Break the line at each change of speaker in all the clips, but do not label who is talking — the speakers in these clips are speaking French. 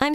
I'm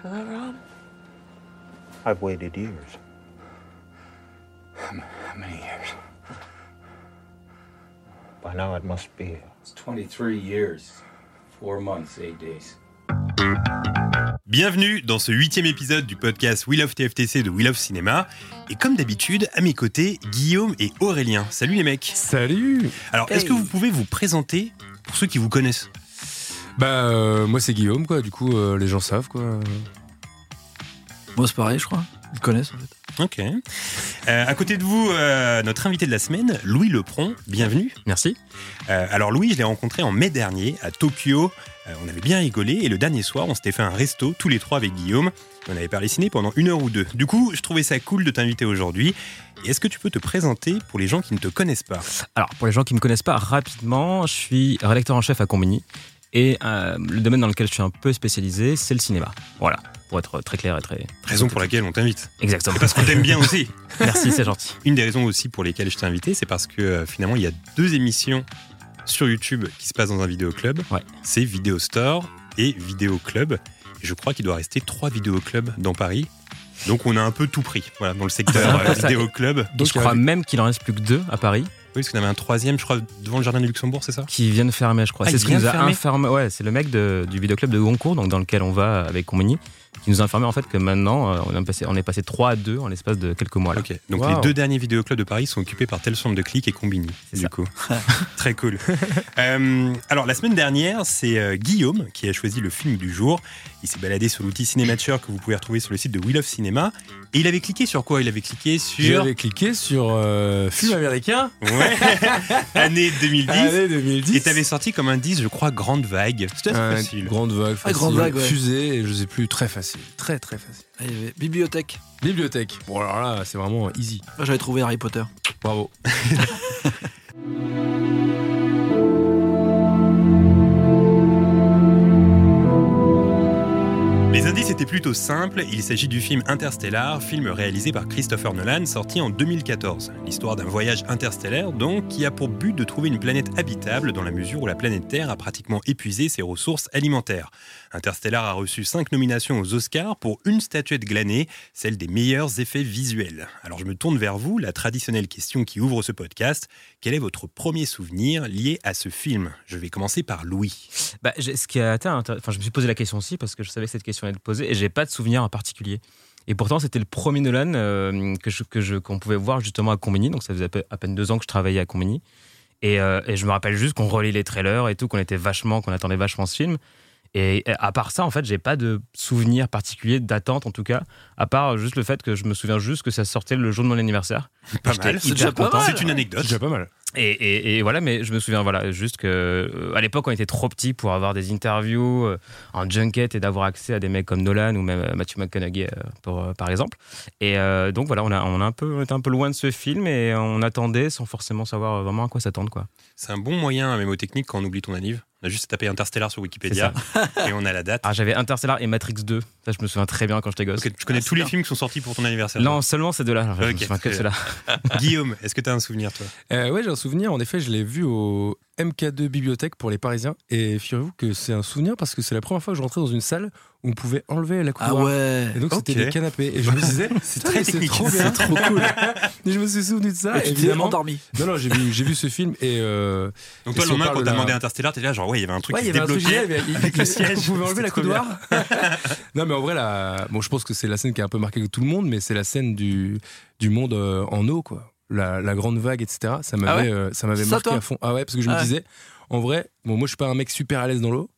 Hello, Rob.
I've waited years.
How many years?
By now it must be.
It's 23 years, 4 months, 8 days.
Bienvenue dans ce huitième épisode du podcast We Love TFTC de We Love Cinéma. Et comme d'habitude, à mes côtés, Guillaume et Aurélien. Salut les mecs.
Salut
Alors, est-ce que vous pouvez vous présenter pour ceux qui vous connaissent
Bah euh, moi c'est Guillaume quoi, du coup euh, les gens savent quoi.
Moi, c'est pareil, je crois. Ils connaissent, en fait.
Ok. Euh, à côté de vous, euh, notre invité de la semaine, Louis Lepron. Bienvenue.
Merci.
Euh, alors Louis, je l'ai rencontré en mai dernier à Tokyo. Euh, on avait bien rigolé et le dernier soir, on s'était fait un resto tous les trois avec Guillaume. On avait parlé ciné pendant une heure ou deux. Du coup, je trouvais ça cool de t'inviter aujourd'hui. Et Est-ce que tu peux te présenter pour les gens qui ne te connaissent pas
Alors, pour les gens qui ne me connaissent pas, rapidement, je suis rédacteur en chef à Combini. Et euh, le domaine dans lequel je suis un peu spécialisé, c'est le cinéma. Voilà, pour être très clair et très...
Raison pour laquelle on t'invite.
Exactement.
C'est parce qu'on t'aime bien aussi.
Merci, c'est gentil.
Une des raisons aussi pour lesquelles je t'ai invité, c'est parce que euh, finalement, il y a deux émissions sur YouTube qui se passent dans un vidéoclub.
Ouais.
C'est Vidéo Store et Vidéo Club. Et je crois qu'il doit rester trois vidéoclubs dans Paris. Donc on a un peu tout pris voilà, dans le secteur
sympa,
euh,
ça.
vidéoclub.
Et
Oui,
je crois même qu'il en reste plus que deux à Paris
parce qu'on avait un troisième, je crois, devant le Jardin du Luxembourg, c'est ça
qui viennent fermer, je crois.
Ah,
c'est
ils
ce qui nous a
viennent fermer
informé. Ouais, c'est le mec de- du vidéoclub de Goncourt, donc dans lequel on va avec Combini, qui nous a informé en fait que maintenant, euh, on, est passé, on est passé 3 à 2 en l'espace de quelques mois. là.
Ok, donc
Wow.
les deux derniers vidéoclubs de Paris sont occupés par tel Chambre de Clic et Combini,
C'est
du
ça.
coup. Très cool. Euh, alors, la semaine dernière, c'est euh, Guillaume qui a choisi le film du jour. Il s'est baladé sur l'outil Cinémature que vous pouvez retrouver sur le site de We Love Cinéma. Et il avait cliqué sur quoi Il avait cliqué sur...
J'avais cliqué sur euh, film américain
Ouais. Année 2010.
Ah
année 2010.
Et t'avais sorti comme indice, je crois, Grande Vague. C'était assez
Un
facile.
grande vague, facile,
grande vague, ouais.
fusée, et je sais plus, très facile, très très facile.
Allez, bibliothèque.
Bibliothèque. Bon alors là, c'est vraiment easy.
Moi, j'avais trouvé Harry Potter.
Bravo.
Les indices étaient plutôt simples, il s'agit du film Interstellar, film réalisé par Christopher Nolan, sorti en 2014. L'histoire d'un voyage interstellaire, donc, qui a pour but de trouver une planète habitable dans la mesure où la planète Terre a pratiquement épuisé ses ressources alimentaires. Interstellar a reçu 5 nominations aux Oscars pour une statuette glanée, celle des meilleurs effets visuels. Alors je me tourne vers vous, la traditionnelle question qui ouvre ce podcast, quel est votre premier souvenir lié à ce film Je vais commencer par Louis.
Bah, j'ai- ce qui a été intér- enfin, je me suis posé la question aussi parce que je savais que cette question allait être posée et j'ai pas de souvenir en particulier. Et pourtant, c'était le premier Nolan euh, que je, que je, qu'on pouvait voir justement à Combini. Donc, ça faisait à peu- à peine deux ans que je travaillais à Combini. Et, euh, et je me rappelle juste qu'on relit les trailers et tout, qu'on était vachement, qu'on attendait vachement ce film. Et et à part ça, en fait, j'ai pas de souvenir particulier d'attente en tout cas, à part juste le fait que je me souviens juste que ça sortait le jour de mon anniversaire.
Pas
J'étais
mal,
hyper content.
C'est une
C'est
anecdote.
déjà pas mal.
Et, et- et voilà, mais je me souviens, voilà, juste que euh, à l'époque, on était trop petits pour avoir des interviews euh, en junket et d'avoir accès à des mecs comme Nolan ou même euh, Matthew McConaughey, euh, pour, euh, par exemple. Et euh, donc voilà, on a, on a un peu, on était un peu loin de ce film et on attendait sans forcément savoir euh, vraiment à quoi s'attendre, quoi.
C'est un bon moyen à mémotechnique quand on oublie ton anniv. On a juste tapé Interstellar sur Wikipédia et on a la date.
Ah, j'avais Interstellar et Matrix 2. Ça, je me souviens très bien quand j'étais gosse.
Ok, je connais
Ah,
tous les
c'est
films qui sont sortis pour ton anniversaire.
Non, seulement ces deux-là. Enfin, je
Ok,
me souviens que
très
de ceux-là.
Guillaume, est-ce que tu as un souvenir, toi
Euh, ouais, j'ai un souvenir. En effet, je l'ai vu au MK2 Bibliothèque pour les Parisiens. Et figurez-vous que c'est un souvenir parce que c'est la première fois que je rentrais dans une salle où on pouvait enlever la couverture.
ouais.
Et donc
Ok.
c'était des canapés. Et je me disais, c'est
très
très
technique.
trop bien, trop cool. Et je me suis souvenu de ça. évidemment. Non, non, j'ai vu, j'ai vu ce film et. euh,
Donc,
Et
toi,
si
le
on
lendemain,
parle
quand
de
t'as
la-
demandé Interstellar, t'es là, genre, ouais, il y avait un truc
ouais, il
qui
y
se
avait un truc génial,
débloquait.
il y avait- il-
avec le siège.
On pouvait enlever la
C'était trop
coudoir. non, mais en vrai, la... bon, je pense que c'est la scène qui a un peu marqué tout le monde, mais c'est la scène du, du monde euh, en eau, quoi. La, la grande vague, etc. Ça Ah m'avait, euh, ça m'avait marqué à fond. Ah ouais, parce que je me disais, en vrai, bon, moi, je suis pas un mec super à l'aise dans l'eau.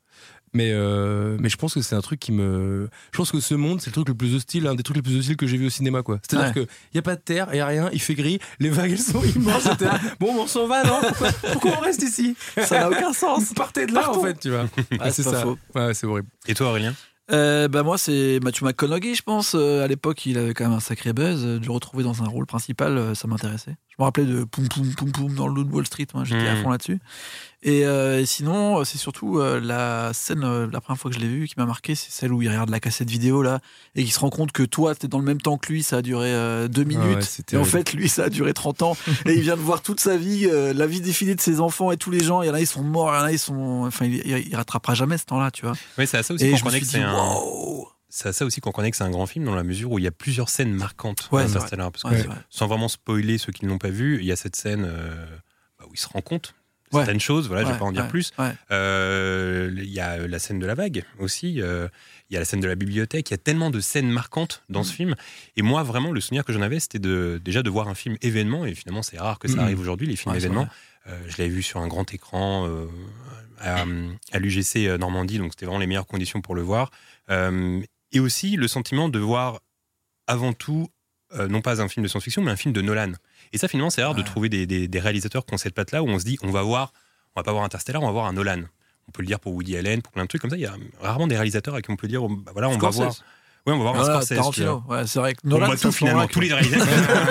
Mais, euh, mais je pense que c'est un truc qui me. Je pense que ce monde, c'est le truc le plus hostile, un des trucs les plus hostiles que j'ai vu au cinéma, quoi. C'est-à-dire qu'il n'y a pas de terre, il n'y a rien, il fait gris, les vagues, elles sont immenses, etc. Bon, mais on s'en va, non pourquoi, pourquoi on reste ici
Ça n'a aucun sens.
Partez de là, en fait, tu vois.
Ah, c'est
c'est
pas
ça.
faux.
Ouais, c'est horrible.
Et toi, Aurélien
Euh, bah moi, c'est Matthew McConaughey, je pense. Euh, à l'époque, il avait quand même un sacré buzz. Euh, De le retrouver dans un rôle principal, euh, ça m'intéressait. Je me rappelais de Poum Poum Poum Poum dans le Loup de Wall Street. Moi, j'étais à
Mhm.
fond là-dessus. Et, euh, et sinon, euh, c'est surtout euh, la scène, euh, la première fois que je l'ai vue, qui m'a marqué, c'est celle où il regarde la cassette vidéo là et qu'il se rend compte que toi, t'es dans le même temps que lui. Ça a duré euh, deux minutes.
ouais, c'est
et en
terrible.
fait, lui, ça a duré 30 ans. et il vient de voir toute sa vie, euh, la vie défilée de ses enfants et tous les gens. Il y en a, ils sont morts. Il y en a, ils sont. Enfin, il, il- il rattrapera jamais ce temps-là, tu vois.
Oui, c'est à ça aussi
Et
qu'on
je me
connaît que
suis dit,
c'est un.
waouh
C'est à ça aussi qu'on connaît que c'est un grand film dans la mesure où il y a plusieurs scènes marquantes
Ouais,
dans
c'est vrai.
Interstellar. Parce que
Ouais, c'est vrai.
sans vraiment spoiler ceux qui ne l'ont pas vu, il y a cette scène euh, bah, où il se rend compte de
Ouais.
certaines choses. Voilà, je vais
Ouais,
pas en dire
ouais,
plus.
ouais.
Euh, Il y a la scène de la vague aussi. euh, Il y a la scène de la bibliothèque. Il y a tellement de scènes marquantes dans
Mm.
ce film. Et moi, vraiment, le souvenir que j'en avais, c'était de déjà de voir un film événement. Et finalement, c'est rare que ça
Mhm.
arrive aujourd'hui les films
Ouais, c'est
événements. Euh, je l'avais vu sur un grand écran euh, à, à l'UGC euh, Normandie, donc c'était vraiment les meilleures conditions pour le voir. Euh, et aussi le sentiment de voir avant tout, euh, non pas un film de science-fiction, mais un film de Nolan. Et ça, finalement, c'est rare de
Ouais.
trouver des, des- des réalisateurs qui ont cette patte-là où on se dit, on va voir, on va pas voir Interstellar, on va voir un Nolan. On peut le dire pour Woody Allen, pour plein de trucs comme ça. Il y a rarement des réalisateurs à qui on peut dire, bah voilà, on
Scorsese.
va voir. Ouais, on va voir un
Voilà,
Scorsese. tu vois.
Tarantino, ouais, c'est vrai que
On
Nolan,
voit
ça,
tout
ce
finalement,
moment-là,
tous les réalisateurs.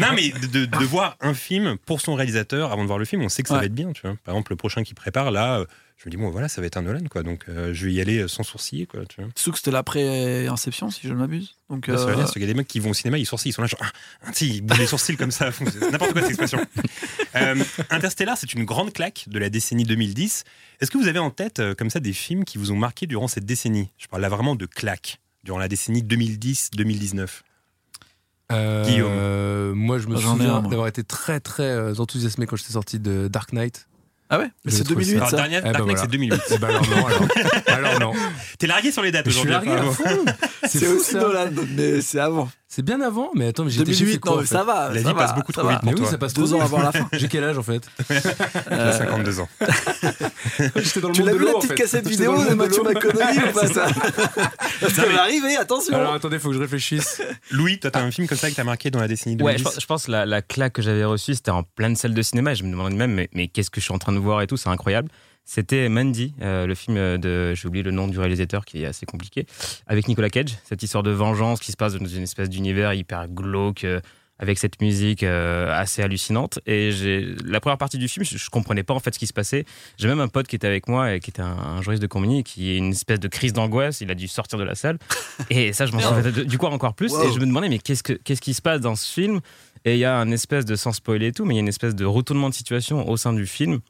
non, mais de, de voir un film pour son réalisateur avant de voir le film, on sait que ça
Ouais.
va être bien. Tu vois. Par exemple, le prochain qui prépare, là, euh, je me dis, bon, voilà, ça va être un Nolan, quoi. Donc, euh, je vais y aller euh, sans sourciller, quoi. Tu vois.
Surtout que c'était l'après-inception, si je ne m'abuse. Donc,
Là, ça veut
euh,
dire, c'est qu'il y a des mecs qui vont au cinéma, ils sourcillent, ils sont là, genre, ah, tu sais, ils bougent les sourcils comme ça, à fond. C'est n'importe quoi cette expression. Euh, Interstellar, c'est une grande claque de la décennie 2010. Est-ce que vous avez en tête, euh, comme ça, des films qui vous ont marqué durant cette décennie Je parle là vraiment de claque, durant la décennie 2010-2019.
Euh, moi, je me
J'en ai un,
souviens
moi.
d'avoir été très, très euh, enthousiasmé quand j'étais sorti de Dark Knight.
Ah ouais Mais
Je
c'est
trouve
2008,
ça-
Alors,
ça.
dernière,
Eh ben
Dark Knight,
voilà.
c'est 2008.
Eh ben alors non, alors, alors non.
T'es largué sur les dates
Je suis
aujourd'hui.
largué à
apparemment.
fond.
C'est
fou,
aussi
ça.
Nolan, mais c'est avant.
C'est bien avant, mais attends, mais j'étais j'ai fait
2008,
quoi,
non,
en
mais
fait
ça va.
La
ça
vie
va,
passe beaucoup
ça
trop
va.
vite
Mais
pour
oui,
toi.
ça passe trop
Deux ans
vite.
avant la fin.
J'ai quel âge en fait
T'as
Euh,
52 ans.
Tu l'as vu la petite cassette vidéo de Mathieu McConaughey ou pas ça Parce
Non,
qu'elle
mais-
va arriver, attention
Alors attendez, faut que je réfléchisse.
Louis, toi, t'as un film comme ça que t'as marqué dans la décennie
Ouais,
2010
je, pense- je pense la, la claque que j'avais reçue, c'était en pleine salle de cinéma. Et je me demandais même, mais, mais qu'est-ce que je suis en train de voir et tout, c'est incroyable. C'était Mandy, euh, le film de. J'ai oublié le nom du réalisateur qui est assez compliqué, avec Nicolas Cage. Cette histoire de vengeance qui se passe dans une espèce d'univers hyper glauque, euh, avec cette musique euh, assez hallucinante. Et j'ai- la première partie du film, je, je comprenais pas en fait ce qui se passait. J'ai même un pote qui était avec moi, et qui était un, un juriste de Combini, qui est une espèce de crise d'angoisse. Il a dû sortir de la salle. Et ça, je m'en souviens de- du coup encore plus.
Wow.
Et je me demandais, mais qu'est-ce que- qu'est-ce qui se passe dans ce film et il y a un espèce de, sans spoiler et tout, mais il y a une espèce de retournement de situation au sein du film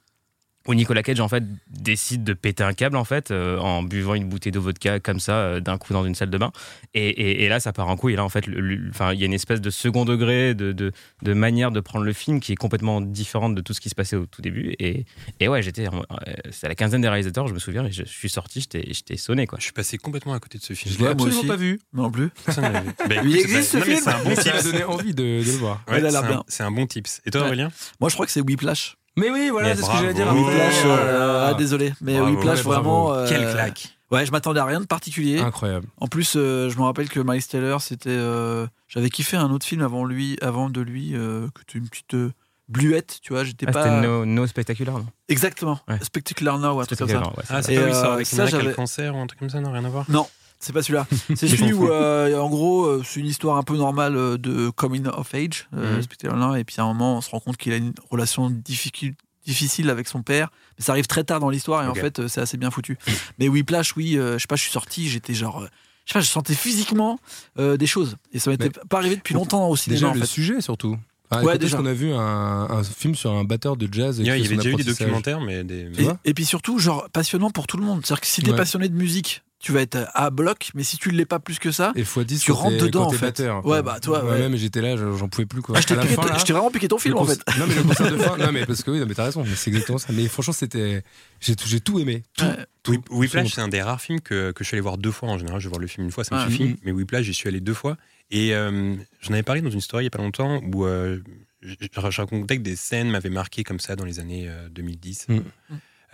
où Nicolas Cage, en fait, décide de péter un câble, en fait, euh, en buvant une bouteille de vodka comme ça, euh, d'un coup dans une salle de bain. Et, et- et là, ça part en couille. Et là, en fait, le- le- enfin, il y a une espèce de second degré de, de, de manière de prendre le film qui est complètement différente de tout ce qui se passait au tout début. Et, et ouais, j'étais. en- euh, C'est à la quinzaine des réalisateurs, je me souviens, et je, je suis sorti, j'étais j'étais sonné, quoi.
Je suis passé complètement à côté de ce film.
Je l'ai
moi
absolument
aussi.
pas vu.
Non plus.
Personne ne l'a vu. Bah,
Il
écoute,
existe,
c'est pas-
ce
non, mais
film
C'est
Ça
un
m'a
bon tips.
donné envie de, de le voir.
Il a
c'est
l'air
un-
bien.
C'est un bon tips. Et toi,
Ouais.
Aurélien
Moi, je crois que c'est Whiplash.
Mais oui, voilà,
Mais
c'est ce que j'allais dire.
bravo.
Whiplash,
Oh.
euh, ah, désolé, mais
Bravo,
Whiplash,
ouais, bravo.
vraiment. euh,
Quelle claque
Ouais, je m'attendais à rien de particulier.
Incroyable.
En plus, euh, je me rappelle que Miles Taylor, c'était. euh, J'avais kiffé un autre film avant lui, avant de lui, euh, que tu une petite euh, bluette, tu vois. J'étais
Ah,
pas
C'était no, no spectaculaire, non
exactement
Ouais.
spectaculaire now, un truc comme ça.
Spectaculaire, ouais, c'est
Ah,
ça.
c'est pas
Et,
où il sort
euh,
avec une
ça,
nana qui a le
j'avais-
cancer ou un truc comme ça, non, rien à voir.
Non, c'est pas celui-là. C'est celui où, euh, en gros, euh, c'est une histoire un peu normale euh, de coming of age, euh,
Mhm.
spectaculaire now, et puis à un moment, on se rend compte qu'il a une relation difficile difficile avec son père, mais ça arrive très tard dans l'histoire et
Ok.
en fait euh, c'est assez bien foutu.
Mhm.
mais Whiplash, oui, euh, je sais pas, je suis sorti, j'étais genre, euh, je sais pas, je sentais physiquement euh, des choses et ça m'était pas arrivé depuis longtemps au cinéma
Déjà
en
le
fait.
sujet surtout. Enfin,
Ouais,
écoutez,
déjà.
parce qu'on a vu un, un film sur un batteur de jazz.
Il y
qui
a- il y
fait
avait
son
déjà eu des
apprentissage.
documentaires, mais des.
Tu
Et,
vois
et puis surtout, genre, passionnant pour tout le monde. C'est-à-dire que si t'es
Ouais.
passionné de musique, tu vas être à bloc, mais si tu l'es pas plus que ça,
Et x10
Tu
quand
rentres
t'es-
dedans,
quand
en
t'es
fait.
batteur.
Ouais, bah, toi, ouais.
même j'étais là, j'en j'en pouvais plus quoi.
ah, je t'ai
À la
piqué
fin,
ton-
là,
je t'ai vraiment piqué ton film
le
en
conce-
fait.
Non mais le concert de fin, non mais parce que oui, non, mais t'as raison, mais c'est exactement ça. Mais franchement, c'était, j'ai tout, j'ai tout aimé. Tout.
Ouais.
tout.
Whip- Whiplash, c'est un des rares films que, que je suis allé voir deux fois en général. Je vais voir le film une fois, ça me
Ah,
suffit.
mhm.
Mais Whiplash, j'y suis allé deux fois. Et euh, j'en avais parlé dans une story il n'y a pas longtemps où
Mm.
euh, je, je- je racontais que des scènes m'avaient marqué comme ça dans les années euh, 2010.
Mhm.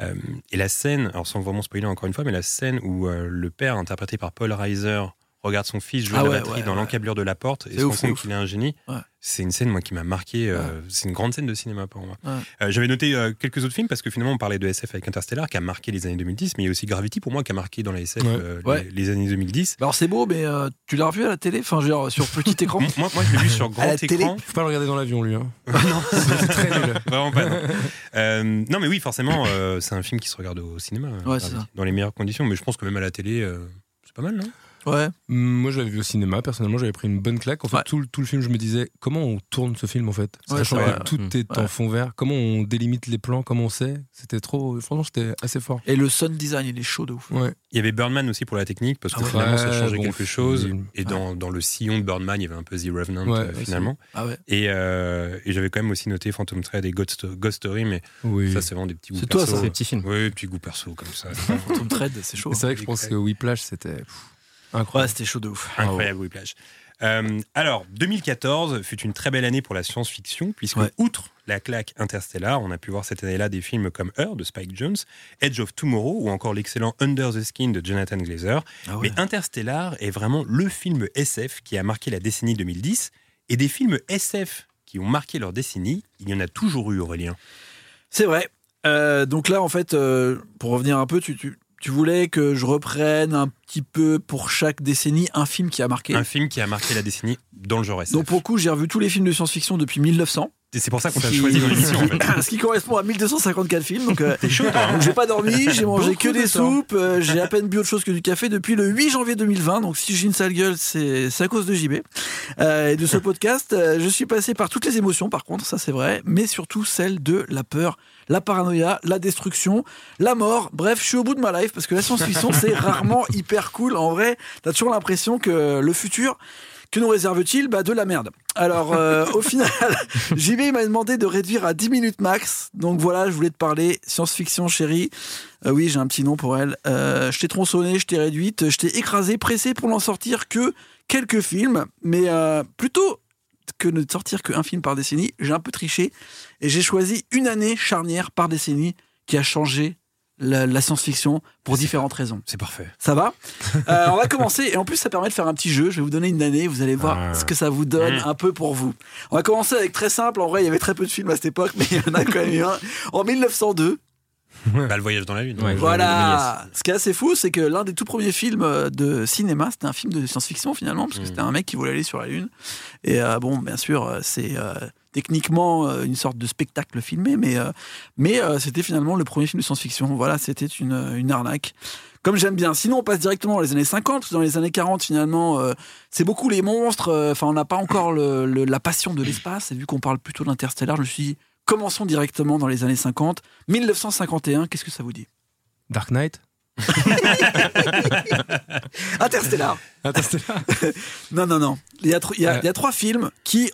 Euh, et la scène, alors sans vraiment spoiler encore une fois, mais la scène où euh, le père, interprété par Paul Reiser, regarde son fils jouer
Ah
de
ouais,
la batterie
ouais,
dans
ouais.
l'encablure de la porte et
C'est
se rend
ouf, c'est
compte
ouf.
qu'il est un génie,
Ouais.
c'est une scène moi qui m'a marqué. euh, C'est une grande scène de cinéma pour moi.
Ouais.
Euh, J'avais noté euh, quelques autres films parce que finalement on parlait de SF avec Interstellar qui a marqué les années 2010, mais il y a aussi Gravity pour moi qui a marqué dans la SF
Ouais.
euh, les-
Ouais.
Les, années 2010.
Bah alors c'est beau, mais euh, tu l'as revu à la télé, enfin genre sur petit écran.
Moi, moi je l'ai vu sur grand
la télé.
écran.
Faut pas le regarder dans l'avion, lui. hein.
non,
C'est très nul.
Vraiment pas. Non, Euh, non mais oui, forcément, euh, c'est un film qui se regarde au cinéma, euh,
Ouais, c'est
dans-
ça.
dans les meilleures conditions. Mais je pense que même à la télé, euh, c'est pas mal, non
ouais.
Hum, Moi, je l'avais vu au cinéma. Personnellement, j'avais pris une bonne claque. En fait,
Ouais.
tout, le- tout le film, je me disais comment on tourne ce film en fait,
Ouais,
sachant
c'est
que
vrai.
tout
Mmh.
est en
Ouais.
fond vert. Comment on délimite les plans, comment on sait. C'était trop. Franchement, c'était assez fort.
Et le sound design, il est chaud de ouf.
Ouais.
Il y avait Birdman aussi pour la technique, parce que
Ah ouais.
finalement ça
Ouais,
changeait
bon
quelque
film.
chose. Et dans, dans le sillon de Birdman, il y avait un peu The Revenant
Ouais,
euh,
ouais,
finalement.
Ah ouais.
Et, euh, et j'avais quand même aussi noté Phantom Thread et Ghost, Ghost Story, mais
Oui.
ça c'est vraiment des petits goûts
C'est toi,
perso.
ça, ces petits films.
Oui, petits goûts perso comme ça.
Phantom Thread, c'est chaud. hein.
C'est vrai que je pense que Whiplash, c'était pff,
Ouais,
incroyable.
c'était chaud de ouf.
Incroyable Whiplash. Euh, alors, 2014 fut une très belle année pour la science-fiction, puisque,
Ouais.
outre la claque interstellar, on a pu voir cette année-là des films comme Her de Spike Jones, Edge of Tomorrow ou encore l'excellent Under the Skin de Jonathan Glazer.
Ah ouais.
Mais Interstellar est vraiment le film SF qui a marqué la décennie 2010. Et des films SF qui ont marqué leur décennie, il y en a toujours eu, Aurélien.
C'est vrai. Euh, donc là, en fait, euh, pour revenir un peu, tu, tu, tu voulais que je reprenne un petit peu pour chaque décennie un film qui a marqué.
Un film qui a marqué la décennie dans le genre SF.
Donc pour le coup, j'ai revu tous les films de science-fiction depuis 1900.
Et c'est pour ça qu'on t'a
Qui-
choisi dans l'émission. en fait.
Ce qui correspond à 1254 films. Donc, euh,
T'es chaud, toi, hein
donc j'ai pas dormi, j'ai mangé
Beaucoup
que
de
des
temps.
soupes, euh, j'ai à peine bu autre chose que du café depuis le 8 janvier 2020. Donc si j'ai une sale gueule, c'est c'est à cause de JB euh, et de ce podcast. Euh, je suis passé par toutes les émotions, par contre, ça c'est vrai, mais surtout celle de la peur, la paranoïa, la destruction, la mort. Bref, je suis au bout de ma life parce que la science-fiction c'est rarement hyper cool. En vrai, t'as toujours l'impression que le futur. Que nous réserve-t-il bah, De la merde. Alors, euh, au final, JB m'a demandé de réduire à 10 minutes max. Donc voilà, je voulais te parler science-fiction, chérie. Euh, oui, j'ai un petit nom pour elle. Euh, je t'ai tronçonné, je t'ai réduite, je t'ai écrasé, pressé pour n'en sortir que quelques films. Mais euh, plutôt que de ne sortir qu'un film par décennie, j'ai un peu triché. Et j'ai choisi une année charnière par décennie qui a changé la, la science-fiction pour différentes raisons.
C'est parfait.
Ça va Euh, On va commencer. Et en plus, ça permet de faire un petit jeu. Je vais vous donner une année. Vous allez voir
Ah.
ce que ça vous donne un peu pour vous. On va commencer avec très simple. En vrai, il y avait très peu de films à cette époque, mais il y en a quand même eu un. En 1902.
Bah, le voyage dans la lune.
Ouais,
hein.
Voilà. Ce qui est assez fou, c'est que l'un des tout premiers films euh, de cinéma, c'était un film de science-fiction finalement, parce que
Mm.
c'était un mec qui voulait aller sur la Lune. Et euh, bon, bien sûr, euh, c'est euh, techniquement euh, une sorte de spectacle filmé, mais, euh, mais euh, c'était finalement le premier film de science-fiction. Voilà, c'était une, euh, une arnaque. Comme j'aime bien. Sinon, on passe directement dans les années 50. parce que Dans les années 40, finalement, euh, c'est beaucoup les monstres. euh, Enfin, on n'a pas encore le- le- la passion de l'espace. Et vu qu'on parle plutôt d'interstellaire, je me suis dit, commençons directement dans les années 50. 1951, qu'est-ce que ça vous dit
Dark Knight
Interstellar.
Interstellar
Non, non, non. Il y, a, tro- il y a-
Euh.
il y a trois films qui,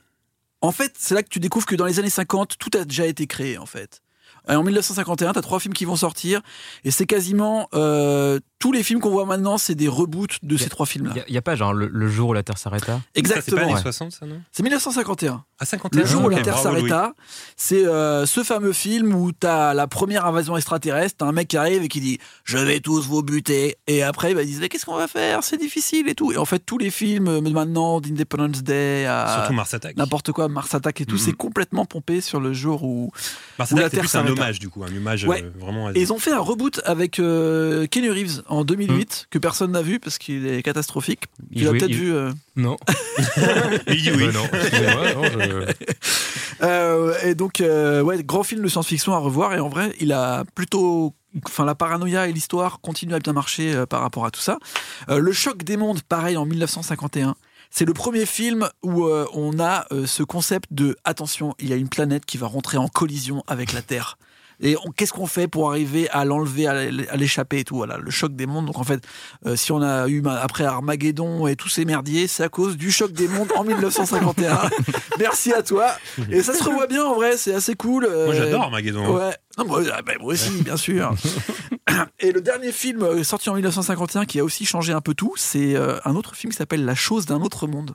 en fait, c'est là que tu découvres que dans les années 50, tout a déjà été créé, en fait. Euh, En 1951, t'as trois films qui vont sortir, et c'est quasiment euh, tous les films qu'on voit maintenant, c'est des reboots de ces trois films-là.
Il n'y a, pas genre le, le jour où la Terre s'arrêta
Ça, C'est pas
Exactement.
les
Ouais.
60, ça, non Ah,
C'est 1951.
À 51.
Le jour où
ok,
la Terre
bravo, Louis.
s'arrêta, c'est euh, ce fameux film où t'as la première invasion extraterrestre, t'as un mec qui arrive et qui dit je vais tous vous buter, et après bah, ils disent Mais qu'est-ce qu'on va faire, c'est difficile et tout. Et en fait tous les films euh, maintenant d'Independence Day à
Surtout Mars Attack.
n'importe quoi, Mars Attack et tout,
Mhm.
c'est complètement pompé sur le jour où.
Mars
où la
Attack, c'est
Terre
plus un
s'arrête.
hommage, du coup, un hommage euh,
Ouais.
vraiment. à-
Et ils ont fait un reboot avec euh, Kenny Reeves en 2008 que personne n'a vu parce qu'il est catastrophique.
Il
tu l'as
jouait-
peut-être
il-
vu. euh.
Non.
Il dit oui.
Bah non, excusez-moi, non, je-
Euh, et donc, euh, ouais, grand film de science-fiction à revoir. Et en vrai, il a plutôt. Enfin, la paranoïa et l'histoire continuent à bien marcher euh, par rapport à tout ça. Euh, le choc des mondes, pareil, en 1951. C'est le premier film où euh, on a euh, ce concept de attention, il y a une planète qui va rentrer en collision avec la Terre. Et on- qu'est-ce qu'on fait pour arriver à l'enlever, à l'é- à l'échapper et tout Voilà, le choc des mondes. Donc en fait, euh, si on a eu ma- après Armageddon et tous ces merdiers, c'est à cause du choc des mondes en 1951. Merci à toi. Et ça se revoit bien en vrai, c'est assez cool. euh,
Moi, j'adore hein. Armageddon.
Ouais. Non, moi, ah, bah, moi aussi, bien sûr. Et le dernier film euh, sorti en 1951 qui a aussi changé un peu tout, c'est euh, un autre film qui s'appelle La chose d'un autre monde.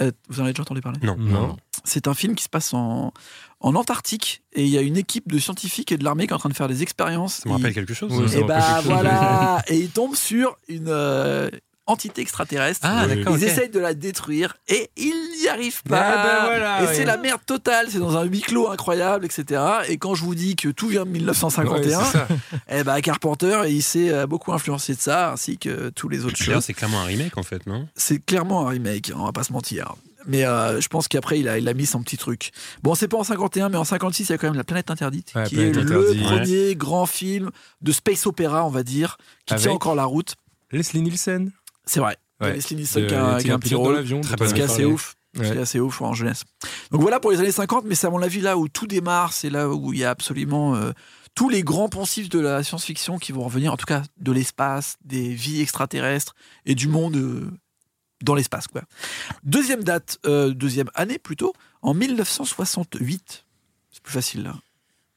Euh, vous en avez déjà entendu parler
Non.
Non.
C'est un film qui se passe en, en Antarctique et il y a une équipe de scientifiques et de l'armée qui est en train de faire des expériences.
Ça me rappelle quelque chose. hein.
Oui.
ça
Et
me rappelle
bah
quelque chose.
voilà Et ils tombent sur une euh, entité extraterrestre.
Ah,
ils
d'accord, ok.
essayent de la détruire et ils n'y arrivent pas.
Ah, bah voilà,
et
oui.
c'est la merde totale, c'est dans un huis clos incroyable, etc. Et quand je vous dis que tout vient de 1951,
Ouais, c'est ça.
eh ben Carpenter, il s'est euh, beaucoup influencé de ça, ainsi que tous les autres
D'ailleurs,
choses.
c'est clairement un remake en fait, non
C'est clairement un remake, hein, on va pas se mentir. Mais euh, je pense qu'après, il a, il a mis son petit truc. Bon, c'est pas en 51, mais en 56, il y a quand même La Planète Interdite,
Ouais,
qui
Planète
est
Interdite,
le
ouais.
premier grand film de space opéra, on va dire, qui tient
Avec-
encore la route.
Leslie Nielsen.
C'est vrai.
Ouais.
Leslie Nielsen
De-
qui a,
était
qui a un petit
pilote dans
rôle.
l'avion,
Très
dont on
Ce
bonne
qui est
a
assez
parlé.
ouf. Ce qui est
Ouais.
assez ouf en jeunesse. Donc voilà pour les années 50, mais c'est à mon avis là où tout démarre, c'est là où il y a absolument euh, tous les grands poncifs de la science-fiction qui vont revenir, en tout cas de l'espace, des vies extraterrestres et du monde euh, dans l'espace. quoi. Deuxième date, euh, deuxième année plutôt, en 1968. C'est plus facile là.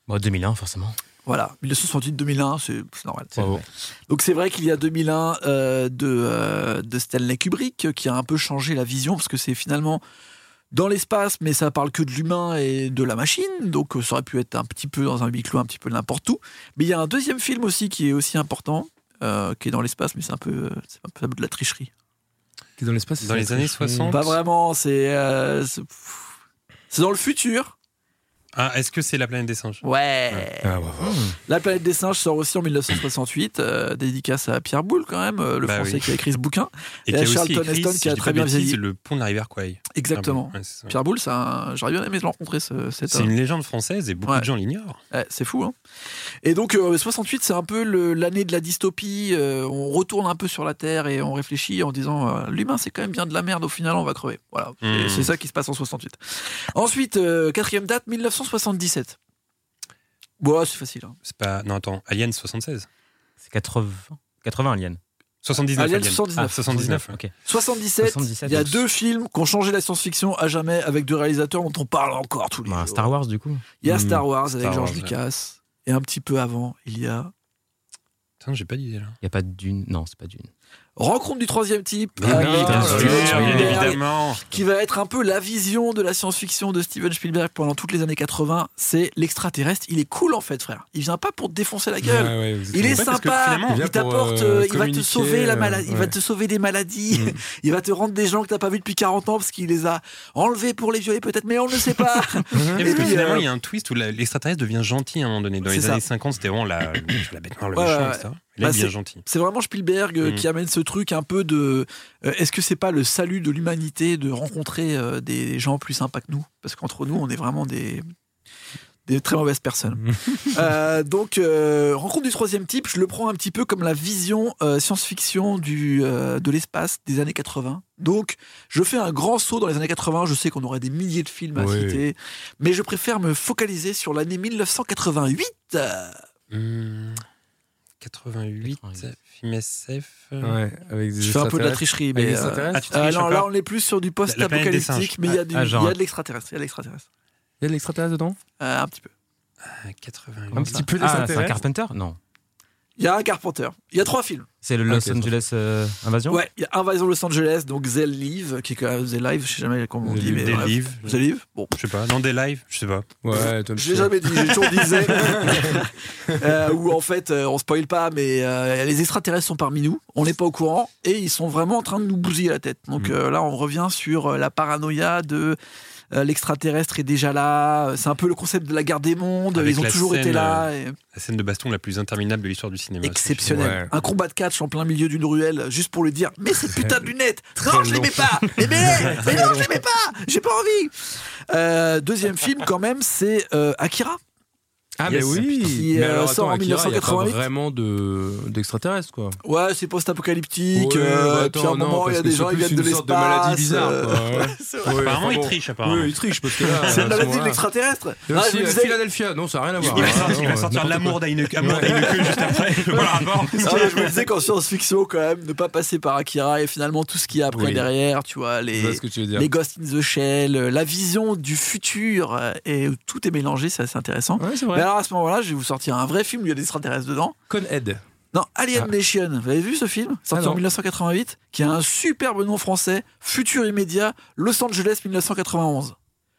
Bon, 2001, forcément.
Voilà, 1968-2001, c'est c'est normal.
Bravo.
Donc c'est vrai qu'il y a 2001 euh, de, euh, de Stanley Kubrick euh, qui a un peu changé la vision parce que c'est finalement dans l'espace mais ça parle que de l'humain et de la machine donc euh, ça aurait pu être un petit peu dans un huis clos un petit peu n'importe où mais il y a un deuxième film aussi qui est aussi important euh, qui est dans l'espace mais c'est un peu euh, c'est un peu de la tricherie
Qui est dans l'espace.
Dans les années 60.
pas vraiment c'est euh, c'est pff, c'est dans le futur
Ah, est-ce que c'est la planète des singes
ouais
Ah,
La planète des singes sort aussi en 1968, euh, dédicace à Pierre Boulle quand même, euh, le
Bah
français
oui.
qui a écrit ce bouquin.
Et
Et
qui a aussi
Charlton
écrit,
Heston
si
qui a
je dis
très
pas de
bien
bêtises,
vieilli.
le pont de la rivière Kwai.
Exactement.
Ah bon, ouais, c'est ça.
Pierre Boulle, c'est un- j'aurais bien aimé le rencontrer, ce- cet
C'est
homme.
une légende française et beaucoup
Ouais.
de gens l'ignorent.
Ouais, c'est fou, hein Et donc, euh, 68, c'est un peu le- l'année de la dystopie. euh, on retourne un peu sur la Terre et on réfléchit en disant euh, l'humain, c'est quand même bien de la merde, au final, on va crever. Voilà, c'est-
Mm.
c'est ça qui se passe en 68. Ensuite, euh, quatrième date, 1977. Bon, c'est facile. hein.
C'est pas. Non, attends, Alien 76.
C'est 80. 80 Alien.
79
Alien
Alien.
79.
Ah, 79. ouais.
Ok.
77,
77,
il y a
donc.
deux films qui ont changé la science-fiction à jamais avec deux réalisateurs dont on parle encore tous les
Bah,
oh.
jours.
Star Wars, du coup.
Il y a
Mm.
Star Wars avec
Star
George
Wars, ouais.
Lucas. Et un petit peu avant, il y a
Putain, j'ai pas d'idée là.
Il n'y a pas de Dune. Non, c'est pas Dune.
Rencontre du troisième type Ah,
Non,
avec
putain,
Steven
sûr,
Ah bien
Spielberg,
évidemment.
qui va être un peu la vision de la science-fiction de Steven Spielberg pendant toutes les années 80. C'est l'extraterrestre. Il est cool en fait, frère. Il vient pas pour te défoncer la
Ah,
gueule. Il est
Ouais, parce que
sympa,
finalement,
il
il vient pour,
t'apporte,
euh,
euh, il va te
communiquer,
sauver la
euh,
maladie, il va
ouais.
te sauver des maladies,
Mm.
il va te rendre des gens que t'as pas vu depuis 40 ans parce qu'il les a enlevés pour les violer peut-être, mais on ne sait pas.
Et parce que
puis,
finalement,
euh,
il y a un twist où la- l'extraterrestre devient gentil à un moment donné. Dans
C'est
les
ça.
années 50, c'était vraiment la, la bête noire, le
Ouais,
méchant,
ouais,
etc. Et
Bah,
là, il
c'est-
devient gentil.
C'est vraiment Spielberg euh,
Mm.
qui amène ce truc un peu de. euh, Est-ce que c'est pas le salut de l'humanité de rencontrer euh, des gens plus sympas que nous Parce qu'entre nous, on est vraiment des des très mauvaises personnes. Euh, donc, euh, rencontre du troisième type, je le prends un petit peu comme la vision euh, science-fiction du euh, de l'espace des années 80. Donc, je fais un grand saut dans les années 80. Je sais qu'on aurait des milliers de films à
Oui.
citer, mais je préfère me focaliser sur l'année 1988. Euh,
Hmm, 88,
88.
film SF. euh,
Ouais, avec des
je fais un peu de la
extraterrestres.
tricherie,
Avec
mais
des
euh,
Ah,
extraterrestres
tu
Euh,
triches
non,
encore
là on est plus sur du
La planète des
post-apocalyptique,
singes.
mais il y a du-
Ah,
il y
genre.
a de l'extraterrestre, il y a de l'extraterrestre.
Il y a de l'extraterrestre dedans
Euh, un petit peu.
Ah, 88.
Un petit peu
euh, Ah, c'est un
d'extraterrestre.
Carpenter Non.
Il y a un Carpenter. Il y a trois films.
C'est le
Ah,
Los
ok,
Angeles euh, Invasion
Ouais, il y a Invasion Los Angeles, donc The Live, qui est quand même The Live, je sais jamais comment on
The
dit, mais
Des
bref.
livres.
The Live, bon.
Je sais pas. Non, des lives. Je sais pas.
Ouais, Tom
J'ai jamais
Sawyer.
dit, j'ai toujours dit The. Euh, Où en fait, euh, on spoil pas, mais euh, les extraterrestres sont parmi nous, on n'est pas au courant, et ils sont vraiment en train de nous bousiller la tête.
Mm.
Donc euh, là, on revient sur euh, la paranoïa de euh, l'extraterrestre est déjà là, c'est un peu le concept de la guerre des mondes,
Avec
ils ont
la
toujours été
scène, euh,
là. et-
La scène de baston la plus interminable de l'histoire du cinéma.
exceptionnel.
Ouais.
Un combat de catch en plein miliau d'une ruelle, juste pour lui dire Mais ces putains de lunettes Non, je les mets pas Mais mets-les Mais non, je les mets pas J'ai pas envie Euh, Deuxième film, quand même, c'est euh, Akira.
Ah,
Yes,
mais oui
qui,
Mais
euh,
alors,
sort en
attends, Akira, il y a pas
1988.
vraiment de- d'extraterrestres, quoi.
Ouais, c'est post-apocalyptique.
Ouais,
euh,
bah,
puis à un
attends, non,
moment, il y a
parce
des
que
gens qui
c'est plus
viennent de
une
l'espace.
sorte de maladie bizarre,
euh,
quoi, ouais. Ouais,
Apparemment,
enfin,
il
bon.
triche.
Oui,
Apparemment.
il triche, parce que là...
C'est
à
la
ce
maladie de
moment-là-
l'extraterrestre.
Et
Ah,
aussi,
je vous
euh,
disais-
Philadelphia, non, ça n'a rien à voir.
Il va
Ah,
sortir, il va
non,
sortir
n'importe
l'amour d'Aineke amour d'Aineke juste après. Voilà, rapport.
Ah ouais, je me disais qu'en science-fiction, quand même, ne pas passer par Akira et finalement tout ce qu'il y a après
Oui.
derrière, tu vois,
quoi.
les,
Je vois ce que tu veux dire.
les Ghost in the Shell, euh, la vision du futur, euh, et où tout est mélangé, c'est assez intéressant.
Ouais, c'est
Mais
vrai.
alors à ce moment-là, je vais vous sortir un vrai film où il y a des extraterrestres dedans.
Conhead.
Non, Alien
Ah.
Nation. Vous avez vu ce film Sorti
Ah non.
en 1988, qui a un superbe nom français, Futur immédiat, Los Angeles 1991.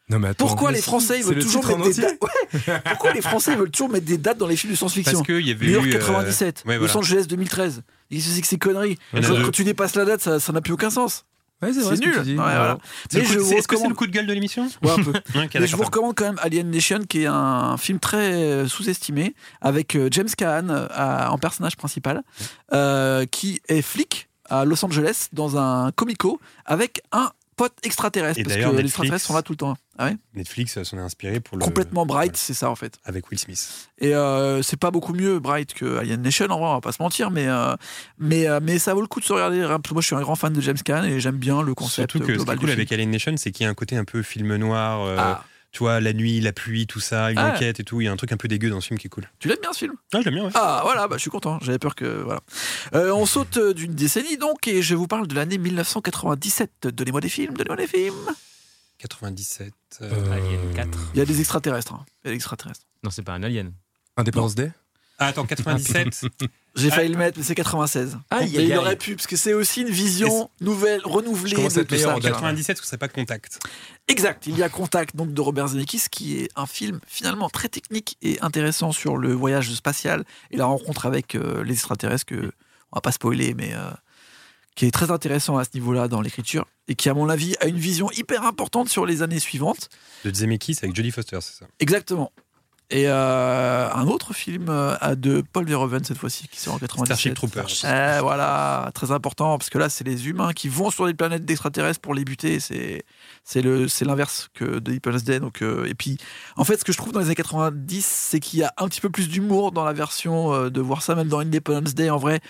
Non, mais attends,
Pourquoi
mais
les
si,
Français ils
c'est
veulent
le
toujours
titre en
mettre des
entier
dates Ouais. Pourquoi les Français veulent toujours mettre des dates dans les films de science-fiction
Parce qu'il y avait
New York
eu, euh,
97,
ouais, voilà.
Los Angeles 2013. Qu'est-ce que c'est que ces conneries
Il y en a
Quand
deux.
quand tu dépasses la date, ça ça n'a plus aucun sens.
Ouais,
C'est
vrai ce que
nul.
tu dis.
Ouais, voilà.
C'est
Mais
le coup-
je vous
c'est- Est-ce que c'est
recommande-
le coup de gueule de l'émission
Ouais, un
Ouais,
peu.
ok,
Mais je
d'accord,
vous
pardon.
recommande quand même Alien Nation, qui est un film très euh, sous-estimé, avec euh, James Caan euh, à- en personnage principal, euh, qui est flic à Los Angeles dans un comico avec un pote extraterrestre.
Et
parce que
d'ailleurs,
les
Netflix-
extraterrestres sont là tout le temps. Ah ouais
Netflix euh, s'en est inspiré pour le.
Complètement bright,
voilà,
c'est ça en fait.
avec Will Smith.
Et euh, c'est pas beaucoup mieux Bright que Alien Nation, en vrai, on va pas se mentir, mais, euh, mais, euh, mais ça vaut le coup de se regarder. hein, parce que Moi, je suis un grand fan de James Caan et j'aime bien le concept
Surtout que ce qui est
global
cool
du film.
avec Alien Nation, c'est qu'il y a un côté un peu film noir. euh,
Ah,
Tu vois, la nuit, la pluie, tout ça, une
Ah.
enquête et tout. Il y a un truc un peu dégueu dans ce film qui est cool.
tu l'aimes bien ce film
Ah, je l'aime bien, ouais.
Ah voilà, bah, je suis content, j'avais peur que... voilà. Euh, on saute euh, d'une décennie donc et je vous parle de l'année 1997. Donnez-moi des films, donnez-moi des films.
97. euh,
Euh,
Alien 4.
Il y a des extraterrestres. hein. Il y a des extraterrestres.
Non, c'est pas un alien.
Indépendance Day
Ah, attends, 97.
J'ai
Ah.
failli le mettre, mais c'est 96.
Aïe,
mais
aïe,
il
aïe.
aurait pu, parce que c'est aussi une vision nouvelle, renouvelée
Je commence à
de
être
tout
meilleur
ça.
en
tu vois.
97, ce serait pas Contact.
Exact, il y a Contact donc de Robert Zemeckis qui est un film finalement très technique et intéressant sur le voyage spatial et la rencontre avec euh, les extraterrestres que on va pas spoiler mais euh, qui est très intéressant à ce niveau-là dans l'écriture et qui à mon avis a une vision hyper importante sur les années suivantes.
De Zemeckis avec Jodie Foster, c'est ça.
Exactement. Et euh, un autre film euh, de Paul Verhoeven cette fois-ci qui sort en 97.
Starship Troopers.
Eh, voilà, très important, parce que là, c'est les humains qui vont sur des planètes d'extraterrestres pour les buter. C'est c'est le- c'est l'inverse que de Independence Day. Donc, euh, et puis, en fait, ce que je trouve dans les années 90, c'est qu'il y a un petit peu plus d'humour dans la version euh, de voir ça, même dans Independence Day, en vrai.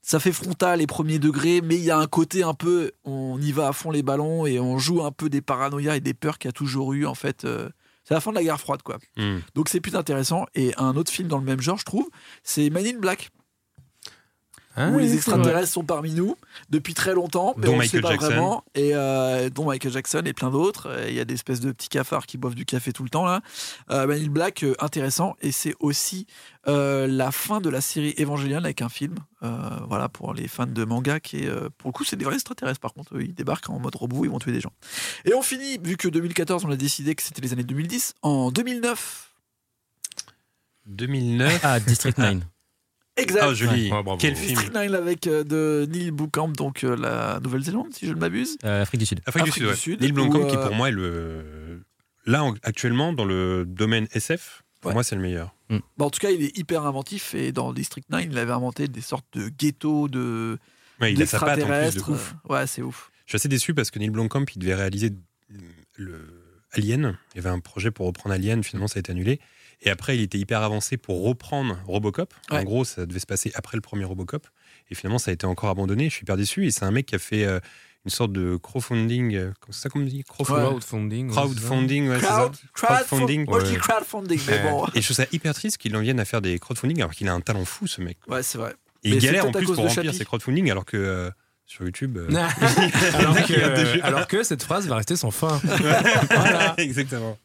Ça fait frontal et premier degré, mais il y a un côté un peu, on y va à fond les ballons et on joue un peu des paranoïas et des peurs qu'il y a toujours eu, en fait. euh, c'est la fin de la guerre froide, quoi.
Hmm.
Donc c'est plus intéressant. Et un autre film dans le même genre, je trouve, c'est Man in Black
Ah,
où les extraterrestres sont parmi nous depuis très longtemps, mais
Dont
on ne
Michael
sait pas
Jackson.
vraiment. Et euh, dont Michael Jackson et plein d'autres. Et Il y a des espèces de petits cafards qui boivent du café tout le temps là. Euh, Manil Black, euh, intéressant. Et c'est aussi euh, la fin de la série Evangelion avec un film. euh, voilà pour les fans de manga qui est euh, pour le coup c'est des vrais extraterrestres. Par contre, eux, ils débarquent en mode robot, ils vont tuer des gens. Et on finit vu que 2014 on a décidé que c'était les années 2010 en 2009.
2009.
Ah, District 9.
Exact.
Ah, joli.
Ouais, bravo.
Quel film.
District 9 avec euh, de Neil Boukamp, donc euh, la Nouvelle-Zélande, si je ne m'abuse.
Euh, Afrique du Sud.
Afrique,
Afrique
du Sud,
du
ouais.
Sud,
Neil Blomkamp,
où,
qui
euh,
pour moi est le. Là, en- actuellement, dans le domaine SF, pour
Ouais.
moi, c'est le meilleur.
Bah, en tout cas, il est hyper inventif et dans District 9, il avait inventé des sortes de ghettos de
Ouais, il a sa patte en plus de
d'extraterrestres.
ouf.
Ouais, c'est ouf.
Je suis assez déçu parce que Neil Blomkamp, il devait réaliser mm, le Alien. Il y avait un projet pour reprendre Alien, finalement, ça a été annulé. Et après, il était hyper avancé pour reprendre Robocop. En
Ouais.
gros, ça devait se passer après le premier Robocop. Et finalement, ça a été encore abandonné. Je suis hyper déçu. Et c'est un mec qui a fait euh, une sorte de crowdfunding. euh, comment- C'est ça qu'on me dit Crowdfunding.
Crowdfunding. ouais,
Crowdfunding, ouais, c'est ça.
Crowd, crowdfunding.
Crowdfunding.
Moi, je dis crowdfunding, mais bon.
Et je trouve ça hyper triste qu'il en vienne à faire des crowdfunding alors qu'il a un talent fou, ce mec.
Ouais, c'est vrai.
Et
Mais
il
c'est
galère en
peut-être à
plus
cause
pour
de
remplir
Chappie.
ses crowdfunding alors que euh, sur YouTube. euh,
c'est ça. alors,
Mec, il a
que,
déjà-
alors que cette phrase va rester sans fin.
Exactement.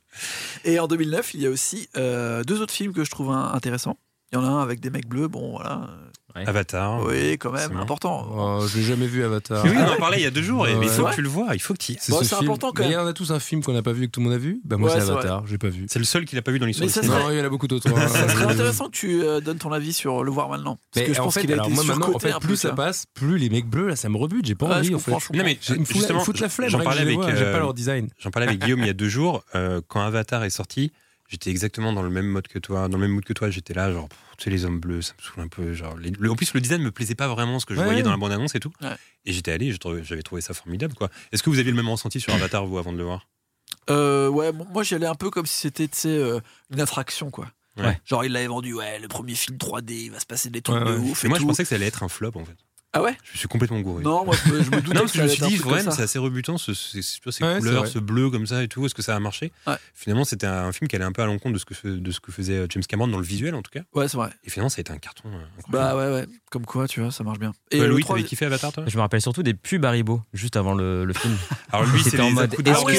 Et en 2009, il y a aussi euh, deux autres films que je trouve hein, intéressants. Il y en a un avec des mecs bleus, bon voilà.
Avatar.
Oui, quand
Oh, c'est
même,
bon.
important.
Oh, je l'ai jamais vu Avatar.
Mais oui, on en parlait il y a deux jours. et-
Ouais.
mais il faut
Ouais.
que tu le vois, il faut que tu y ailles.
Bon,
ce
c'est
film.
important, quand
Mais
même.
il y en a tous un film qu'on n'a pas vu et que tout le monde a vu Bah, moi,
Ouais,
c'est
c'est
Avatar, j'ai pas vu.
C'est le seul qu'il n'a pas vu dans l'histoire.
Mais ça,
du cinéma.
serait-
Non, il y en a beaucoup d'autres. hein.
Ça serait intéressant que tu euh, donnes ton avis sur le voir maintenant. Parce
Mais
que je
en
pense
fait,
qu'il a
alors,
été
moi, maintenant, en
surcoté
fait,
un peu.
plus ça passe, plus les mecs bleus, là, ça me rebute. J'ai pas
Ouais,
envie,
je
en fait.
comprends, je comprends.
Non, mais
Ils me foutent la- ils me
justement,
foutent la flemme.
j'en
rien que
parlais
je les
avec,
vois, J'aime
euh,
pas leur design.
J'en parlais avec Guillaume il y a deux jours. euh, quand Avatar est sorti, j'étais exactement dans le même mode que toi. Dans le même mood que toi, j'étais là, genre, pff, tu sais, les hommes bleus, ça me saoule un peu. Genre, les- le- en plus, le design me plaisait pas vraiment ce que je
Ouais.
voyais dans la bande-annonce et tout.
Ouais.
Et j'étais allé, j'ai trouvé- j'avais trouvé ça formidable. quoi. Est-ce que vous aviez le même ressenti sur Avatar, vous, avant de le voir
Euh, ouais, bon, moi j'y allais un peu comme si c'était tu sais, euh, une attraction quoi.
Ouais.
Genre il l'avait vendu, ouais, le premier film 3D, il va se passer des trucs
Ouais,
de
ouais.
ouf.
Et
Et
Moi, je
tout.
pensais que ça allait être un flop, en fait.
Ah ouais
Je suis complètement gouré.
Non, moi je, je me doutais
Non,
que
parce que
ça
je me
allait
suis
être un
dit,
truc comme
ouais, mais
ça.
c'est assez rebutant, ce, ce- ce- tu vois, ces
Ouais, c'est
couleurs,
vrai.
ce bleu comme ça et tout. Est-ce que ça a marché
Ouais.
Finalement, c'était un film qui allait un peu à l'encontre de, ce que fe- de ce que faisait euh, James Cameron dans le visuel, en tout cas.
Ouais, c'est vrai.
Et finalement, ça a été un carton. euh, incroyable.
Bah ouais, ouais, comme quoi, tu vois, ça marche bien. Et
Toi,
le
Louis,
trois-
t'avais kiffé Avatar, toi
Je me rappelle surtout des pubs Haribo, juste avant le, le film.
Alors lui,
C'était
c'était
en
en
mode, ah
coups
est-ce
de barre
que-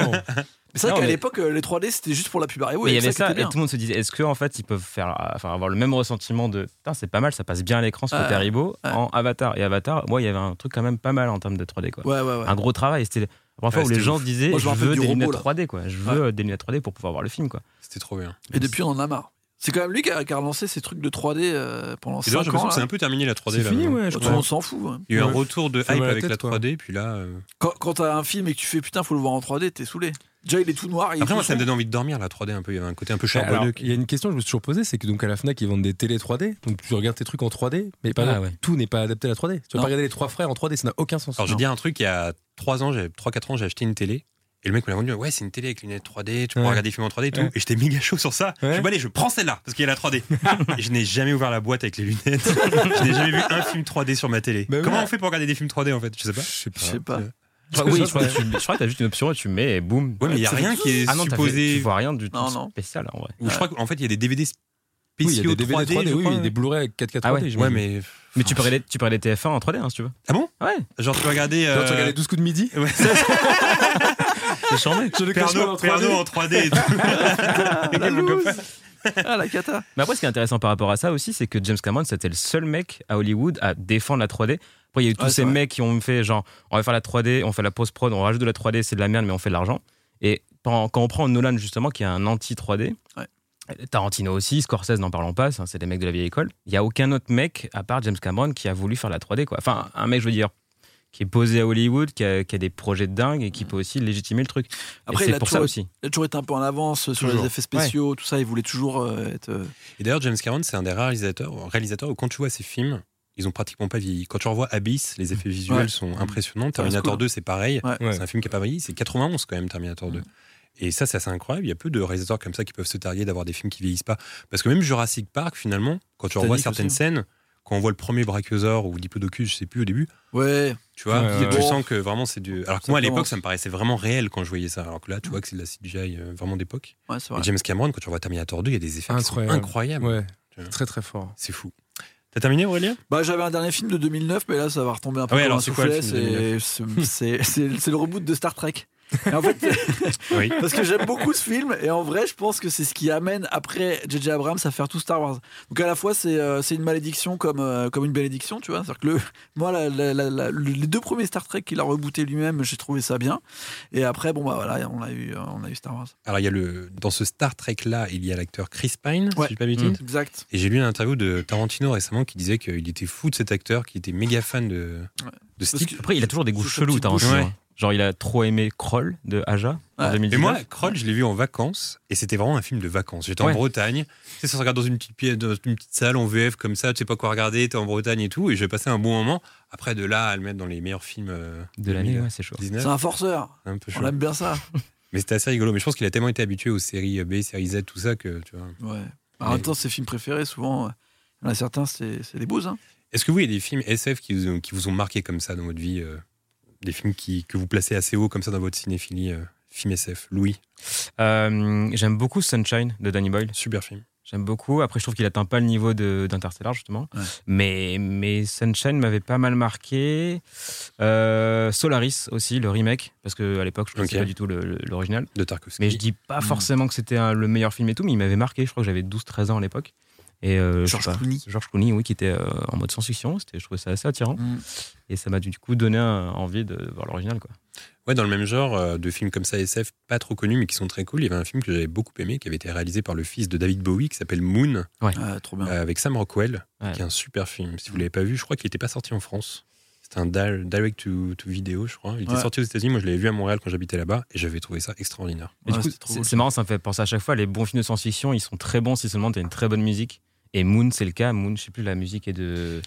dessinée.
Waouh. C'est vrai
Non,
qu'à
mais-
l'époque, euh, les 3D c'était juste pour la pub Haribo,
Mais il y
c'est
avait ça,
qui était
et tout le monde se disait est-ce qu'en fait ils peuvent faire, enfin, avoir le même ressentiment de putain, c'est pas mal, ça passe bien à l'écran ce
Ouais,
côté Haribo
ouais.
en Avatar. Et Avatar, moi, il y avait un truc quand même pas mal en termes de 3D. Quoi.
bien. Ouais, ouais, ouais.
Un gros travail. C'était La première
Ouais,
fois où les
c'était
gens
ouf.
disaient
Moi, je
je
me rappelle
veux
du
des
robot,
lunettes
là.
3D quoi, je veux euh, des lunettes 3D pour pouvoir voir le film quoi.
C'était trop bien.
Et depuis, on en a marre. C'est quand même lui qui a, qui a relancé ces trucs de 3D euh, pendant
Et
5
d'ailleurs, j'ai l'impression
ans.
que c'est
là.
un peu terminé la 3D
C'est
là.
fini
maintenant.
ouais, je
Tout
crois.
le monde s'en fout. ouais.
Il y a eu un
Ouais.
retour de hype
Fait mal à la
avec la
tête, quoi.
3D, puis là. euh,
Quand, quand t'as un film et que tu fais putain, faut le voir en 3D, t'es saoulé. Déjà, il est tout noir. et il
Après,
est
moi,
tout
ça me
sombre.
donne envie de dormir, la 3D, un peu. Il y avait un côté un peu
Alors,
charbonneux.
il y a une question que je me suis toujours posée, c'est que donc à la Fnac ils vendent des télé 3D, donc tu regardes tes trucs en 3D, mais par
Ah
exemple,
ouais.
tout n'est pas adapté à la 3D. Tu
Non.
vas pas regarder les trois frères en 3D, ça n'a aucun sens.
Alors, je
Non.
vais dire un truc, il y a 3 ans, 3-4 ans, j'ai acheté une télé. Et le mec me l'a vendu, ouais, c'est une télé avec lunettes 3D, tu pourras
Ouais.
regarder des films en 3D et tout.
Ouais.
Et j'étais méga chaud sur ça.
Ouais.
Je suis allez, je prends celle-là, parce qu'il y a la 3D. et je n'ai jamais ouvert la boîte avec les lunettes. je n'ai jamais vu un film 3D sur ma télé.
Bah oui.
Comment on fait pour regarder des films 3D en fait Je sais pas.
Je sais pas.
Je sais pas.
Je crois- oui, je crois que tu- je crois que t'as juste une option et tu mets et boum.
Ouais, mais il y a
Ça
rien
fait-
qui est
Ah non, t'as fait-
supposé.
tu vois rien du tout
Non, non.
spécial en vrai.
Ou je crois qu'en fait, il y a des DVD
Euh. Oui, il y
spéciaux
a des DVD 3D,
3D, je
oui,
crois.
il y a des Blu-ray avec 4K 3D.
Ah ouais.
j'imagine.
Ouais, mais.
Mais tu peux regarder tu peux regarder TF1 en 3D hein, si tu veux.
Ah bon
Ouais,
Genre, tu peux regarder.
Genre,
euh,
tu regardes les 12 coups de midi
Ouais.
c'est charmé.
Je le cache
Pernaud
pas en
Pernaud en
3D.
3D et tout. Et
La
mon
loose.
copain.
Ah, la cata.
Mais après, ce qui est intéressant par rapport à ça aussi, c'est que James Cameron, c'était le seul mec à Hollywood à défendre la 3D. Après, il y a eu tous
Ouais, c'est
ces
vrai.
mecs qui ont fait genre, on va faire la 3D, on fait la post-prod, on rajoute de la 3D, c'est de la merde, mais on fait de l'argent. Et quand quand on prend Nolan, justement, qui est un anti-3D,
Ouais.
Tarantino aussi, Scorsese, n'en parlons pas, ça, c'est des mecs de la vieille école. Il n'y a aucun autre mec, à part James Cameron, qui a voulu faire la 3D. Quoi. Enfin, un mec, je veux dire, qui est posé à Hollywood, qui a, qui a des projets de dingue et qui peut aussi légitimer le truc. Et
Mm. Après, il
c'est
a
pour
toujours-
ça aussi.
Il a toujours été un peu en avance sur
Toujours.
les effets spéciaux, tout ça. Il voulait toujours euh, être. euh,
Et d'ailleurs, James Cameron, c'est un des rares réalisateurs, réalisateurs où quand tu vois ses films, ils ont pratiquement pas vieilli. Quand tu revois Abyss, les effets visuels
Ouais.
sont impressionnants.
c'est
Terminator
cool.
2, c'est pareil.
Ouais.
Ouais.
C'est un film qui n'a pas vieilli. C'est 91 quand même, Terminator 2. Et ça, c'est assez incroyable. Il y a peu de réalisateurs comme ça qui peuvent se targuer d'avoir des films qui vieillissent pas. Parce que même Jurassic Park, finalement, quand tu revois
Titanic
certaines
aussi. hein.
scènes, quand on voit le premier Brachiosaur ou Diplodocus, je sais plus au début,
Ouais.
tu vois,
Ouais,
tu
ouais.
sens que vraiment c'est du. Alors que moi, à l'époque,
commence.
ça me paraissait vraiment réel quand je voyais ça. Alors que là, tu vois que c'est de la CGI euh, vraiment d'époque.
Ouais, c'est
Et
vrai.
James Cameron, quand tu revois Terminator 2, il y a des effets qui sont
Incroyable.
incroyables.
Ouais,
Tu vois.
très très fort.
C'est fou. T'as terminé, Aurélien
Bah, j'avais un dernier film de 2009, mais là, ça va retomber un peu
Ah ouais,
comme
alors,
un
c'est quoi le
soufflet.
film de
C'est c'est- c'est- c'est le reboot de Star Trek. Et en fait,
Oui.
parce que j'aime beaucoup ce film, et en vrai, je pense que c'est ce qui amène après J.J. Abrams à faire tout Star Wars. Donc à la fois, c'est euh, c'est une malédiction comme, euh, comme une bénédiction, tu vois. C'est-à-dire que le, moi, la- la- la- la- le- les deux premiers Star Trek qu'il a rebooté lui-même, j'ai trouvé ça bien. Et après, bon, bah voilà, on a eu, euh, on a eu Star Wars.
Alors, il y a le... dans ce Star Trek-là, il y a l'acteur Chris Pine,
Ouais.
si je pas de
Mm.
bêtises.
Exact.
Et j'ai lu une interview de Tarantino récemment qui disait qu'il était fou de cet acteur, qu'il était méga fan de,
Ouais.
de ce
Parce
type.
Après, il a toujours des goûts
Sous sa petite
chelous, Tarantino.
bouche.
hein. Genre, il a trop aimé Kroll de Aja en
Ouais.
2019.
Et moi, Kroll, je l'ai vu en vacances, et c'était vraiment un film de vacances. J'étais en
Ouais.
Bretagne, tu sais, ça se regarde dans une petite pièce, dans une petite salle en VF comme ça, tu sais pas quoi regarder, t'es en Bretagne et tout, et j'ai passé un bon moment. Après, de là à le mettre dans les meilleurs films euh,
de l'année, ouais, c'est chaud.
2019,
C'est un forceur.
Hein c'est un peu chaud.
On aime bien ça.
Mais c'était assez rigolo. Mais je pense qu'il a tellement été habitué aux séries euh, B, séries Z, tout ça que tu vois.
Ouais. En même temps, ses films préférés, souvent, euh, il y en a certains, c'est c'est des bouses. Hein.
Est-ce que vous, il y a des films SF qui vous ont, qui vous ont marqué comme ça dans votre vie euh, Des films qui, que vous placez assez haut comme ça dans votre cinéphilie euh, Film SF, Louis,
Euh, J'aime beaucoup Sunshine de Danny Boyle.
super film.
J'aime beaucoup. Après, je trouve qu'il atteint pas le niveau de- d'Interstellar, justement.
Ouais.
Mais, mais Sunshine m'avait pas mal marqué. Euh, Solaris aussi, le remake, parce que à l'époque, je ne connaissais
Ok.
pas du tout le- le- l'original.
de Tarkovsky.
Mais je dis pas forcément que c'était un- le meilleur film et tout, mais il m'avait marqué. Je crois que j'avais 12-13 ans à l'époque. Et euh, je sais
George
pas,
Clooney.
George Clooney, oui, qui était euh, en mode science-fiction. C'était- Je trouvais ça assez attirant.
Mm.
Et ça m'a du coup donné un- envie de voir l'original. quoi.
Ouais, dans le même genre euh, de films comme ça SF, pas trop connus mais qui sont très cool. Il y avait un film que j'avais beaucoup aimé, qui avait été réalisé par le fils de David Bowie, qui s'appelle Moon,
Ah, trop bien.
euh, avec Sam Rockwell,
Ouais.
qui est un super film. Si vous l'avez pas vu, je crois qu'il n'était pas sorti en France. C'était un dal- direct to, to vidéo, je crois. Il était
Ouais.
sorti aux États-Unis. Moi, je l'avais vu à Montréal quand j'habitais là-bas, et j'avais trouvé ça extraordinaire.
Et
Ouais,
du coup,
c'était trop
c'est
cool,
c'est marrant, ça me fait penser à chaque fois. Les bons films de science-fiction, ils sont très bons si seulement tu as une très bonne musique. Et Moon, c'est le cas. Moon, je sais plus, la musique est de.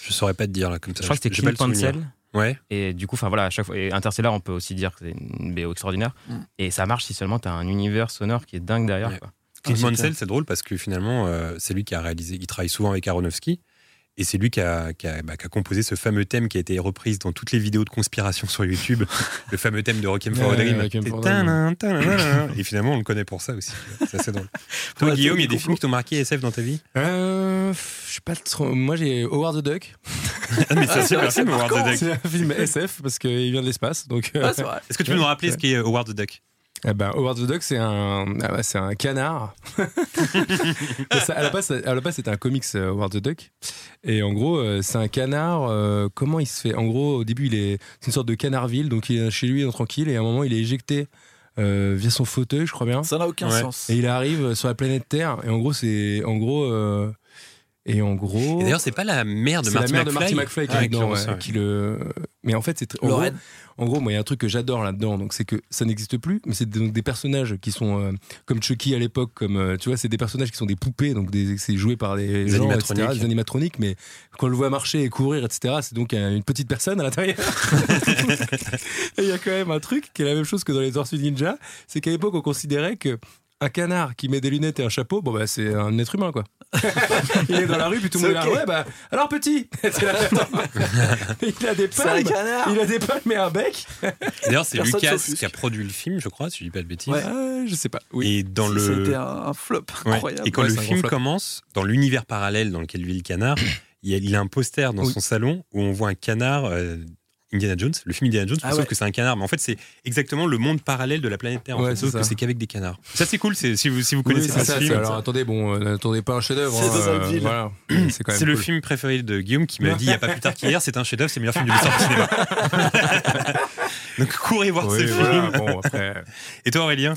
Je saurais pas te dire là comme ça.
Je crois que c'était
j'ai pas
Kim
le souvenir.
Pencil.
Ouais.
Et du coup, enfin voilà, à chaque fois. Et Interstellar, on peut aussi dire que c'est une BO extraordinaire.
Mm.
Et ça marche si seulement tu as un univers sonore qui est dingue derrière.
Ouais.
quoi.
Clint
Ah, c'est
Mansell,
clair.
c'est drôle parce que finalement, euh, c'est lui qui a réalisé, il travaille souvent avec Aronofsky, et c'est lui qui a, qui, a- bah, qui a composé ce fameux thème qui a été repris dans toutes les vidéos de conspiration sur YouTube, le fameux thème de Rock'em for a
Ouais,
Dream.
Requiem for a
Tadam, tadam. Et finalement, on le connaît pour ça aussi. C'est assez drôle. Toi,
Ouais,
Guillaume,
t'as
il y a des
des
films qui t'ont marqué SF dans ta vie
Euh, pff, je sais pas trop. Moi j'ai Howard the Duck.
Ah, Mais c'est un super film, Howard the Duck. Ah,
C'est un film SF parce qu'il vient de l'espace. Donc, euh,
Ouais, c'est vrai.
Est-ce que tu peux nous rappeler
Ouais.
ce qu'est Howard the Duck
Eh ben, Howard the Duck, c'est un, ah bah, c'est un canard. Et ça, à la base, à la base, c'était un comics, euh, Howard the Duck. Et en gros, euh, c'est un canard. euh, comment il se fait En gros, au début, il est, c'est une sorte de canardville. Donc, il est chez lui, il est tranquille. Et à un moment, il est éjecté euh, via son fauteuil, je crois bien.
Ça n'a aucun
Ouais.
sens.
Et il arrive sur la planète Terre. Et en gros, c'est. En gros. euh, et en gros.
Et D'ailleurs, c'est pas la mère de
C'est la
Marty
mère de
McFly.
Marty McFly qui,
Ouais,
est dedans,
lance
ouais,
ça, Ah, ouais.
qui le. Mais en fait, c'est tr- en gros,
Lorraine.
en gros, moi, il y a un truc que j'adore là-dedans, donc c'est que ça n'existe plus, mais c'est donc des personnages qui sont euh, comme Chucky à l'époque, comme euh, tu vois, c'est des personnages qui sont des poupées, donc des- c'est joué par des,
Des
gens,
animatroniques.
etc., des animatroniques, mais quand on le voit marcher et courir, etc., c'est donc euh, une petite personne à l'intérieur. et il y a quand même un truc qui est la même chose que dans les Tortues Ninja, c'est qu'à l'époque, on considérait que un canard qui met des lunettes et un chapeau, bon bah c'est un être humain quoi. il est dans la rue puis tout le monde est là. Ouais bah alors petit. C'est là, attends. Mais il a des
C'est un
palmes.
canard
Il a des palmes et un bec.
D'ailleurs, c'est
Personne
Lucas
s'offusque.
qui a produit le film, je crois, si je dis pas de bêtises.
Ouais.
Ah, je sais pas. Oui.
Et dans le.
C'était un, un flop
Ouais.
incroyable.
Et quand
Ouais,
le
c'est un
film
gros flop.
commence, dans l'univers parallèle dans lequel vit le canard, il, y a, il a un poster dans
Oui.
son salon où on voit un canard. euh, Indiana Jones, le film Indiana Jones,
Ah
sauf
ouais.
que c'est un canard, mais en fait c'est exactement le monde parallèle de la planète Terre, en
Ouais,
fait,
c'est
sauf
ça.
que c'est qu'avec des canards. Ça c'est cool, c'est- si vous si vous
Oui,
connaissez
c'est
pas
ça,
ce
c'est-
film,
alors attendez, bon, euh, n'attendez pas un chef-d'œuvre.
C'est dans
hein,
un
euh,
film.
voilà. C'est quand même
c'est le
cool.
film préféré de Guillaume qui m'a dit il y a pas plus tard qu'hier, c'est un chef-d'œuvre, c'est le meilleur film de l'histoire du cinéma. Donc courez voir
Oui,
ce
voilà,
film.
bon, après,
Et toi Aurélien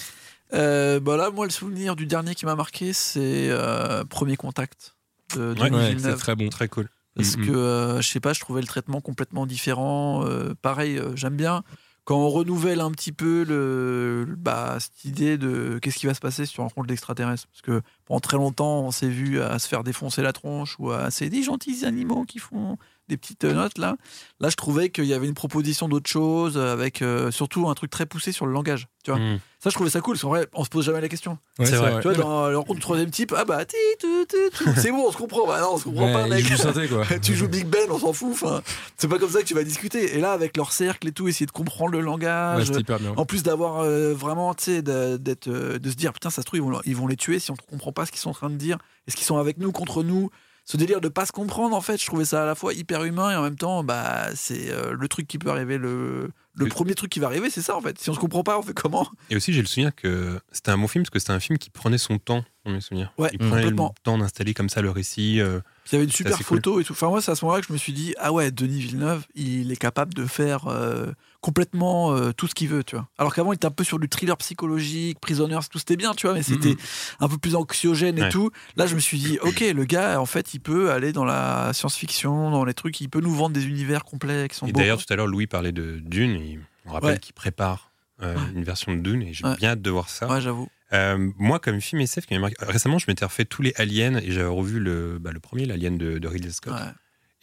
Euh, bah là, moi, le souvenir du dernier qui m'a marqué, c'est euh, Premier Contact de, de
Ouais,
Denis
ouais, c'est
Villeneuve.
très bon.
Très cool.
Parce
Mhm.
que, euh, je sais pas, je trouvais le traitement complètement différent. Euh, pareil, euh, j'aime bien quand on renouvelle un petit peu le, le- bah, cette idée de qu'est-ce qui va se passer si tu rencontres l'extraterrestre. Parce que pendant très longtemps, on s'est vu à se faire défoncer la tronche ou à c'est des gentils animaux qui font des petites euh, notes là. Là, je trouvais qu'il y avait une proposition d'autre chose avec euh, surtout un truc très poussé sur le langage. Tu vois,
Mm.
ça, je trouvais ça cool parce qu'en vrai, on se pose jamais la question.
Ouais,
C'est vrai.
Tu vois, dans le rencontre du troisième type, ah bah, ti, tu, tu, tu. c'est bon, on se comprend. Bah non, on se comprend pas,
Ouais,
mec.
je le sentais, quoi.
tu joues Big Ben, on s'en fout. Enfin, c'est pas comme ça que tu vas discuter. Et là, avec leur cercle et tout, essayer de comprendre le
Ouais,
langage.
c'était hyper bien.
en plus d'avoir euh, vraiment, tu sais, de, d'être, euh, de se dire, putain, ça se trouve, ils vont, ils vont les tuer si on ne comprend pas ce qu'ils sont en train de dire. Est-ce qu'ils sont avec nous, contre nous Ce délire de pas se comprendre, en fait, je trouvais ça à la fois hyper humain et en même temps, bah, c'est euh, le truc qui peut arriver. Le, le
Oui.
premier truc qui va arriver, c'est ça, en fait. Si on se comprend pas, on fait comment
Et aussi, j'ai le souvenir que c'était un bon film parce que c'était un film qui prenait son temps, on me souvient.
Ouais,
Il prenait le
complètement.
temps d'installer comme ça le récit. euh,
Il y avait une super
assez cool.
photo et tout. Enfin, moi, c'est à ce moment-là que je me suis dit, ah ouais, Denis Villeneuve, il est capable de faire euh, complètement euh, tout ce qu'il veut, tu vois. Alors qu'avant, il était un peu sur du thriller psychologique, Prisoners, tout c'était bien, tu vois, mais c'était un peu plus anxiogène et
Ouais.
tout. Là, je me suis dit, ok, le gars, en fait, il peut aller dans la science-fiction, dans les trucs, il peut nous vendre des univers complets qui sont
Et
beaux.
d'ailleurs, tout à l'heure, Louis parlait de Dune. et on rappelle
Ouais.
qu'il prépare euh, une version de Dune et j'ai
Ouais.
bien hâte de voir ça.
Ouais, j'avoue.
Euh, moi, comme film SF, qui m'a marqué- récemment, je m'étais refait tous les Aliens et j'avais revu le, bah, le premier, l'Alien de, de Ridley Scott.
Ouais.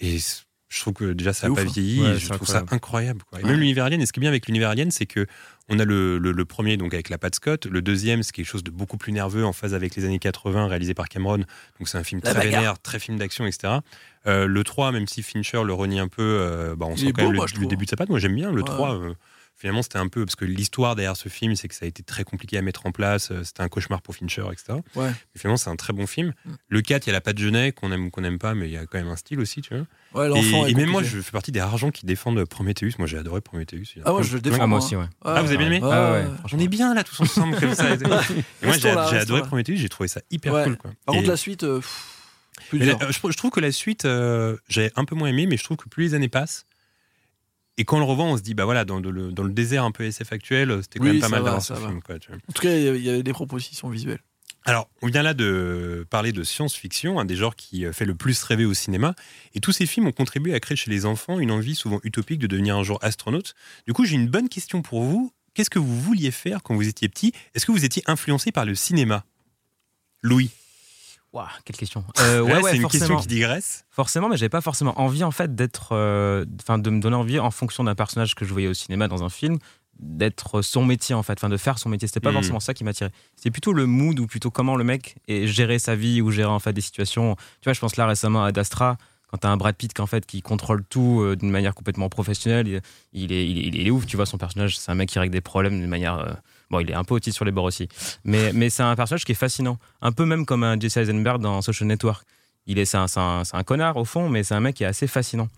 Et c- je trouve que déjà, ça
C'est
n'a pas
ouf, hein.
vieilli.
Ouais,
et je
c'est
trouve ça incroyable. quoi. Et même
Ouais.
l'univers Alien, et ce qui est bien avec l'univers Alien, c'est que on a le, le- le premier donc avec la patte Scott, le deuxième, c'est quelque chose de beaucoup plus nerveux en phase avec les années 80, réalisé par Cameron. Donc c'est un film
La
très
bagarre.
vénère, très film d'action, etc. Euh, le 3, même si Fincher le renie un peu, euh, bah, on
Il
sent
est
quand
beau,
même
moi, je
le, le
trouve.
début de sa patte. Moi, j'aime bien le
Ouais.
3. euh, finalement, c'était un peu. Parce que l'histoire derrière ce film, c'est que ça a été très compliqué à mettre en place. euh, C'était un cauchemar pour Fincher, etc.
Ouais.
Mais finalement, c'est un très bon film.
Mm.
Le 4, il y a la patte Genet, qu'on aime ou qu'on n'aime pas, mais il y a quand même un style aussi, tu vois.
Ouais,
Et,
l'enfant.
et
est
même moi,
compliqué.
je fais partie des rares gens qui défendent Prometheus. Moi, j'ai adoré Prometheus. Il y a
Ah,
plein
ouais,
de-
je le
plein
défends.
de-
Ah, moi
hein.
aussi, ouais.
Ouais.
Ah, vous avez bien aimé
Ouais,
Ah, ouais.
ouais.
On est bien là, tous ensemble, comme ça. Et moi, j'ai
là,
j'ai
restons
adoré
là.
Prometheus. J'ai trouvé ça hyper
Ouais.
cool. Quoi.
Par
Et-
contre, la suite, euh, pff, plus
mais euh, la-
dur.
je, je trouve que la suite, euh, j'ai un peu moins aimé, mais je trouve que plus les années passent. Et quand on le revend, on se dit, bah voilà, dans, le, dans le désert un peu SF actuel, euh, c'était quand
Oui,
même pas
ça
mal
va,
d'avoir
ça
ce
va.
film. Quoi, tu vois.
En tout cas, il y a- il y avait des propositions visuelles.
Alors, on vient là de parler de science-fiction, un des genres qui euh, fait le plus rêver au cinéma. Et tous ces films ont contribué à créer chez les enfants une envie souvent utopique de devenir un jour astronaute. Du coup, j'ai une bonne question pour vous. Qu'est-ce que vous vouliez faire quand vous étiez petit Est-ce que vous étiez influencé par le cinéma Louis
Waouh, quelle question. Euh, ouais,
Là,
ouais,
c'est une
forcément.
question qui digresse.
Forcément, mais j'avais pas forcément envie en fait d'être, euh, enfin de me donner envie en fonction d'un personnage que je voyais au cinéma dans un film d'être son métier en fait, enfin de faire son métier. C'était pas
Mm.
forcément ça qui m'attirait. C'était plutôt le mood ou plutôt comment le mec et gérer sa vie ou gérer en fait des situations. Tu vois, je pense là récemment à Ad Astra. Quand t'as un Brad Pitt qu'en fait, qui contrôle tout euh, d'une manière complètement professionnelle, il, il est, il, est, il est ouf, tu vois, son personnage, c'est un mec qui règle des problèmes d'une manière... euh, bon, il est un peu autiste sur les bords aussi. Mais, mais c'est un personnage qui est fascinant. Un peu même comme un Jesse Eisenberg dans Social Network il est, c'est un, c'est un- c'est un connard au fond, mais c'est un mec qui est assez fascinant.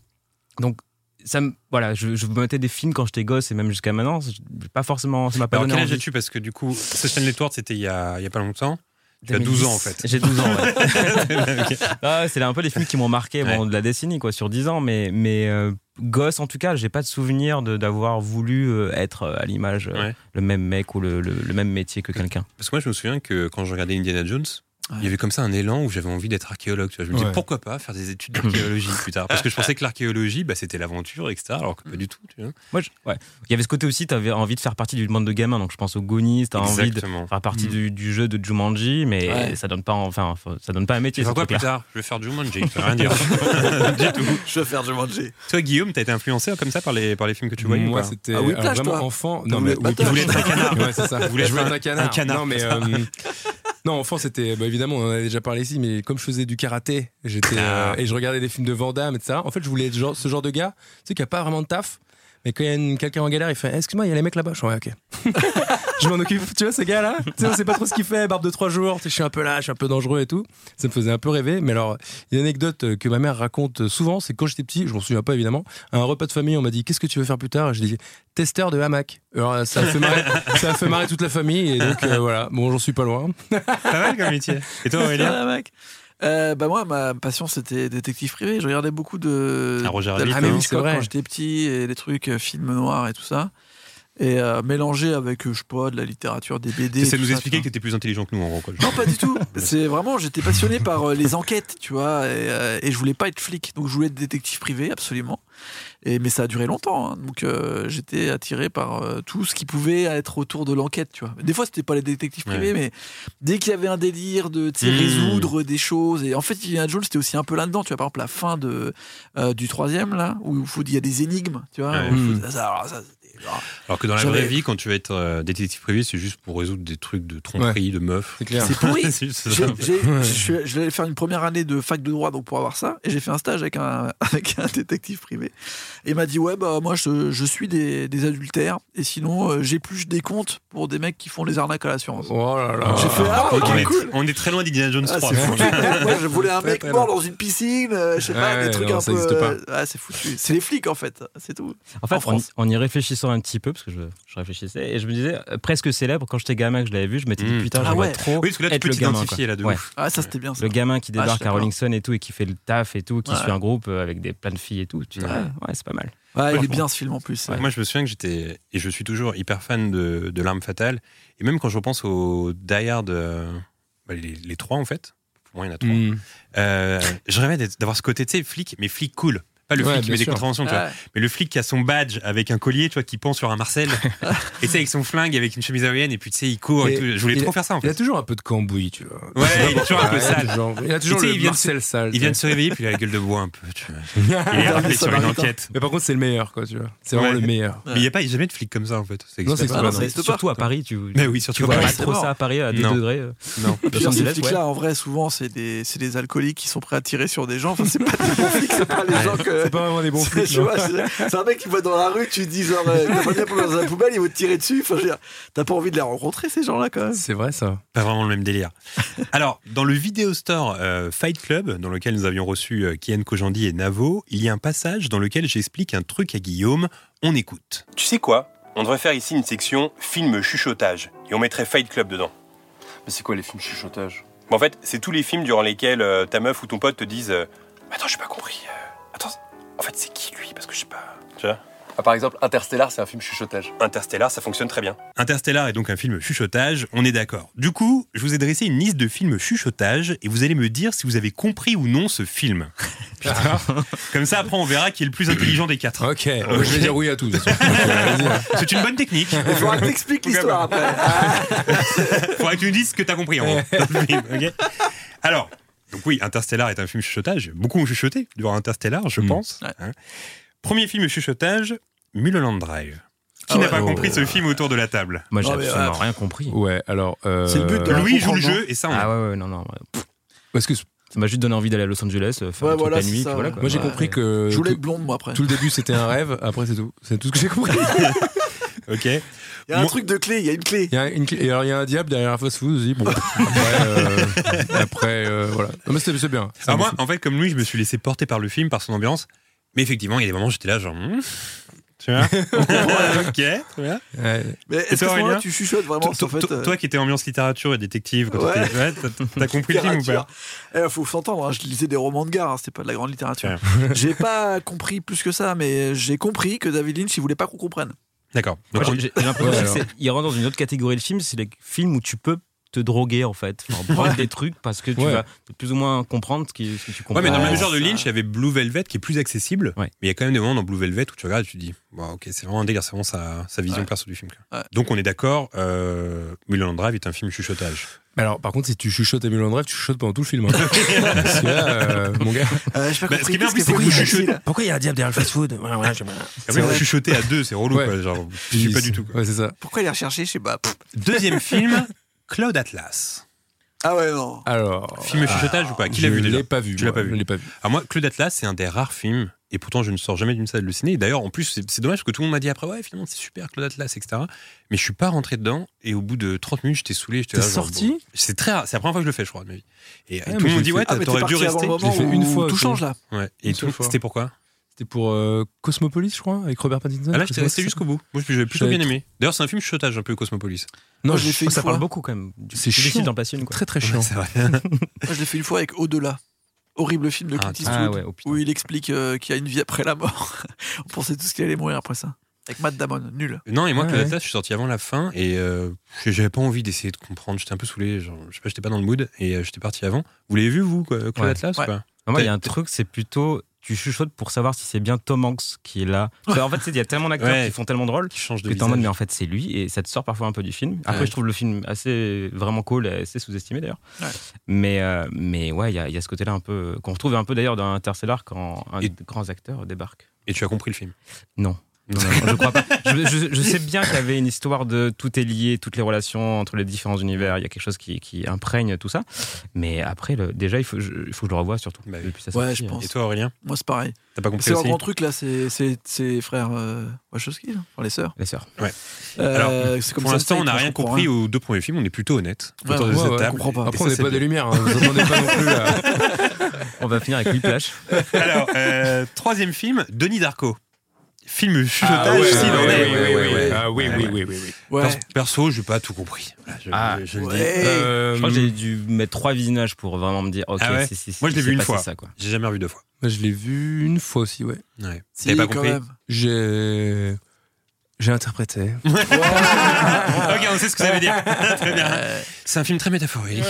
Donc, ça me, voilà, je, je me mettais des films quand j'étais gosse et même jusqu'à maintenant, c'est- j'ai pas forcément, ça m'a pas
Alors,
donné
quel âge
envie.
as-tu Parce que du coup, Session Network, c'était il y a, il y a pas longtemps. Tu as
2010.
12 ans en fait.
J'ai 12 ans, ouais. Ah, c'est là un peu les films qui m'ont marqué bon,
Ouais.
de la décennie, quoi, sur 10 ans. Mais, mais euh, gosse, en tout cas, j'ai pas de souvenir de- d'avoir voulu euh, être euh, à l'image euh,
Ouais.
le même mec ou le, le- le même métier que quelqu'un.
Parce que moi, je me souviens que quand je regardais Indiana Jones, il y avait comme ça un élan où j'avais envie d'être archéologue. tu vois. Je me disais
Ouais.
pourquoi pas faire des études d'archéologie plus tard Parce que je pensais que l'archéologie, bah, c'était l'aventure, etc. Alors que pas du tout. Tu vois.
Moi, je- ouais. Il y avait ce côté aussi, t'avais envie de faire partie du monde de gamin. Donc, je pense aux Goonies, t'as envie de
Exactement.
faire partie du, du jeu de Jumanji, mais
Mm. Ouais.
ça donne pas, enfin, faut- ça donne pas un
Tu
métier.
vas faire
ce
quoi plus
truc-là.
tard Je vais faire du Jumanji. Je vais rien dire. du tout.
Je vais faire du manger.
Toi, Guillaume, t'as été influencé comme ça par les, par les films que tu voyais ou
Moi,
pas
c'était
Ah oui,
euh,
plage,
vraiment
toi.
enfant.
T'as voulu être
tu
batteur.
voulais être un canard. Ouais, c'est ça. Je voulais
voulais
être
être
un canard.
un canard,
Non, mais,
c'est ça.
euh, non, enfant, c'était bah, évidemment, on en a déjà parlé ici, mais comme je faisais du karaté, j'étais euh, et je regardais des films de Van Damme, etc. En fait, je voulais être genre- ce genre de gars, tu sais, qui a pas vraiment de taf. Mais quand il y a une- quelqu'un en galère, il fait Eh, Excuse-moi, il y a les mecs là-bas. Je suis Ouais, ok. je m'en occupe. Tu vois, ce gars-là, tu sais, on sait pas trop ce qu'il fait, barbe de trois jours. tu sais, Je suis un peu là, je suis un peu dangereux et tout. Ça me faisait un peu rêver. Mais alors, une anecdote que ma mère raconte souvent, c'est que quand j'étais petit, je m'en souviens pas évidemment, à un repas de famille, on m'a dit Qu'est-ce que tu veux faire plus tard Et je dis Testeur de hamac. Alors, euh, ça a fait marrer, ça a fait marrer toute la famille. Et donc, euh, voilà. Bon, j'en suis pas loin.
Pas mal comme métier. Et toi, Aurélien
Ah, mec. Euh, bah moi, ma passion, c'était détective privé. Je regardais beaucoup de.
Ah, Roger
d'Alfred
Rabbit,
hein.
Hitchcock
C'est vrai.
Quand j'étais petit, et des trucs euh, films noirs et tout ça. Et euh, mélangé avec, euh, je sais pas, de la littérature, des BD. et
T'essaies de
tout
nous
ça,
expliquer que
tu
t'étais plus intelligent que nous en gros. quoi.
vois. Non, pas du tout. C'est vraiment, j'étais passionné par euh, les enquêtes, tu vois, et, euh, et je voulais pas être flic, donc je voulais être détective privé, absolument. Et mais ça a duré longtemps, hein. donc euh, j'étais attiré par euh, tout ce qui pouvait être autour de l'enquête, tu vois. Des fois, c'était pas les détectives privés, mais dès qu'il y avait un délire de tu sais,
Mmh.
résoudre des choses, et en fait, Indiana Jones, c'était aussi un peu là-dedans, tu vois. Par exemple, la fin de euh, du troisième là, où il faut- il y a des énigmes, tu vois.
Ouais.
où il faut-
Mmh.
ça, ça- alors, ça, c'était- alors,
Alors que dans la
J'avais-
vraie vie, quand tu vas être euh, détective privé, c'est juste pour résoudre des trucs de tromperie, de meuf.
C'est clair.
C'est pourri.
C'est juste ça.
J'ai- j'ai- Je suis- je vais faire une première année de fac de droit donc pour avoir ça et j'ai fait un stage avec un, avec un détective privé et il m'a dit ouais bah moi je, je suis des, des adultères et sinon euh, j'épluche des comptes pour des mecs qui font les arnaques à l'assurance.
Oh là là.
J'ai fait ah
Donc, on,
ok
est,
cool
on est très loin d'Indiana Jones
Ah,
3.
c'est foutu. Moi, je voulais un
Très,
mec
très
mort
loin.
dans une piscine, euh, je sais pas,
Ouais,
des
ouais,
trucs
non,
un
ça
peu.
existe pas.
euh, ah, c'est foutu. C'est les flics en fait, c'est tout.
En fait,
En
en,
France.
en y réfléchissant un petit peu, parce que je, je réfléchissais, et je me disais, euh, presque célèbre, quand j'étais gamin que je l'avais vu, je m'étais dit,
Mmh.
putain,
Ah
j'aimerais
ouais.
trop
Oui, parce que là, tu
être
peux
le gamin,
t'identifier
quoi.
là de
Ouais.
ouf.
Ah, ça c'était bien ça.
Le gamin qui
je
débarque
suis
à
d'accord.
Rolling Stone et tout, et qui fait le taf et tout, qui
Ouais.
suit un groupe euh, avec des, plein de filles et tout. Tu te dis,
Ouais.
ouais, ouais, c'est pas mal.
Ouais, il est bien ce film en plus.
Moi, je me souviens que j'étais, et je suis toujours hyper fan de, de L'Arme Fatale. Et même quand je repense aux Die Hard, euh, bah, les, les trois en fait, pour moi, il y en a trois.
Mm.
Euh, je rêvais d'être- d'avoir ce côté, tu sais, flic, mais flic cool. Pas le
Ouais,
flic qui
bien
met des
sûr.
contraventions, tu vois.
Ah,
Mais le flic qui a son badge avec un collier, tu vois, qui pend sur un Marcel. et tu sais, avec son flingue, avec une chemise aérienne, et puis tu sais, il court et,
Et
tout. Je voulais
il-
trop faire ça, en
Il a
fait.
toujours un peu de cambouis, tu vois.
Ouais, il est toujours un peu
Ouais,
sale.
genre- Il a toujours
Et tu sais,
le
il vient de
Marcel sale.
Il
tu
vient de se réveiller, puis il a la gueule de bois un peu, tu vois.
vois.
Il est
Dernier
rappelé sur une
Samaritain.
enquête.
Mais par contre, c'est le meilleur, quoi, tu vois. C'est vraiment
Ouais.
le meilleur.
Mais il n'y a pas il y a jamais de flic comme ça, en fait.
Non, c'est
exprès.
Ah, non,
pas-
ça existe pas.
Surtout à Paris, tu,
Mais oui,
tu
surtout
vois
pas.
pas
ouais,
trop
c'est
ça à Paris à des
Non.
degrés. euh.
Non.
Puis alors,
Los
ces
Angeles,
flics-là, en vrai, souvent, c'est des, c'est des alcooliques qui sont prêts à tirer sur des gens. Enfin, c'est pas des bons flics, c'est pas les gens que.
euh,
C'est pas vraiment des bons
C'est-
flics.
tu
non.
vois, c'est c'est un mec qui va dans la rue, tu dis genre, euh, t'as pas bien pour dans la poubelle, il va te tirer dessus. Enfin, je veux dire, t'as pas envie de les rencontrer, ces gens-là, quand même.
C'est vrai, ça.
Pas vraiment le même délire. Alors, dans le vidéo store euh, Fight Club, dans lequel nous avions reçu euh, Kian Kojandi et Navo, il y a un passage dans lequel j'explique un truc à Guillaume. On écoute.
Tu sais quoi On devrait faire ici une section film chuchotage et on mettrait Fight Club dedans.
Mais c'est quoi les films chuchotage
Bon, en fait, c'est tous les films durant lesquels euh, ta meuf ou ton pote te disent euh, Attends, j'ai pas compris. euh, attends, en fait, c'est qui lui Parce que je sais pas. Tu vois
ah, Par exemple, Interstellar, c'est un film chuchotage.
Interstellar, ça fonctionne très bien.
Interstellar est donc un film chuchotage, on est d'accord. Du coup, je vous ai dressé une liste de films chuchotage et vous allez me dire si vous avez compris ou non ce film. Putain. Comme ça, après, on verra qui est le plus intelligent des quatre.
Ok, je vais dire oui à tout. de toute façon. Vas-y.
C'est une bonne technique.
Il faudra que t'expliques l'histoire après.
Faudrait que tu nous dises ce que t'as compris en gros, dans le film, ok Alors, donc oui, Interstellar est un film chuchotage. Beaucoup ont chuchoté devant Interstellar, je
Hmm.
Mm.
pense. hein. Premier film chuchotage, Mulholland Drive. Qui
Ah
n'a
ouais.
pas
Oh.
compris ce film autour de la table
Moi, j'ai
Non, mais,
absolument
ouais.
rien compris.
Ouais, alors. euh,
C'est le but de la-
Louis joue le
comprends,
jeu et ça, on...
Ah ouais, ouais, non, non. ouais.
Parce que moi,
Ça m'a juste donné envie d'aller à Los Angeles, euh, faire
Ouais,
un truc
voilà,
la
c'est
nuit.
ça,
puis voilà,
ouais.
quoi.
j'ai
Ouais.
compris que.
Je voulais être
tout-
blonde, moi, après.
Euh, Tout le début c'était un rêve, après c'est tout. C'est tout ce que j'ai compris.
ok.
Il y a un
Moi-
truc de clé, il y a une clé.
Il y a une clé- et alors il y a un diable derrière un fast food aussi. Bon, après, euh, après, euh, voilà. Non mais c'est c'est bien. C'est
Ah,
un bon
moi, en fait, comme Louis, je me suis laissé porter par le film, par son ambiance. Mais effectivement, il y a des moments où j'étais là, genre. hmm, Tu vois Ok.
Ouais.
Ouais. Et
Mais est-ce
toi,
qu'à ce moment-là,
Aurélien
tu chuchotes vraiment
Toi-
en fait,
toi-
euh,
Toi qui étais ambiance littérature et détective, quand
Ouais.
t'étais- ouais, t'as- t'as compris le film ou pas
littérature. Eh, faut s'entendre, hein, je lisais des romans de gare, hein, c'était pas de la grande littérature. j'ai pas compris plus que ça, mais j'ai compris que David Lynch, il voulait pas qu'on comprenne.
D'accord.
Moi,
Donc, on-
j'ai- j'ai l'impression
Ouais,
que
alors.
c'est- il rentre dans une autre catégorie de films, c'est les films où tu peux te droguer en fait, Enfin, prendre des trucs parce que tu
Ouais.
vas plus ou moins comprendre ce, qui- ce que tu
Ouais,
comprends.
mais dans le même
Ouais.
genre de Lynch, il y avait Blue Velvet qui est plus accessible. Mais il y a quand même des moments dans Blue Velvet où tu regardes et tu te dis, Bon, ok, c'est vraiment un délire, c'est vraiment sa, sa vision
Ouais.
perso du film. quoi. Donc on est d'accord, euh, Mulholland Drive est un film chuchotage.
Mais Alors, par contre, si tu chuchotes à Mulholland Drive, tu chuchotes pendant tout le film. hein. Parce que là, euh, mon gars.
Euh, j'ai pas
Bah,
compris.
ce qui est bien, en
qu'est-ce
plus, c'est
que
que
vous
vous chuchotez.
dites.
Pourquoi il y a un diable derrière le fast-food Ouais, ouais, j'aime
Quand
bien.
même,
C'est vrai.
chuchoter à deux, c'est relou.
Ouais.
quoi, genre, je suis pas du tout. quoi.
Ouais, c'est ça.
Pourquoi il est recherché Je sais pas. Pff.
Deuxième film, Cloud Atlas.
Ah ouais, non.
Alors. euh,
Film chuchotage ou pas Qui
je
l'a vu déjà
l'ai pas vu,
Tu l'as
moi,
pas vu.
je l'ai pas vu.
Alors moi, Claude Atlas, c'est un des rares films, et pourtant je ne sors jamais d'une salle de ciné. Et D'ailleurs, en plus, c'est c'est dommage parce que tout le monde m'a dit après, ouais, finalement, c'est super, Claude Atlas, etc. Mais je suis pas rentré dedans, et au bout de 30 minutes, j'étais saoulé. j'étais
T'es
là, genre,
sorti
bon, C'est très rare, c'est la première fois que je le fais, je crois, de ma vie. Et
Ah,
tout
mais
le
je
monde
l'ai
dit,
fait-
ouais,
Ah, mais
t'aurais
t'es
dû
parti avant
rester.
le moment Je l'ai fait où une fois,
tout
aussi.
change, là.
Ouais, et
Une seule
tout-
fois.
c'était pourquoi
C'était pour euh, Cosmopolis, je crois, avec Robert Pattinson.
Ah là,
je
j'étais
sais pas
resté
si
jusqu'au bout. Moi, j'avais plutôt
J'avais
bien aimé. D'ailleurs, c'est un film chuchotage un peu Cosmopolis.
Non,
Moi, je l'ai
je-
fait une
ça
fois.
parle beaucoup quand même. Tu-
C'est
tu décides
chiant.
d'en passer une, quoi.
Très très chiant.
C'est vrai.
Moi, je l'ai fait une fois avec Au-delà. Horrible film de Clint
Ah,
Eastwood
ah ouais, oh putain.
où il explique euh, qu'il y a une vie après la mort. On pensait tous qu'il allait mourir après ça. Avec Matt Damon, nul.
Non, et moi,
Ouais,
Claude
ouais.
Atlas, je suis sorti avant la fin et euh, j'avais pas envie d'essayer de comprendre. J'étais un peu saoulé. Genre, je sais pas, j'étais pas dans le mood et euh, j'étais parti avant. Vous l'avez vu, vous, quoi, Claude
Ouais.
Atlas ou
Ouais.
pas
Ah, Moi, il y a un
T'as-
truc, c'est plutôt tu chuchotes pour savoir si c'est bien Tom Hanks qui est là. Enfin, en fait, c'est- il y a tellement d'acteurs
Ouais.
qui font tellement de rôles
qui change de
que t'es en mode, mais
visage.
en fait, c'est lui et ça te sort parfois un peu du film. Après,
Ouais.
je trouve le film assez vraiment cool, et assez sous-estimé d'ailleurs.
Ouais.
Mais, euh, mais ouais, il y, a- il y a ce côté-là un peu qu'on retrouve un peu d'ailleurs dans Interstellar quand un
Et-
des grands acteurs débarque.
Et tu as compris le film.
Non. Non, non, non, je crois pas. Je, je- je sais bien qu'il y avait une histoire de tout est lié, toutes les relations entre les différents univers. Il y a quelque chose qui, qui imprègne tout ça. Mais après, le- déjà, il faut, je- il faut que je le revoie surtout.
Bah oui.
depuis sa
Ouais,
sortie. hein.
je pense.
Et toi, Aurélien
Moi, c'est pareil.
T'as pas compris
C'est leur
aussi
grand truc là, c'est c'est- c'est frères euh, Wachowski, là. enfin les sœurs.
Les sœurs.
Euh,
Alors,
c'est
Pour
ça,
l'instant,
ça,
on n'a
je
rien
comprends
compris
rien.
aux deux premiers films. On est plutôt honnête.
Ouais,
autour de
ouais,
cette
ouais,
table.
je comprends pas.
Et
Après,
ça,
on n'est
c'est
pas des
bien.
lumières, hein, vous entendez pas non plus. là.
On va finir avec Whiplash.
Alors, euh, troisième film, Denis Darko. Film chuchotage,
Ah ouais,
s'il en
ouais,
est.
ouais, ouais, ouais, ouais.
Ah,
Ah oui,
Ouais,
oui,
ouais.
oui, oui, oui.
Ouais.
Pers- Perso, j'ai pas tout compris. Voilà, je,
Ah.
je- je le dis.
Ouais.
Euh,
Je crois que j'ai dû mettre trois visionnages pour vraiment me dire, ok,
Ah ouais
c'est- c'est-
Moi, je l'ai
c'est
vu une
passé
fois.
ça, quoi.
J'ai jamais revu deux fois.
moi, Bah, je l'ai vu une fois aussi, ouais.
Ouais.
Si,
T'avais pas
quand
compris
même.
J'ai. J'ai interprété.
Ok, on sait ce que ça veut dire. très bien. C'est un film très métaphorique.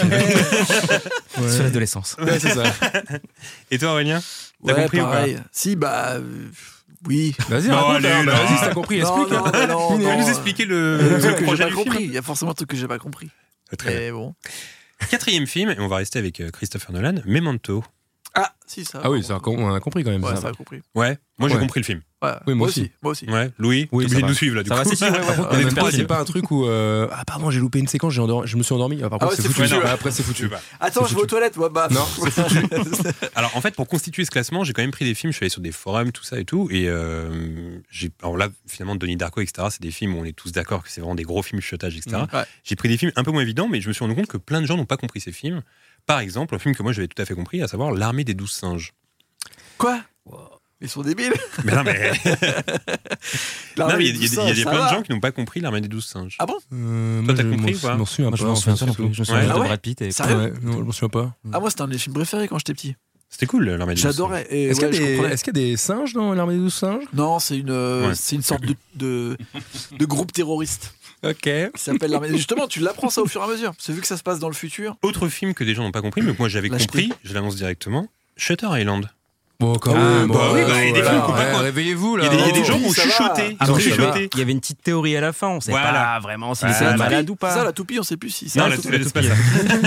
Sur l'adolescence.
Ouais, c'est ça.
Et toi, Aurélien T'as
Ouais,
compris ou pas
pareil. Si, bah euh, oui.
Vas-y,
Non,
raconte,
allez,
alors, bah,
là.
vas-y, si t'as compris,
Non,
explique.
non,
hein.
mais non,
Tu peux
non,
nous
euh,
expliquer le,
Il y a
Oh.
des
le
trucs que j'ai
projet
pas
du
compris.
film
Il y a forcément des trucs que j'ai pas compris. Mais bon.
Quatrième film, et on va rester avec euh, Christopher Nolan, Memento.
Ah, si ça.
Ah oui,
pardon.
ça, on a compris quand même.
Ouais,
ça.
ça a compris.
Ouais, moi j'ai
Ouais.
compris le film.
Ouais,
Oui, moi
moi
aussi.
aussi. Moi aussi.
Ouais, Louis,
Oui,
t'es obligé
ça
de
va.
nous suivre là du
Ça va,
coup.
si, si, ouais, ouais.
Par contre,
On est
Memento,
trois,
c'est pas un truc où. euh, Ah, pardon, j'ai loupé une séquence, j'ai endor- je me suis endormi. Ah, par
Ah
contre,
ouais,
c'est
c'est
foutu.
foutu.
Bah, Après, c'est foutu.
Attends,
C'est
je vais aux
foutu.
toilettes, moi, bah.
Non,
c'est foutu.
Alors en fait, pour constituer ce classement, j'ai quand même pris des films, je suis allé sur des forums, tout ça et tout. Et euh, j'ai. Alors là, finalement, Denis Darko, etc., c'est des films où on est tous d'accord que c'est vraiment des gros films chuchotage, etc.
Ouais.
J'ai pris des films un peu moins évidents, mais je me suis rendu compte que plein de gens n'ont pas compris ces films. Par exemple, un film que moi j'avais tout à fait compris, à savoir L'armée des douze singes.
Quoi Ils sont débiles.
Mais non, mais
Là,
Non, mais
les
il y a, il y a-
douze
il y a des
singes,
plein
ça
de
va.
gens qui n'ont pas compris l'armée des douze singes.
Ah bon
Euh,
Toi,
moi,
t'as
je m'en-
compris ou pas
Je m'en souviens
Moi,
pas.
je m'en
en
souviens
fait,
pas non plus. Je me souviens
Ouais.
juste
Ah ouais
de Brad Pitt. Et...
Sérieux
Ouais, non, je m'en souviens pas.
Ah, moi, c'était un de mes films préférés quand j'étais petit.
C'était cool l'armée des douze singes.
J'adorais. Et
Est-ce
ouais,
qu'il y, a
je
des-
comprenais.
est-ce qu'il y a des singes dans l'armée des douze singes
Non, c'est une, euh,
Ouais.
c'est une sorte de, de, de groupe terroriste
Ok.
qui s'appelle l'armée. Justement, tu l'apprends ça au fur et à mesure. C'est vu que ça se passe dans le futur.
Autre film que des gens n'ont pas compris, mais que moi j'avais
Lâche
compris, je l'annonce directement. Shutter Island.
Bon, quand
Ah,
même.
bah oui, bah,
il y a des films qu'on peut pas-
Réveillez-vous
Il y
là.
a des, il y a des
oh,
gens qui ont
ça va.
chuchoté. Ils
Après,
ont
il y avait-
chuchoté.
il y avait une petite théorie à la fin, on sait
Voilà.
pas vraiment si
Ah,
c'est
la
malade ou
C'est ça,
pas.
la toupie, on sait plus si c'est
Non,
un
la
toupie.
la- c'est pas ça.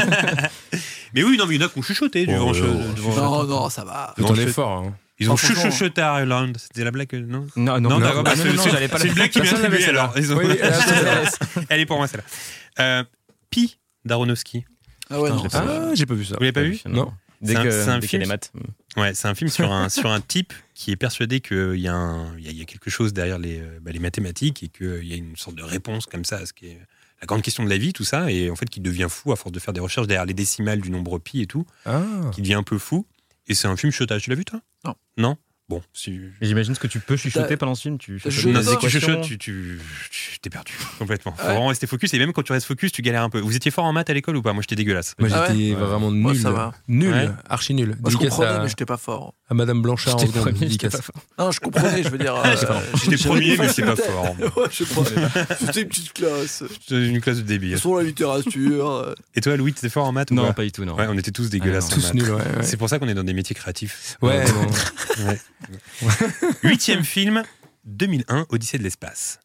Mais oui, non, mais il y en a qui ont chuchoté devant- devant-
Non, non, ça va.
C'est Oh, ton effort. hein.
Ils ont
Oh, franchement.
chuchoté à Island. C'était la blague, euh, non
Non, non, non,
d'accord,
non,
bah,
non,
c'est-
non,
c'est-
j'allais pas la-
C'est une blague qui m'est
Personne l'avait,
attribuée
celle-là.
alors. Ils ont-
Oui, elle a-
euh,
Elle est pour moi celle-là. Euh, Pi d'Aronofsky.
Ah ouais,
Putain,
non.
j'ai
ça va.
Ah, j'ai pas vu ça.
Vous l'avez pas vu
Non.
Dès
C'est un-
que
c'est un
dès
film.
qu'il y a les maths.
Ouais, c'est un film sur un, sur un type qui est persuadé qu'il y, a un- il y a- il y a quelque chose derrière les, euh, bah, les mathématiques et qu'il y a une sorte de réponse comme ça à ce qui est la grande question de la vie, tout ça. Et en fait, qui devient fou à force de faire des recherches derrière les décimales du nombre pi et tout,
Ah.
qui devient un peu fou. Et c'est un film chuchotage. Tu l'as vu, toi
Non.
Non Bon, si.
Mais j'imagine ce que tu peux chuchoter
T'as-
pendant ce film. Tu chuchotes
Non,
des
c'est que tu
équations.
chuchotes, tu, tu, tu- t'es perdu complètement. Faut vraiment rester focus et même quand tu restes focus, tu galères un peu. Vous étiez fort en maths à l'école ou pas Moi, j'étais dégueulasse.
Moi, j'étais vraiment nul.
Moi,
Nul,
Oh, Ouais.
archi nul.
Moi, je
Dédicace
comprenais,
à-
mais j'étais
pas fort.
À Madame Blanchard en
J'étais
seconde,
premier, j'étais
dédicace.
pas fort. Non, je comprenais, je veux dire. euh,
J'étais
j'avais
premier,
pas
mais c'est pas
fait-
fort.
Ouais, je comprenais. C'était une petite classe.
J'étais une classe de débiles.
Sur la littérature. euh.
Et toi, Louis, t'étais fort en maths ou
Non, pas du tout, non.
Ouais, on était tous dégueulasses.
Ah,
en
non.
maths.
Tous nuls, ouais, ouais.
C'est pour ça qu'on est dans des métiers créatifs.
Ouais,
Euh,
non.
ouais. Huitième film, 2001, Odyssée de l'espace.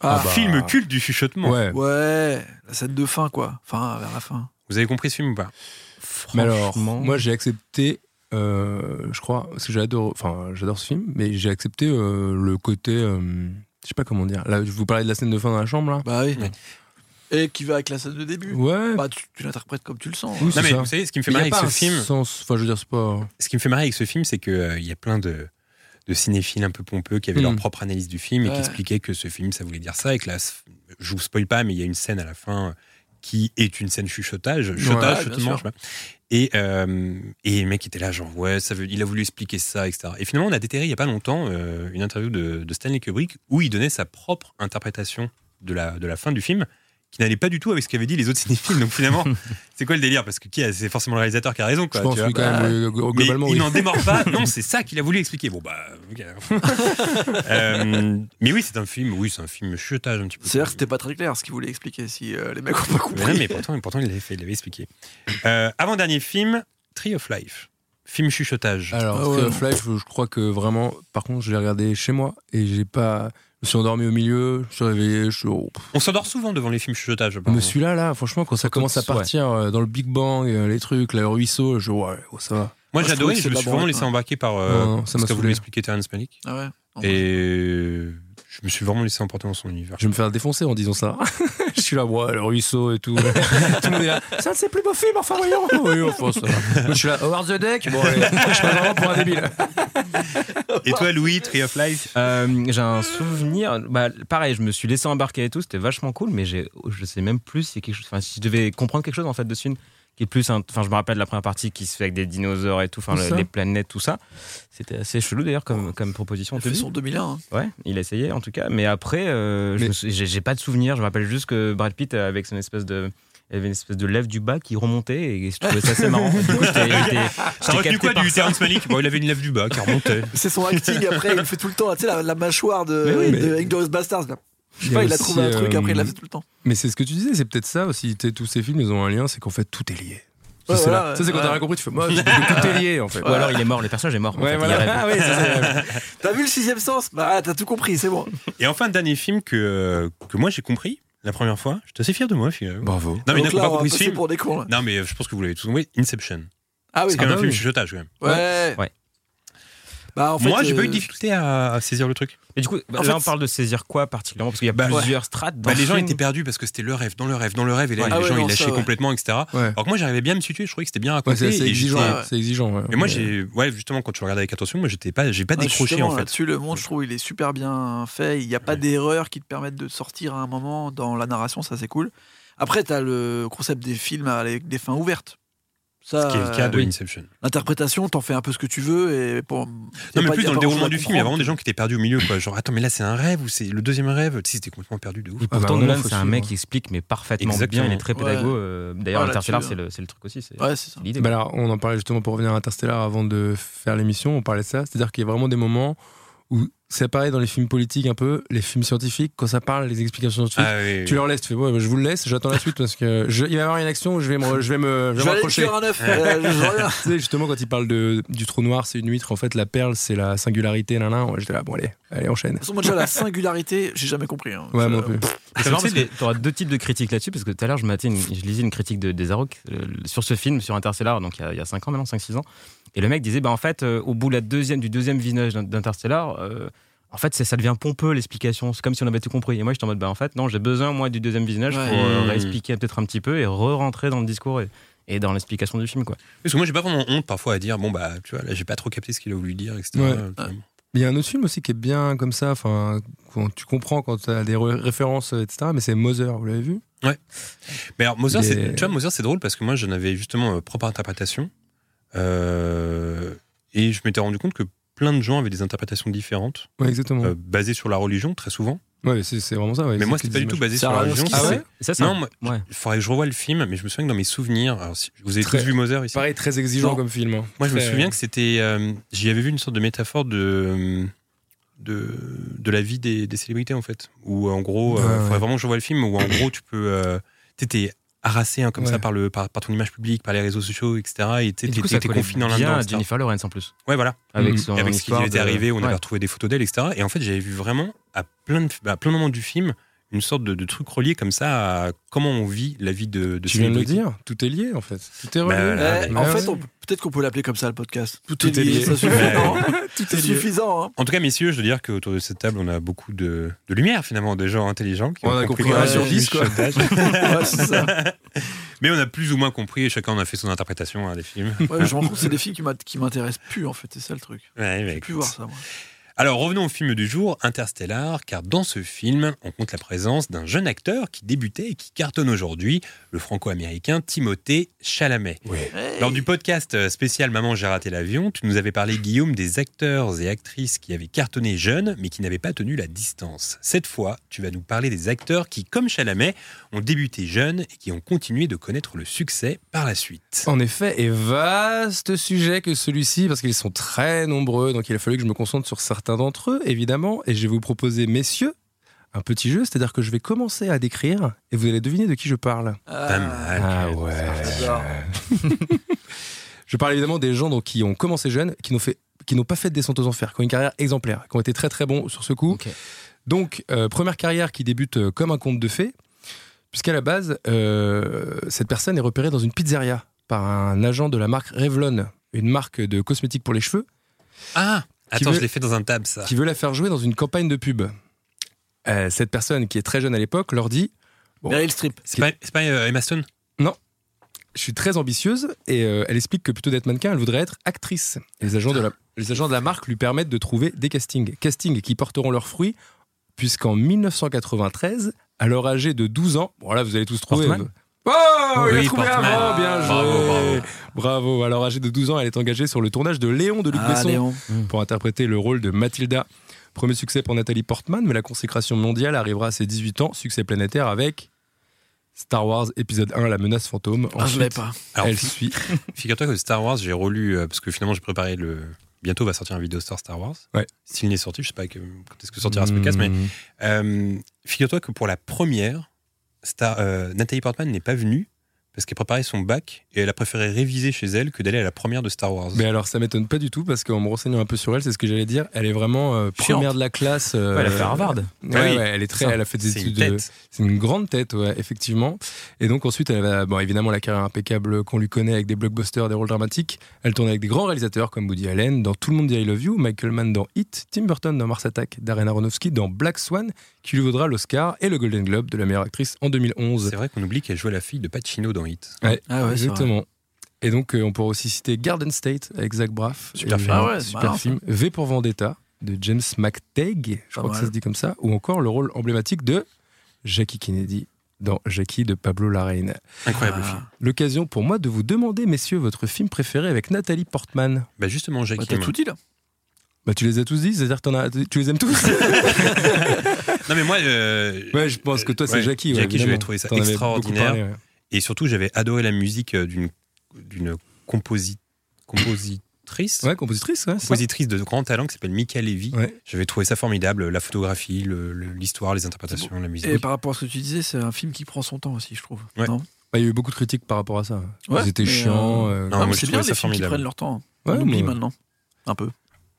Ah,
Un
bah.
film culte du chuchotement.
Ouais. ouais, la scène de fin, quoi. Enfin, vers la fin.
Vous avez compris ce film ou pas
Mais alors, moi j'ai accepté, euh, je crois, parce que j'adore, enfin j'adore ce film, mais j'ai accepté euh, le côté, euh, je sais pas comment dire. Là, je vous parlais de la scène de fin dans la chambre là.
Bah oui. Et qui va avec la scène de début.
Ouais.
Bah, tu, tu l'interprètes comme tu le sens. hein.
non, mais vous savez, ce qui me fait
Mais y a
marrer
pas
avec
un
ce film.
sens- enfin, je veux dire, c'est pas.
Ce qui me fait marrer avec ce film, c'est qu'il y a plein de, de cinéphiles un peu pompeux qui avaient
Mm.
leur propre analyse du film et
Ouais.
qui expliquaient que ce film, ça voulait dire ça. Et que là, c- je vous spoil pas, mais il y a une scène à la fin euh, qui est une scène chuchotage, chuchotage,
Ouais, bien
chutement,
sûr.
je sais pas. Et, euh, et le mec était là, genre, ouais, ça veut, il a voulu expliquer ça, etc. Et finalement, on a déterré il y a pas longtemps euh, une interview de, de Stanley Kubrick où il donnait sa propre interprétation de la, de la fin du film qui n'allait pas du tout avec ce qu'avaient dit les autres cinéphiles. Donc finalement, c'est quoi le délire Parce que qui a- c'est forcément le réalisateur qui a raison. Quoi,
Je pense,
Bah, tu vois.
oui, quand même, oui, glo-
Mais
globalement, oui.
Il n'en démord pas. Non, c'est ça qu'il a voulu expliquer. Bon, bah. ok. Euh, mais oui, c'est un film. Oui, c'est un film chutage un petit peu.
C'est-à-dire que c'était pas très clair ce qu'il voulait expliquer si euh, les mecs ont pas compris.
Mais, non, mais pourtant, pourtant, il l'avait fait, il l'avait expliqué. Euh, Avant-dernier film, Tree of Life. Film chuchotage.
Alors, Tree of Life, je crois que vraiment, par contre, je l'ai regardé chez moi et j'ai pas. Je me suis endormi au milieu, je me suis réveillé, je suis. oh,
On s'endort souvent devant les films chuchotage.
Mais
apparemment.
celui-là, là, franchement, quand ça
Surtout-
commence à
ouais.
partir euh, dans le Big Bang, euh, les trucs, là, le ruisseau, je ouais, oh, ça va.
Moi,
j'ai
j'adorais, je, me suis vraiment laissé embarquer par euh,
Non, non, ça
ce
m'a
qu'a voulu
saoulé.
expliquer Terrence Malick.
Ah ouais.
Et euh, je me suis vraiment laissé emporter dans son univers.
Je vais me faire défoncer en disant ça. je suis là, ouais, le ruisseau et tout. tout le monde est là. C'est un de ses plus beaux films, enfin voyons. Oui, oh, enfin, ça va. Moi, je suis là, Howard the Deck. Bon, allez, je passe vraiment pour un débile.
Et toi, Louis, Tree of Life
euh, J'ai un souvenir. Bah, pareil, je me suis laissé embarquer et tout. C'était vachement cool, mais j'ai- oh, je sais même plus si, quelque chose, enfin, si je devais comprendre quelque chose en fait de ce film. Qui est plus un- enfin, je me rappelle la première partie qui se fait avec des dinosaures et tout, enfin,
C'est
le-
ça.
les planètes, tout ça. C'était assez chelou d'ailleurs comme, comme proposition. on
Il
te
fait
dit.
son 2001. hein.
Ouais, il essayait en tout cas. Mais après, euh, je me sou- j'ai j'ai pas de souvenir. Je me rappelle juste que Brad Pitt euh, avec son espèce de il avait une espèce de lèvre du bas qui remontait et je trouvais ça assez marrant. Du coup, j'étais- j'étais-
T'as
j'étais
retenu
capté
quoi
par
du
ça.
Terrence Malick Bon, il avait une lèvre du bas qui remontait.
C'est son acting après, il fait tout le temps, tu sais, la, la mâchoire de,
Mais oui, mais-
de Inglourious Basterds. là. Je sais pas, il a trouvé un
aussi,
truc,
euh,
après il l'a fait tout le temps.
Mais c'est ce que tu disais, c'est peut-être ça aussi. tu sais, Tous ces films, ils ont un lien, c'est qu'en fait, tout est lié. Ça,
Ouais,
c'est
voilà,
là.
ouais,
Ça, c'est quand
ouais.
t'as rien compris, tu fais, moi, c'est que tout est lié, en fait.
Ou alors il est mort, le personnage est mort. en
Ouais,
fait, il y
voilà.
rêve.
Ah oui, ça,
T'as vu le sixième sens Bah, ah, t'as tout compris, c'est bon.
Et enfin, dernier film que, euh, que moi j'ai compris la première fois. J'étais assez fier de moi, finalement.
Bravo.
Non, mais
Donc
il n'a pas
là, on va
compris ce
passer
film.
pour des cons, là.
Non, mais euh, je pense que vous l'avez tous compris. Inception.
Ah oui.
C'est quand même
Ah
un
bah
film
oui.
chuchotage, quand même.
Ouais.
Ouais.
Bah, en fait,
moi, j'ai pas
euh,
eu de difficulté à, à saisir le truc.
Et du coup,
En
là
fait,
on parle de saisir quoi particulièrement parce qu'il y a
Bah,
plusieurs strates. Dans
Bah,
le
les gens
film.
étaient perdus parce que c'était le rêve, dans le rêve, dans le rêve, et là,
Ouais.
les
Ah ouais,
gens
non,
ils lâchaient
ça, ouais.
complètement, etc. Alors que moi, j'arrivais bien à me situer, je trouvais que c'était bien
Ouais,
raconté.
c'est assez
et
exigeant.
j'étais-
ouais, C'est exigeant. ouais.
Mais moi, j'ai, ouais, justement, quand tu regardais les 14 secondes, moi, j'étais pas, j'ai pas
ouais,
décroché
justement,
en fait.
Là-dessus, le monde, je trouve, il est super bien fait. Il n'y a pas d'erreur qui te permette de sortir à un moment dans la narration, ça c'est cool. Après, t'as le concept des films avec des fins ouvertes. Ça,
Ce qui est le cas de
euh,
Inception.
L'interprétation, t'en fais un peu ce que tu veux. Et pour... y a
Non, mais
pas-
plus
y a
dans le
pas grand-chose
déroulement
à
du film, il y a
comprendre.
vraiment des gens qui étaient perdus au milieu, quoi. Genre, attends, mais là, c'est un rêve ou c'est le deuxième rêve Si, c'était complètement perdu de ouf.
Et pourtant,
Ah bah,
Nolan,
non, faut
c'est un
suivre.
mec qui explique, mais parfaitement
Exactement.
bien. Il est très pédago.
Ouais.
euh, D'ailleurs,
Ah,
Interstellar,
là-dessus,
c'est le, c'est le truc aussi. C'est
Ouais, c'est ça.
l'idée.
Bah alors, on en parlait justement pour revenir à Interstellar avant de faire l'émission, on parlait de ça. C'est-à-dire qu'il y a vraiment des moments où c'est pareil dans les films politiques un peu, les films scientifiques, quand ça parle, les explications scientifiques,
Ah oui, oui.
tu leur laisses, tu fais ouais, bah, je vous le laisse, j'attends la suite parce que je- il va y avoir une action où je vais me, re- je vais me,
Je vais
je vais
aller
m'accrocher.
hein.
cuire un œuf, euh, je reviens.
Tu sais, justement, quand il parle de, du trou noir, c'est une huître, en fait, la perle, c'est la singularité, nan, nan. Ouais, j'étais là, bon, allez, allez, enchaîne.
De toute façon, moi, déjà, la singularité, j'ai jamais compris. hein.
Ouais,
Ça-
moi non plus.
Et C'est marrant parce que tu auras deux types de critiques là-dessus, parce que tout à l'heure, je, matais une- je lisais une critique de, des Arocs, euh, sur ce film, sur Interstellar, donc il y a- il y a 5 ans maintenant, 5-6 ans. Et le mec disait, bah, en fait, euh, au bout de la deuxième, du deuxième visage d'In- d'Interstellar, euh, en fait, c'est- ça devient pompeux l'explication. C'est comme si on avait tout compris. Et moi, j'étais en mode, bah, en fait, non, j'ai besoin, moi, du deuxième visage
Ouais.
pour euh,
Mmh.
réexpliquer peut-être un petit peu et re-rentrer dans le discours et, et dans l'explication du film, quoi.
Parce que moi, j'ai pas vraiment honte parfois à dire, bon, bah, tu vois, là, j'ai pas trop capté ce qu'il a voulu dire, etc.
Ouais.
Finalement.
Il y a un autre film aussi qui est bien comme ça, enfin, quand tu comprends quand tu as des re- références, etc., mais c'est Mother, vous l'avez vu
Mais alors, Mozart,
Il
c'est-
est-
tu vois, Mozart, c'est drôle parce que moi, j'en avais justement euh, propre interprétation. Euh, et je m'étais rendu compte que plein de gens avaient des interprétations différentes.
Ouais, exactement.
euh, basées sur la religion, très souvent.
Ouais, c'est c'est vraiment ça. ouais.
mais moi,
ce Mm.
c'était
que
pas du
disent
tout
Mach-
basé sur la religion.
Ah ouais
Ça, c'est
Non,
un-
moi,
ouais.
il faudrait que je revoie le film, mais je me souviens que dans mes souvenirs, alors, si- vous avez
Très-
tous vu Mother ici.
Pareil, très exigeant
Non.
comme film. hein.
Moi, je me
Très-
souviens que c'était. euh, J'y avais vu une sorte de métaphore de. euh, De, de la vie des, des célébrités en fait où en gros euh,
Ouais, ouais.
faudrait vraiment que je vois le film où en gros tu peux euh, t'es- t'es harassé hein, comme
Ouais.
ça par, le, par, par ton image publique par les réseaux sociaux etc et t'es-
Et du
t'es
coup, ça
t'es
collait
confiné dans
bien
l'un
à Jennifer Lawrence en plus.
ouais voilà
Avec,
Mhm.
son
Et avec ce qui
histoire
lui était
de-
arrivé, on
Ouais.
avait retrouvé des photos d'elle, etc. Et en fait, j'avais vu vraiment à plein, de, à plein de moments du film une sorte de, de truc relié comme ça à comment on vit la vie de, de
Tu viens de le
célébrité.
dire, tout est lié en fait. Tout est
Bah,
relié.
voilà,
Eh,
bah,
en
ouais.
fait, on- peut-être qu'on peut l'appeler comme ça le podcast. Tout,
est lié.
ça suffit.
Ouais.
non
Tout
C'est suffisant. Hein.
En tout cas, messieurs, je veux dire qu'autour de cette table, on a beaucoup de, de lumière finalement, des gens intelligents qui
On
ont
a
compris,
compris
un
le
sur
film,
dix, quoi.
le chantage.
Ouais, c'est ça.
Mais on a plus ou moins compris et chacun en a fait son interprétation hein, des films.
Ouais, je me rends compte que c'est des filles qui m'a- qui m'intéressent plus, en fait. C'est ça le truc.
Ouais, bah,
J'ai pu
écoute.
voir ça, moi.
Alors revenons au film du jour, Interstellar, car dans ce film, on compte la présence d'un jeune acteur qui débutait et qui cartonne aujourd'hui, le franco-américain Timothée Chalamet.
Hey.
Lors du podcast euh, spécial Maman, j'ai raté l'avion, tu nous avais parlé, Guillaume, des acteurs et actrices qui avaient cartonné jeunes, mais qui n'avaient pas tenu la distance. Cette fois, tu vas nous parler des acteurs qui, comme Chalamet, ont débuté jeunes et qui ont continué de connaître le succès par la suite.
En effet, et vaste sujet que celui-ci, parce qu'ils sont très nombreux, donc il a fallu que je me concentre sur certains d'entre eux, évidemment, et je vais vous proposer, messieurs, un petit jeu, c'est-à-dire que je vais commencer à décrire, et vous allez deviner de qui je parle.
Pas
Ah,
mal.
j'adore.
Je parle évidemment des gens donc, qui ont commencé jeunes, qui n'ont fait qui n'ont pas fait de descente aux enfers, qui ont une carrière exemplaire, qui ont été très très bons sur ce coup.
Ok.
Donc, euh, première carrière qui débute euh, comme un conte de fées, puisqu'à la base, euh, cette personne est repérée dans une pizzeria par un agent de la marque Revlon, une marque de cosmétiques pour les cheveux,
Ah
Qui
Attends,
veut-
je l'ai fait dans un tab, ça.
qui veut la faire jouer dans une campagne de pub. Euh, cette personne, qui est très jeune à l'époque, leur dit Bon.
Meryl Streep.
C'est pas, c'est pas, euh, Emma Stone
je suis très ambitieuse et euh, elle explique que plutôt d'être mannequin, elle voudrait être actrice. Et les agents de la, les agents de la marque lui permettent de trouver des castings. Castings qui porteront leurs fruits, puisqu'en 1993, alors âgée de 12 ans, bon là vous allez tous trouver.
Portman
Oh, il a
Oui,
trouvé
Portman.
avant, bien joué.
Bravo, bravo.
Bravo. Alors âgée de 12 ans, elle est engagée sur le tournage de Léon de Luc
Ah,
Besson
Léon.
pour interpréter le rôle de Mathilda. Premier succès pour Nathalie Portman, mais la consécration mondiale arrivera à ses 18 ans, succès planétaire avec Star Wars épisode 1, la menace fantôme.
Ah, je l'ai
Ensuite,
pas.
Alors,
elle
fi-
suit.
figure-toi que Star Wars, j'ai relu, euh, parce que finalement, j'ai préparé le. Bientôt va sortir un vidéo store Star Wars.
Ouais.
S'il n'est sorti, je sais pas que- quand est-ce que sortira ce podcast, mais
Mmh.
euh, figure-toi que pour la première, Star, euh, Nathalie Portman n'est pas venue parce qu'elle préparait son bac et elle a préféré réviser chez elle que d'aller à la première de Star Wars.
Mais alors, ça m'étonne pas du tout parce qu'en me renseignant un peu sur elle, c'est ce que j'allais dire. Elle est vraiment euh,
Chiante.
première de la classe. euh,
Ouais, elle a fait Harvard.
ouais,
Ah oui.
ouais, elle est très.
Ça,
Elle a fait des
C'est une
études. euh, de-
tête.
C'est une grande tête, ouais, effectivement. Et donc ensuite, elle a, bon, évidemment, la carrière impeccable qu'on lui connaît avec des blockbusters, des rôles dramatiques. Elle tourne avec des grands réalisateurs comme Woody Allen dans Tout le monde dit I Love You, Michael Mann dans Hit, Tim Burton dans Mars Attack, Darren Aronofsky dans Black Swan, qui lui vaudra l'Oscar et le Golden Globe de la meilleure actrice en 2011.
C'est vrai qu'on oublie qu'elle jouait la fille de Pacino dans Hit.
Ouais,
Ah ouais, c'est
exactement. Et donc, euh, on pourra aussi citer Garden State avec Zach Braff.
Super
Et-
film.
Ah ouais, c'est
super
marrant, ça.
film. V pour Vendetta de James McTagg, je
Pas
crois que ça
mal.
se dit comme ça, ou encore le rôle emblématique de Jackie Kennedy dans Jackie de Pablo Larraine.
Incroyable
Ah.
film.
L'occasion pour moi de vous demander, messieurs, votre film préféré avec Nathalie Portman.
Bah justement, Jackie.
Bah, T'as
Emma.
tout dit, là.
Bah, tu les as tous dit, c'est-à-dire que t'en as- tu les aimes tous
Non mais moi, euh,
Ouais, je pense que toi, c'est
Ouais,
Jackie. ouais,
Jackie, je
évidemment.
vais trouver ça
T'en avais beaucoup
extraordinaire.
parlé, hein. ouais.
Et surtout, j'avais adoré la musique euh, d'une d'une composi- compositrice,
Ouais, compositrice, ouais, c'est ça.
compositrice de grand talent qui s'appelle Mika Levy.
Ouais.
J'avais trouvé ça formidable, la photographie, le- le- l'histoire, les interprétations, la musique.
Et par rapport à ce que tu disais, c'est un film qui prend son temps aussi, je trouve.
Ouais.
Non,
Ouais, Bah, Il y a eu beaucoup de critiques par rapport à ça.
Ouais,
Ils étaient
mais,
chiants.
euh,
euh,
Non,
Ah,
moi,
mais
je
c'est
trouvais
bien
ça
les films qui
formidable.
prennent leur temps.
Ouais,
On oublie
moi-
maintenant. Un peu.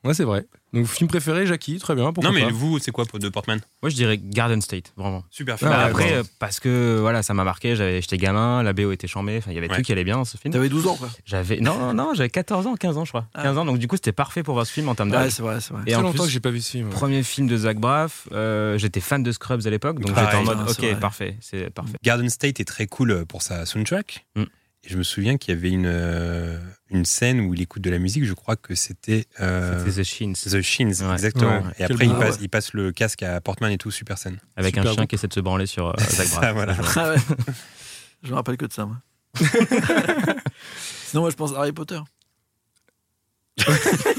Ouais, c'est vrai. Donc, film préféré, Jackie, très bien. Pourquoi
non mais
pas.
vous, c'est quoi de Portman
Moi, je dirais Garden State, vraiment.
Super
Ah,
film.
Bah,
ouais,
après,
ouais.
euh, parce que voilà, ça m'a marqué, j'avais- j'étais gamin, la BO était chambée, enfin, il y avait des
Ouais.
trucs qui allaient bien dans ce film.
T'avais 12 ans, quoi.
J'avais non, non, non, j'avais 14 ans, 15 ans, je crois.
Ah.
15 ans, donc du coup, c'était parfait pour voir ce film en termes
Ouais,
d'âge.
c'est vrai, c'est vrai.
et
Très
en
longtemps que
plus,
j'ai pas vu ce film.
premier film de Zach Braff, euh, j'étais fan de Scrubs à l'époque, donc
Pareil.
j'étais en mode,
Ah,
ok,
c'est vrai.
parfait, c'est parfait.
Garden State est très cool euh, pour sa soundtrack.
Mm.
Et je me souviens qu'il y avait une, euh, une scène où il écoute de la musique, je crois que c'était euh,
C'était The Shins,
The Shins,
Ouais.
exactement.
Ouais.
Et
Quel
après, il
bon-
passe,
Ah ouais.
il passe le casque à Portman et tout, super scène.
avec un
super
chien
groupe.
qui essaie de se branler sur euh, Zach Braff.
Ça, voilà.
Ah ouais. je me rappelle que de ça, moi. Sinon, moi, je pense à Harry Potter.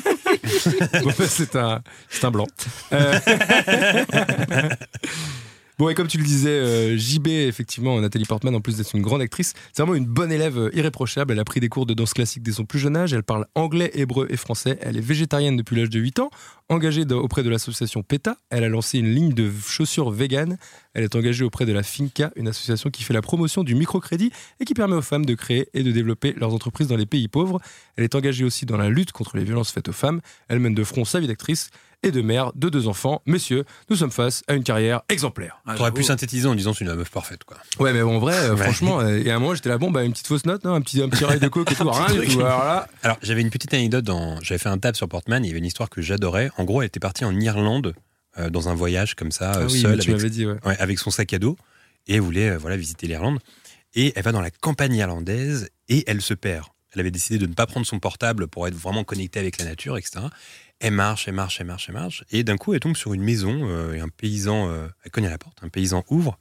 Bon, bah, c'est un, c'est un blanc. Euh, Bon, et comme tu le disais, euh, JB, effectivement, Nathalie Portman, en plus d'être une grande actrice, c'est vraiment une bonne élève euh, irréprochable. Elle a pris des cours de danse classique dès son plus jeune âge. Elle parle anglais, hébreu et français. Elle est végétarienne depuis l'âge de 8 ans. Engagée dans- auprès de l'association PETA, elle a lancé une ligne de chaussures vegan. Elle est engagée auprès de la Finca, une association qui fait la promotion du microcrédit et qui permet aux femmes de créer et de développer leurs entreprises dans les pays pauvres. Elle est engagée aussi dans la lutte contre les violences faites aux femmes. Elle mène de front sa vie d'actrice et de mère de deux enfants. Messieurs, nous sommes face à une carrière exemplaire.
Ah,
T'aurais pu synthétiser en disant c'est une meuf parfaite, quoi.
Ouais, mais bon, en vrai, euh,
Ouais.
franchement, euh, et à un moment, j'étais là, bon, bah, une petite fausse note, non, un petit, un petit rail de coke et tout, rien du tout. Alors là,
Alors, j'avais une petite anecdote. Dans... J'avais fait un tab sur Portman. Il y avait une histoire que j'adorais. En gros, elle était partie en Irlande euh, dans un voyage comme ça, euh,
Ah oui,
seule,
mais tu
avec...
m'avais dit, ouais.
ouais, avec son sac à dos, et elle voulait euh, voilà visiter l'Irlande. Et elle va dans la campagne irlandaise et elle se perd. Elle avait décidé de ne pas prendre son portable pour être vraiment connectée avec la nature, etc. Elle marche, elle marche, elle marche, elle marche. Et d'un coup, elle tombe sur une maison euh, et un paysan, euh, elle cogne à la porte, un paysan ouvre.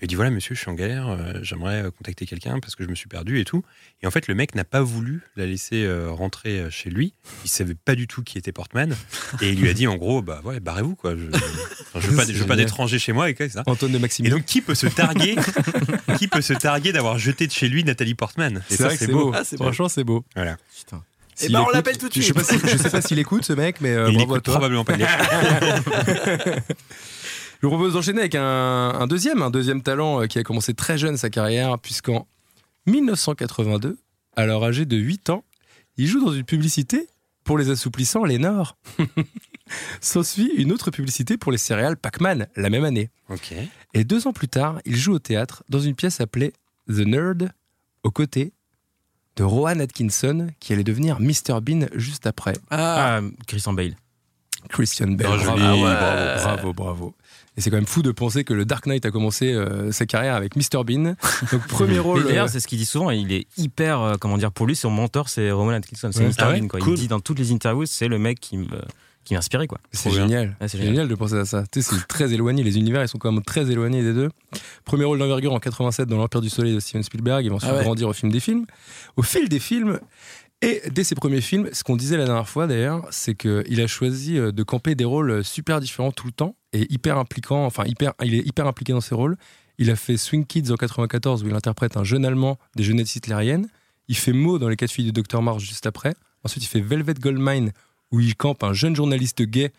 Elle dit voilà monsieur, je suis en galère, euh, j'aimerais euh, contacter quelqu'un parce que je me suis perdu et tout. Et en fait, le mec n'a pas voulu la laisser euh, rentrer euh, chez lui. Il savait pas du tout qui était Portman et il lui a dit en gros bah ouais barrez-vous quoi. Je, enfin, je veux pas, je veux pas d'étrangers chez moi et quoi, etc.
Antoine de Maxime.
Et donc, qui peut se targuer Qui peut se targuer d'avoir jeté de chez lui Nathalie Portman Et
C'est
ça,
vrai que
c'est beau.
Ah, c'est beau.
Franchement, c'est beau.
Voilà.
Eh
S'il
ben, on
écoute-
l'appelle tout de
Je sais
suite.
pas si- je sais pas s'il écoute, ce mec, mais euh,
Il
bravo à
n'écoute
toi.
probablement pas. Il est-
Je vous propose d'enchaîner avec un, un deuxième, un deuxième talent euh, qui a commencé très jeune sa carrière, puisqu'en 1982, alors âgé de 8 ans, il joue dans une publicité pour les assouplissants Lénore. S'en suit une autre publicité pour les céréales Pac-Man la même année.
Ok.
Et deux ans plus tard, il joue au théâtre dans une pièce appelée The Nerd, aux côtés de Rowan Atkinson, qui allait devenir Mr. Bean juste après
Ah,
Ah, Christian Bale.
Christian Bale.
Oh,
bravo,
joli,
Ah ouais,
bravo.
bravo, bravo. Et c'est quand même fou de penser que le Dark Knight a commencé euh, sa carrière avec Mr. Bean. Donc, premier
Mais
rôle. euh.
D'ailleurs, c'est ce qu'il dit souvent. Il est hyper, euh, comment dire, pour lui, son mentor, c'est Roman Atkinson. C'est
Ouais.
Mr.
Ah ouais
Bean, quoi.
Cool.
Il dit dans toutes les interviews, c'est le mec qui me- qui m'a inspiré, quoi.
C'est génial.
Ouais, c'est
c'est génial. de penser à ça. Tu sais, c'est très éloigné. Les univers, ils sont quand même très éloignés des deux. Premier rôle d'envergure en 87 dans L'Empire du Soleil de Steven Spielberg. Ils vont ensuite
Ah ouais.
grandir au film des films. Au fil des films, et dès ses premiers films, ce qu'on disait la dernière fois d'ailleurs, c'est qu'il a choisi euh, de camper des rôles super différents tout le temps et hyper impliquant. Enfin, hyper, il est hyper impliqué dans ses rôles. Il a fait Swing Kids en 94 où il interprète un jeune Allemand des jeunesses hitlériennes. Il fait Mo dans Les Quatre filles du Docteur Marsh juste après. Ensuite, il fait Velvet Goldmine où il campe un jeune journaliste gay.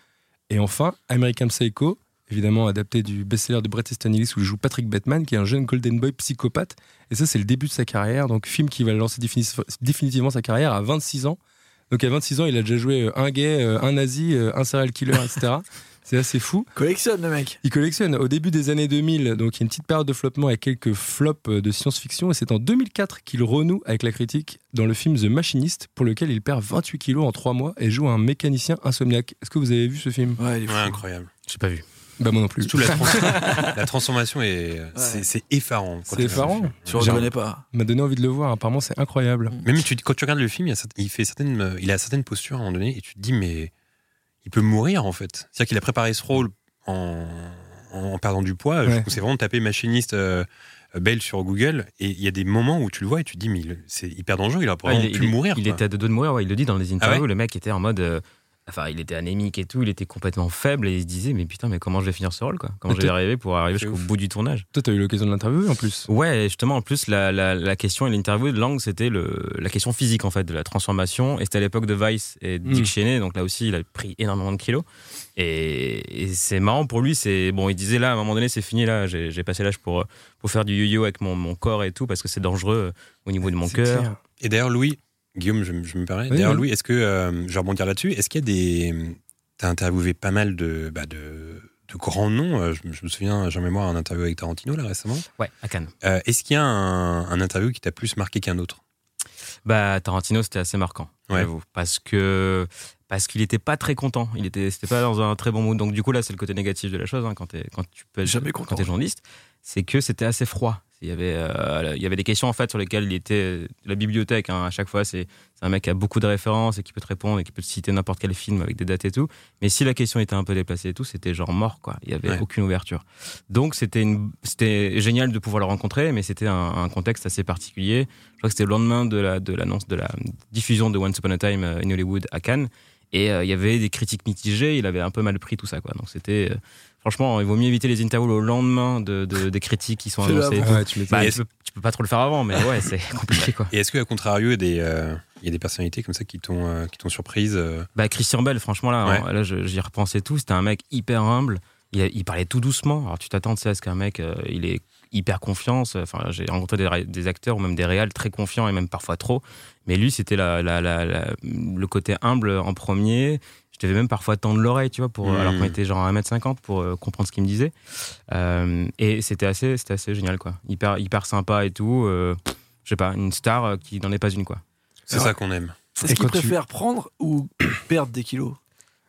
Et enfin, American Psycho, évidemment adapté du best-seller de Bret Easton Ellis où il joue Patrick Batman, qui est un jeune Golden Boy psychopathe. Et ça, c'est le début de sa carrière. Donc, film qui va lancer défini- définitivement sa carrière à 26 ans. Donc, à 26 ans, il a déjà joué euh, un gay, euh, un nazi, euh, un serial killer, etc. c'est assez fou.
collectionne le mec.
Il collectionne au début des années 2000, donc il y a une petite période de flottement avec quelques flops euh, de science-fiction, et c'est en 2004 qu'il renoue avec la critique dans le film The Machinist, pour lequel il perd 28 kilos en 3 mois et joue un mécanicien insomniaque. Est-ce que vous avez vu ce film
Ouais, il est fou.
Ouais, incroyable.
J'ai pas vu.
Bah moi non plus.
Surtout la, trans- la transformation est, euh, c'est, c'est effarant. quand
C'est
tu regardes
effarant.
le film.
Tu
J'ai-
reconnais
euh,
pas.
m'a donné envie de le voir, apparemment c'est incroyable.
Même tu, quand tu regardes le film, il, y a certes- il fait certaines, euh, il a certaines postures à un moment donné et tu te dis mais il peut mourir en fait. C'est-à-dire qu'il a préparé ce rôle en, en perdant du poids.
Ouais.
C'est vraiment tapé machiniste euh, Bale sur Google et il y a des moments où tu le vois et tu te dis mais il- c'est hyper dangereux. Il aurait
Ouais,
probablement
il,
pu
il-
mourir.
il
quoi.
était à deux doigts de mourir, ouais, il le dit dans les interviews.
Ah ouais
le mec était en mode. euh, enfin, il était anémique et tout, il était complètement faible et il se disait Mais putain, mais comment je vais finir ce rôle quoi Comment
Mais
je vais y
t'es-
arriver pour arriver
C'est
jusqu'au
ouf.
bout du tournage
Toi t'as eu l'occasion de l'interviewer en plus.
Ouais, et justement, en plus, la, la- la question et l'interview de Lang, c'était le- la question physique en fait, de la transformation. Et c'était à l'époque de Vice et de Dick
Mm.
Hmm.
Cheney, donc là aussi, il a pris énormément de kilos. Et, et c'est marrant pour lui, c'est. Bon, il disait là, à un moment donné, c'est fini là, j'ai j'ai passé l'âge pour, euh, pour faire du yo-yo avec mon, mon corps et tout, parce que c'est dangereux euh, au niveau de mon
C'est
cœur.
clair.
Et d'ailleurs, Louis, Guillaume, je, me- je me permets.
Oui,
d'ailleurs,
oui.
Louis, est-ce que, euh, je vais rebondir là-dessus, est-ce qu'il y a des. T'as interviewé pas mal de, bah, de, de grands noms. euh, Je, je me souviens, j'ai en mémoire un interview avec Tarantino, là, récemment.
Ouais, à Cannes.
Euh, est-ce qu'il y a un, un interview qui t'a plus marqué qu'un autre
Bah, Tarantino, c'était assez marquant,
Ouais.
j'avoue. Parce que. Parce qu'il était pas très content. Il était, c'était pas dans un très bon mood. Donc, du coup, là, c'est le côté négatif de la chose, hein, quand, t'es- quand tu peux être-
Jamais content.
quand t'es journaliste. C'est que c'était assez froid. Il y, avait, euh, il y avait des questions, en fait, sur lesquelles il était. La bibliothèque, hein, à chaque fois, c'est, c'est un mec qui a beaucoup de références et qui peut te répondre et qui peut te citer n'importe quel film avec des dates et tout. Mais si la question était un peu déplacée et tout, c'était genre mort, quoi. Il y avait
Ouais.
aucune ouverture. Donc, c'était, une, c'était génial de pouvoir le rencontrer, mais c'était un- un contexte assez particulier je crois que c'était le lendemain de la- de l'annonce de, la diffusion de Once Upon a Time euh, in Hollywood à Cannes. Et euh, il y avait des critiques mitigées, il avait un peu mal pris tout ça. Quoi. Donc c'était. euh, franchement, il vaut mieux éviter les interviews au lendemain de, de- des critiques qui sont
Fais-le
annoncées. et
avant.
tout.
Ouais, tu m'étonnes.
Bah,
Et
tu, peux, tu peux pas trop le faire avant, mais ouais, c'est compliqué. quoi.
Et est-ce qu'à contrario, il y, a des, euh, il y a des personnalités comme ça qui t'ont euh, qui t'ont surprise euh,
Bah, Christian Bell, franchement, là,
Ouais.
hein, là je- j'y repensais tout. C'était un mec hyper humble. Il, a- il parlait tout doucement. Alors, tu t'attends tu sais, à ce qu'un mec, euh, il est hyper confiance. Enfin, j'ai rencontré des, ré- des acteurs ou même des réals très confiants et même parfois trop. Mais lui, c'était la, la- la- la- le côté humble en premier. Je devais même parfois tendre l'oreille, tu vois, pour,
Mhm.
alors qu'on était genre à 1m50 pour euh, comprendre ce qu'il me disait. Euh, et c'était assez, c'était assez génial, quoi. Hyper, hyper sympa et tout. Euh, je sais pas, une star euh, qui n'en est pas une, quoi.
C'est ça qu'on aime.
Est-ce qu'il préfère prendre ou perdre des kilos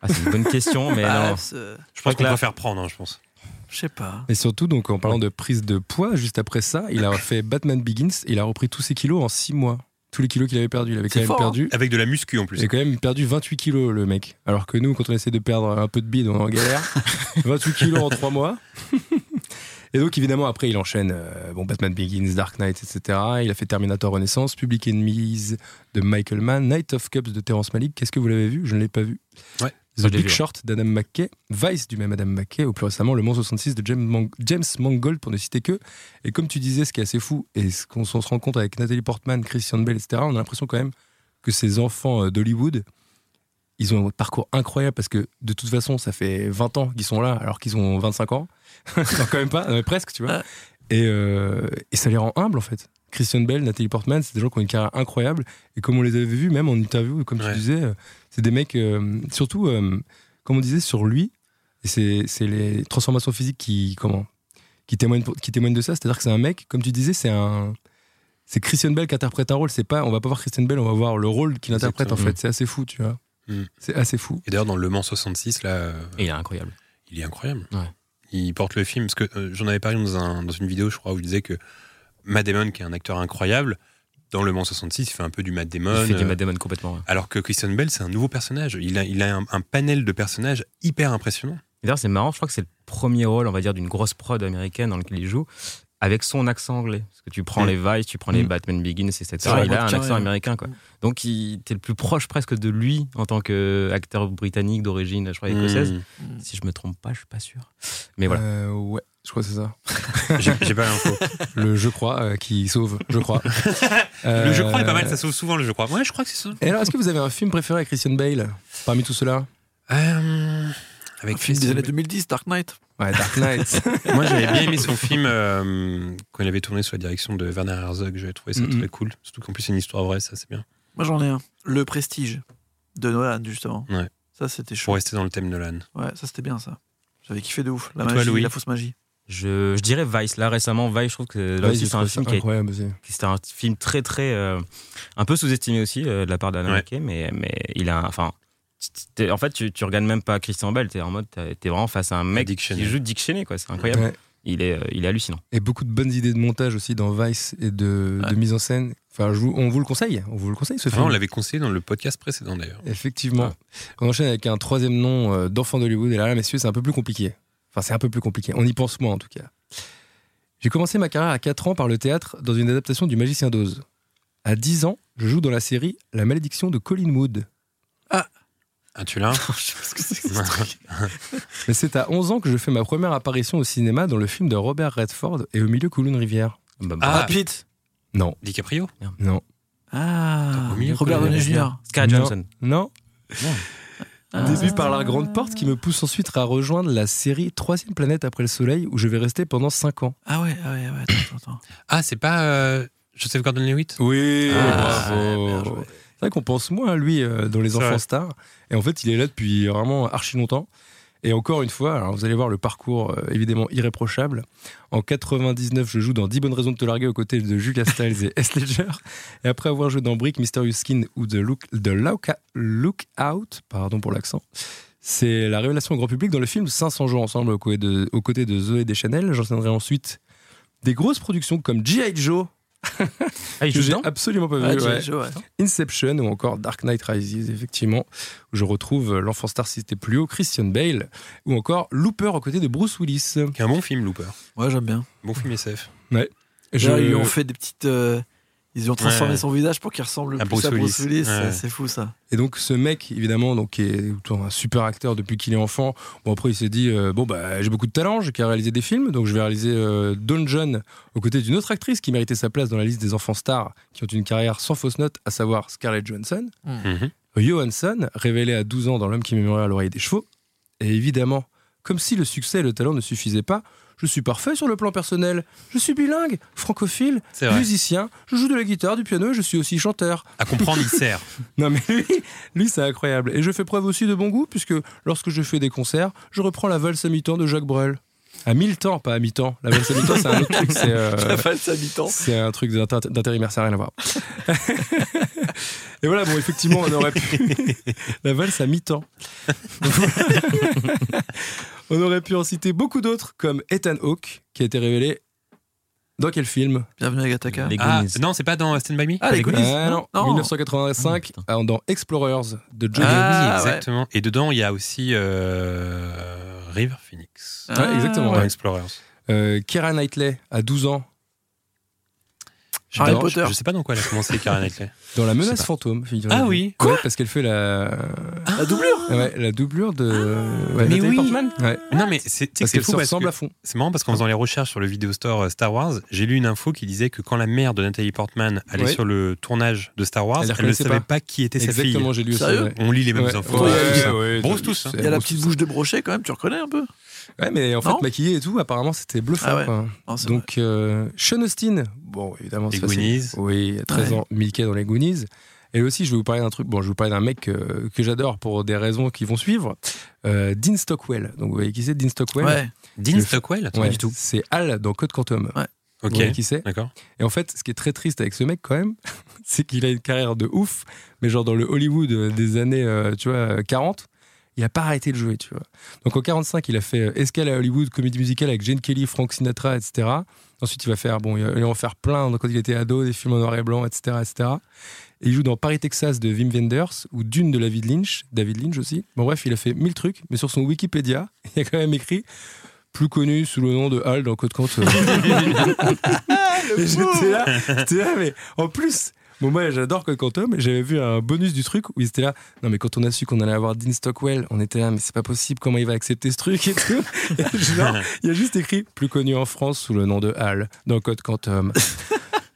Ah, c'est une bonne question, mais
Bah,
non.
c'est-
Je pense qu'on
là-
préfère prendre, hein, je pense.
Je sais pas.
Et surtout, donc, en parlant de prise de poids, juste après ça, il a fait Batman Begins et il a repris tous ses kilos en 6 mois. Tous les kilos qu'il avait perdus. Il avait quand
C'est
même
fort,
perdu.
Avec de la muscu en
Il
plus.
a quand même perdu 28 kilos, le mec. Alors que nous, quand on essaie de perdre un peu de bide, on est en galère. 28 kilos en 3 mois. Et donc, évidemment, après, il enchaîne euh, bon, Batman Begins, Dark Knight, etc. Il a fait Terminator Renaissance, Public Enemies de Michael Mann, Night of Cups de Terrence Malick. Qu'est-ce que vous l'avez vu Je ne l'ai pas vu.
Ouais.
The
Je l'ai
Big
vu, ouais.
Short d'Adam McKay, Vice du même Adam McKay, ou plus récemment Le Mans 66 de James, Mang- James Mangold, pour ne citer que. Et comme tu disais, ce qui est assez fou, et ce qu'on s'en se rend compte avec Nathalie Portman, Christian Bale, etc., on a l'impression quand même que ces enfants euh, d'Hollywood, ils ont un parcours incroyable parce que de toute façon, ça fait 20 ans qu'ils sont là alors qu'ils ont 25 ans. non, quand même pas, non, mais presque, tu
Ah.
vois. Et, euh, et ça les rend humbles en fait. Christian Bell, Nathalie Portman, c'est des gens qui ont une carrière incroyable. Et comme on les avait vus, même en interview, comme
Ouais.
tu disais, euh, c'est des mecs, euh, surtout, euh, comme on disait, sur lui, et c'est c'est les transformations physiques qui, comment, qui, témoignent, pour- qui témoignent de ça. C'est-à-dire que c'est un mec, comme tu disais, c'est un. C'est Christian Bell qui interprète un rôle. C'est pas, on va pas voir Christian Bell, on va voir le rôle qu'il interprète en
Exactement.
fait. C'est assez fou, tu vois.
Mm.
C'est assez fou.
Et d'ailleurs, dans Le Mans 66, là, euh,
Et il est incroyable.
il est incroyable.
Ouais.
Il porte le film. Parce que euh, j'en avais parlé dans, un- dans une vidéo, je crois, où je disais que Matt Damon, qui est un acteur incroyable, dans Le Mans 66, il fait un peu du Matt Damon.
Il fait du
euh,
Matt Damon complètement. ouais.
alors que Christian Bell, c'est un nouveau personnage. Il a, il a un, un panel de personnages hyper impressionnant.
Et D'ailleurs, c'est marrant, je crois que c'est le premier rôle, on va dire, d'une grosse prod américaine dans lequel il joue, avec son accent anglais. Parce que tu prends
Mm.
les Vice, tu prends les
Mm.
Batman Begins, etc.
C'est vrai,
Il a un
carrément.
accent américain, quoi. Donc, il- t'es le plus proche presque de lui en tant qu'acteur britannique d'origine, je crois, écossaise.
Hmm.
Si je me trompe pas, je suis pas sûr. Mais voilà.
Euh, ouais, je crois que c'est ça.
J'ai j'ai pas l'info.
Le je crois euh, qui sauve, je crois.
Le je crois est
Euh,
pas mal, ça sauve souvent le je crois. Ouais, je crois que c'est ça.
Et alors, est-ce que vous avez un film préféré à Christian Bale parmi tout cela
Euh, avec
Un film des
Christian
années 2010, Dark Knight.
Ouais, Dark Knight.
Moi, j'avais bien aimé son film euh, quand il avait tourné sous la direction de Werner Herzog. J'avais trouvé ça
Mhm.
très cool. Surtout qu'en plus, c'est une histoire vraie, ça, c'est bien.
Moi, j'en ai un. Le Prestige de Nolan, justement.
Ouais.
Ça, c'était
Pour
chaud.
rester dans le thème Nolan.
Ouais, ça, c'était bien, ça. J'avais kiffé de ouf. La
Et toi,
magie,
Louis
la fausse magie.
Je, je dirais Vice. Là, récemment, Vice, je trouve que là
Ouais,
aussi,
j'ai
c'est un
trouvé
film
ça
qui a
incroyable aussi.
C'est un film très, très. euh, un peu sous-estimé aussi euh, de la part d'Anna
Ouais.
McKay, mais, mais il a. un- Enfin. t'es- En fait, tu, tu regardes même pas Christian Bell, t'es en mode, t'es t'es vraiment face à un mec
Dick Cheney.
qui joue Dick Cheney, quoi. C'est incroyable.
Ouais.
Il, est, euh, il est hallucinant.
Et beaucoup de bonnes idées de montage aussi dans Vice et de, de
Ouais.
mise en scène. Enfin, je vous- on vous le conseille. On vous le conseille ce
Ah,
film.
on l'avait conseillé dans le podcast précédent, d'ailleurs.
Effectivement. On enchaîne avec un troisième nom euh, d'enfant d'Hollywood. Et là, là, messieurs, c'est un peu plus compliqué. Enfin, c'est un peu plus compliqué. On y pense moins, en tout cas. J'ai commencé ma carrière à 4 ans par le théâtre dans une adaptation du Magicien d'Oz. À 10 ans, je joue dans la série La malédiction de Colin Wood.
Ah, tu l'as
je sais pas ce que c'est que ce truc.
Mais c'est à 11 ans que je fais ma première apparition au cinéma dans le film de Robert Redford et au milieu coule une rivière.
Ah,
Bah, bravo.
Rapide.
Non,
DiCaprio
non,
Ah,
Au milieu,
Robert
Colin
Downey
Johnson.
Jr.
Scarlett
Non.
Johnson.
non.
Ah.
Début par la grande porte qui me pousse ensuite à rejoindre la série Troisième planète après le soleil où je vais rester pendant 5 ans.
Ah ouais, ah ouais, ouais, attends, attends.
Ah, c'est pas euh, Joseph Gordon-Lewitt
Oui,
Ah, bien
bravo.
joué.
C'est vrai qu'on pense moins à lui euh, dans Les
C'est
Enfants
vrai.
Stars. Et en fait, il est là depuis vraiment archi longtemps. Et encore une fois, alors vous allez voir le parcours euh, évidemment irréprochable. En 99, je joue dans 10 bonnes raisons de te larguer aux côtés de Julia Stiles et S. Ledger. Et après avoir joué dans Brick, Mysterious Skin ou The, Look, The Looka- Lookout, pardon pour l'accent, c'est la révélation au grand public dans le film 500 jours ensemble aux côtés de, aux côtés de Zoé Deschanel. J'enchaînerai ensuite des grosses productions comme G.I. Joe,
Ah, il
que
joue
j'ai
dedans
absolument pas
Ah,
vu.
tu-
ouais.
je- ouais.
Inception ou encore Dark Knight Rises, effectivement, où je retrouve euh, l'enfant star si c'était plus haut, Christian Bale, ou encore Looper aux côtés de Bruce Willis.
Qui est un bon film, Looper.
Ouais, j'aime bien.
Bon film SF.
Je-
Là, ils lui ont fait des petites. euh, Ils ont transformé
Ouais.
son visage pour qu'il ressemble le
À
plus à
Bruce
Bruce
Willis.
Willis.
Ouais.
C'est fou ça.
Et donc ce mec, évidemment, donc, qui est un super acteur depuis qu'il est enfant, bon après il s'est dit, euh, bon bah j'ai beaucoup de talent, j'ai qu'à réaliser des films, donc je vais réaliser euh, Don John aux côtés d'une autre actrice qui méritait sa place dans la liste des enfants stars qui ont une carrière sans fausse note, à savoir Scarlett Johansson.
Mhm.
Johansson, révélé à 12 ans dans L'homme qui murmurait à l'oreille des chevaux. Et évidemment, comme si le succès et le talent ne suffisaient pas, je suis parfait sur le plan personnel. Je suis bilingue, francophile,
C'est vrai.
musicien, je joue de la guitare, du piano et je suis aussi chanteur.
À comprendre, il sert.
Non mais lui, lui c'est incroyable. Et je fais preuve aussi de bon goût puisque lorsque je fais des concerts, je reprends la valse à mi-temps de Jacques Brel. À mille temps, pas à mi-temps. La valse à mi-temps, c'est un autre truc. C'est, euh,
La valse à mi-temps.
C'est un truc d'inter- d'intérimaire, ça n'a rien à voir. Et voilà, bon, effectivement, on aurait pu. la valse à mi-temps. Donc, voilà. on aurait pu en citer beaucoup d'autres, comme Ethan Hawke, qui a été révélé dans quel film
Bienvenue à Gataka.
Ah, non, c'est pas dans Stand By Me
Ah, les Goonies.
Ah, non,
Non.
1985, ah, dans Explorers de Johnny
Ah,
Ah,
oui,
ouais.
exactement. Et dedans, il y a aussi euh, River Phoenix
Ouais, exactement.
dans
ouais.
Explorers.
Euh, Keira Knightley, à 12 ans,
Harry
Dans-
Potter.
Je sais pas dans quoi elle a commencé, Karen Knightley.
dans La
Je sais
menace
pas.
fantôme.
Ah
figurez-vous.
oui.
Ouais, Parce qu'elle fait la...
La doublure
ouais, la doublure de... ouais,
mais
Nathalie
oui.
Ah, Portman. Ouais,
Non, mais c'est tu sais que
parce
c'est
qu'elle
fou
se
parce
ressemble
que-
à fond.
C'est marrant parce qu'en faisant les recherches sur le vidéo store euh, Star Wars, j'ai lu une info qui disait que quand la mère de Nathalie Portman allait
Ouais.
sur le tournage de Star Wars,
Elle les
elle, ne
reconnaissait
savait pas.
pas.
qui était sa fille.
Exactement, j'ai lu aussi.
Sérieux
ouais.
On lit les mêmes
Ouais.
infos.
Ouais,
Tout ça.
ouais,
Bronze
c'est-
tous. hein.
c'est-
Il y a la petite bouche de brochet quand même, tu reconnais un peu
Ouais, mais en fait,
Non
maquillée et tout, apparemment, c'était bluffant.
Ah ouais.
quoi.
Non, c'est
Donc, euh, Sean Austin, bon, évidemment,
Les
c'est facile.
Goonies.
Oui, à 13
Ouais.
ans, Mickey dans les Goonies. Et aussi, je vais vous parler d'un truc. Bon, je vais vous parler d'un mec euh, que j'adore pour des raisons qui vont suivre. Euh, Dean Stockwell. Donc, vous voyez qui c'est, Dean Stockwell
vrai. Ouais.
Dean
Le-
Stockwell
Ouais,
Pas du tout.
C'est Al dans Code Quantum.
Ok.
Vous voyez qui c'est
D'accord.
Et en fait, ce qui est très triste avec ce mec, quand même, c'est qu'il a une carrière de ouf, mais genre dans le Hollywood euh, des années, euh, tu vois, euh, 40, il a pas arrêté de jouer, tu vois. Donc en 45, il a fait euh, Escale à Hollywood, comédie musicale avec Jane Kelly, Frank Sinatra, etc. Ensuite, il va faire, bon, il va il va en faire plein donc, quand il était ado, des films en noir et blanc, etc., etc. Et il joue dans Paris, Texas de Wim Wenders ou Dune de David Lynch, David Lynch aussi. Bon, bref, il a fait mille trucs, mais sur son Wikipédia, il y a quand même écrit plus connu sous le nom de Hal dans Code Quantum. Et j'étais là, j'étais là, mais en plus, bon, moi j'adore Code Quantum, et j'avais vu un bonus du truc où ils étaient là. Non, mais quand on a su qu'on allait avoir Dean Stockwell, on était là, mais c'est pas possible, comment il va accepter ce truc et tout. Et genre, il y a juste écrit plus connu en France sous le nom de Hal dans Code Quantum.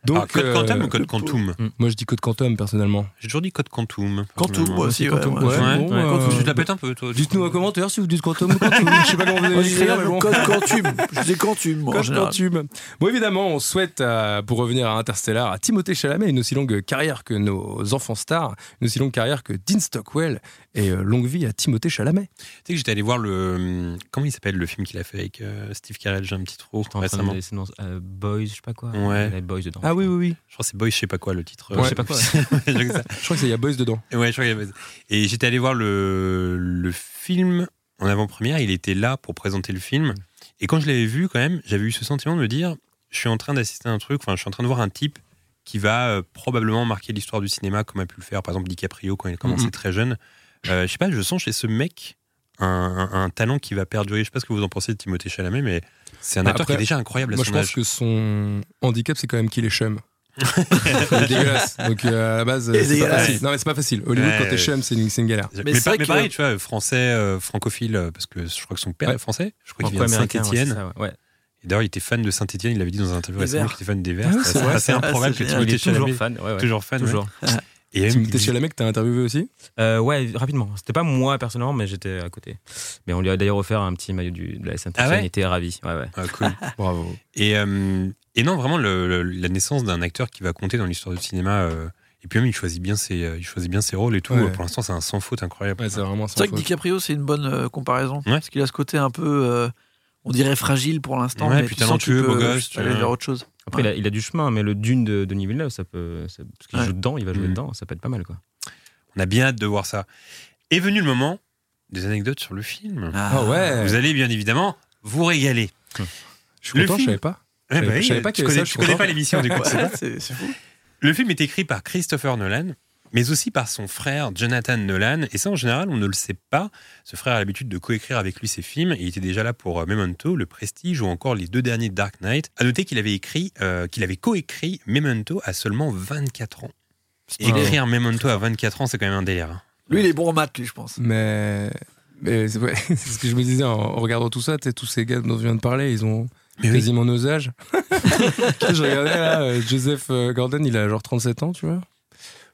Donc,
Alors, Ah, code
euh,
quantum ou code quantum
moi je dis Code Quantum personnellement.
J'ai toujours dit code quantum.
Quantum,
personnellement.
moi aussi. Ouais,
Quantum,
ouais.
ouais.
Ouais,
Bon,
ouais,
euh,
Je te la pète un peu, toi.
Dites-nous en commentaire si vous dites quantum ou quantum. Je sais pas comment vous
Moi,
allez
je dirais
l'écrire, mais
même
bon.
Code quantum. Je dis quantum, moi, en
Code
général.
Quantum. Bon, évidemment, on souhaite, à- pour revenir à Interstellar, à Timothée Chalamet une aussi longue carrière que nos enfants stars, une aussi longue carrière que Dean Stockwell, et euh, longue vie à Timothée Chalamet.
Tu sais que j'étais allé voir le. Comment il s'appelle le film qu'il a fait avec euh, Steve Carell J'ai un petit trou
en train
récemment.
de- c'est dans, euh, Boys, je sais pas quoi.
Ouais.
Il y a Boys dedans.
Ah oui.
Je crois que c'est Boy, je sais pas quoi le titre.
Ouais, je sais pas quoi.
Je crois que ça-
Je crois qu'il y a Boys dedans.
Ouais, je crois qu'il y avait- Et j'étais allé voir le, le film en avant-première. Il était là pour présenter le film. Et quand je l'avais vu, quand même, j'avais eu ce sentiment de me dire je suis en train d'assister à un truc, enfin, je suis en train de voir un type qui va euh, probablement marquer l'histoire du cinéma comme a pu le faire, par exemple, DiCaprio quand il a commencé
Mhm.
très jeune. Euh, je sais pas, je sens chez ce mec un, un- un talent qui va perdurer. Je sais pas ce que vous en pensez de Timothée Chalamet, mais c'est un
Bah,
acteur
après,
qui est déjà incroyable à
Moi, je
son
pense
âge.
que son handicap, c'est quand même qu'il est chum. c'est dégueulasse. Donc, euh, à la base, euh,
Et
c'est pas
dégueulasse.
facile. Non, mais c'est pas facile. Hollywood,
Ouais,
quand t'es
ouais.
chum, c'est une, c'est une galère.
Mais,
Mais c'est
pas-
vrai
mais
que-
pareil, tu vois, français, euh, francophile, euh, parce que je crois que son père
Ouais.
est français, je crois qu'il vient de
Franco-américain, ouais, c'est
Saint-Etienne.
ça, ouais. Ouais.
Et d'ailleurs, il était fan de Saint-Etienne, il l'avait dit dans un interview
Des
récemment
Verts.
qu'il était fan des Verts.
Ah ouais, c'est
c'est
vrai,
assez
ça.
improbable
Ah,
que
c'est
Il
Timothée
est toujours
Chalamet.
fan. Ouais, ouais.
Toujours fan, ouais.
Toujours.
Et euh, même,
Timothée
il-
Chalamet, que t'as interviewé aussi
Euh, ouais, rapidement. C'était pas moi personnellement, mais j'étais à côté. Mais on lui a d'ailleurs offert un petit maillot du, de la saint
Ah ouais
Il était ravi. Ouais, ouais.
Ah, cool.
Bravo.
Et, euh, et non, vraiment, le- le- la naissance d'un acteur qui va compter dans l'histoire du cinéma. euh, et puis même, il choisit bien ses, euh, il choisit bien ses rôles et tout.
Ouais.
Pour l'instant, c'est un sans faute incroyable.
Ouais, c'est vraiment
C'est vrai que DiCaprio, c'est une bonne euh, comparaison.
Ouais.
Parce qu'il a ce côté un peu, euh, on dirait fragile pour l'instant.
Ouais,
mais
puis
tu sens
talentueux,
qu'il
beau
peut
gosse, tu
Aller
vois.
vers autre chose.
Après, il, a, il a du chemin, mais le dune de Denis Villeneuve, ça peut. ça- parce qu'il
Ouais.
joue dedans, il va jouer
Mhm.
dedans, ça peut être pas mal, quoi.
On a bien hâte de voir ça. Est venu le moment des anecdotes sur le film.
Ah ouais.
Vous allez bien évidemment vous régaler.
Je suis
Le
content, je
film-
savais pas.
Eh ben
Je
oui,
savais pas
tu
qu'il y avait
connais,
Ah,
ça, je
tu
suis
connais
content.
pas l'émission du coup.
Ouais, c'est c'est fou.
Le film est écrit par Christopher Nolan mais aussi par son frère Jonathan Nolan. Et ça, en général, on ne le sait pas. Ce frère a l'habitude de coécrire avec lui ses films. Et il était déjà là pour euh, Memento, Le Prestige ou encore les deux derniers Dark Knight. À noter qu'il avait écrit, euh, qu'il avait coécrit Memento à seulement 24 ans.
C'est pas
Écrire Memento à 24 ans, c'est quand même un délire. hein.
Lui, il est bon en maths, lui, je pense.
Mais, mais c'est ouais, c'est ce que je me disais en, en regardant tout ça. tu sais, Tous ces gars dont je viens de parler, ils ont
Mais oui.
quasiment nos âges. Tu sais, je regardais là, euh, Joseph euh, Gordon, il a genre 37 ans, tu vois.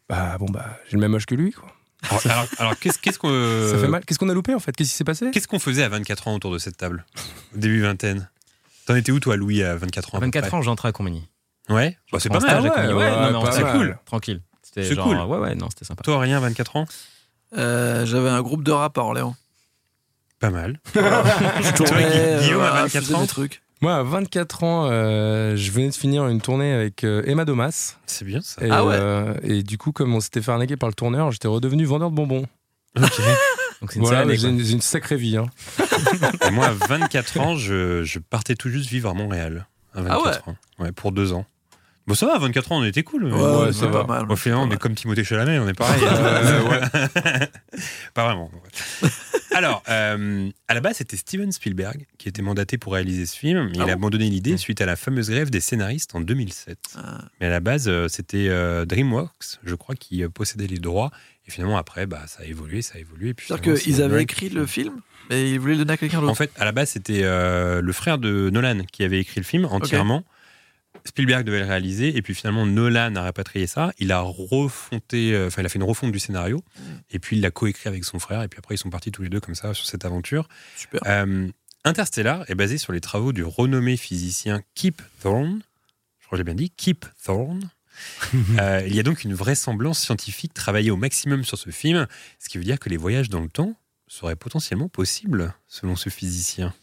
Bah bon, bah j'ai le même âge que lui, quoi.
Alors, Ah, alors- alors, qu'est-ce qu'est-ce qu'on
Euh,
Ça fait mal. Qu'est-ce qu'on a loupé en fait Qu'est-ce qui s'est passé
Qu'est-ce qu'on faisait à 24 ans autour de cette table Au début vingtaine. T'en étais où toi, Louis, à 24 ans à peu
24 ans, j'entrais à Combini.
près Ouais. Bah, c'est pas mal.
stage. ouais, ouais, pas
c'est
mal.
cool. Tranquille. C'était
C'est
genre,
cool.
Ouais, ouais, non, c'était sympa.
Toi, rien, 24 ans
Euh, J'avais un groupe de rap à Orléans.
Pas mal.
Je
Toi, Gui-
euh,
Guillaume, à
voilà,
24
je faisais
ans.
des trucs.
Moi, à 24 ans, euh, je venais de finir une tournée avec euh, Emma Domas.
C'est bien ça.
Et,
Ah ouais.
euh, et du coup, comme on s'était fait arnaquer par le tourneur, j'étais redevenu vendeur de bonbons.
Donc c'est une
Voilà,
seule année,
j'ai
quoi.
une, j'ai une sacrée vie. hein.
Et moi, à 24 ans, je, je partais tout juste vivre à Montréal.
Ah
À 24 ans. Ouais, pour deux ans. Bon, ça va, à 24 ans, on était cool.
Ouais,
Ouais, ça
c'est pas
va.
mal.
Au final, on est comme Timothée Chalamet, on est pareil. Euh, ouais. Pas vraiment. ouais. Alors, euh, à la base, c'était Steven Spielberg qui était mandaté pour réaliser ce film.
Ah
mais il a abandonné
Hmm.
l'idée suite à la fameuse grève des scénaristes en 2007.
Ah.
Mais à la base, euh, c'était euh, DreamWorks, je crois, qui euh, possédait les droits. Et finalement, après, bah, ça a évolué, ça a évolué. et puis
C'est-à-dire
finalement, c'est
qu'ils avaient
Nolan
écrit
qui-
le film, mais ils voulaient le donner à quelqu'un
en
d'autre.
fait, à la base, c'était euh, le frère de Nolan qui avait écrit le film entièrement. Spielberg devait le réaliser, et puis finalement, Nolan a rapatrié ça. Il a refonté, euh, enfin, il a fait une refonte du scénario,
Mm.
et puis il l'a coécrit avec son frère, et puis après, ils sont partis tous les deux comme ça sur cette aventure.
Super.
Euh, Interstellar est basé sur les travaux du renommé physicien Kip Thorne. Je crois que j'ai bien dit, Kip Thorne. Euh, il y a donc une vraisemblance scientifique travaillée au maximum sur ce film, ce qui veut dire que les voyages dans le temps seraient potentiellement possibles, selon ce physicien.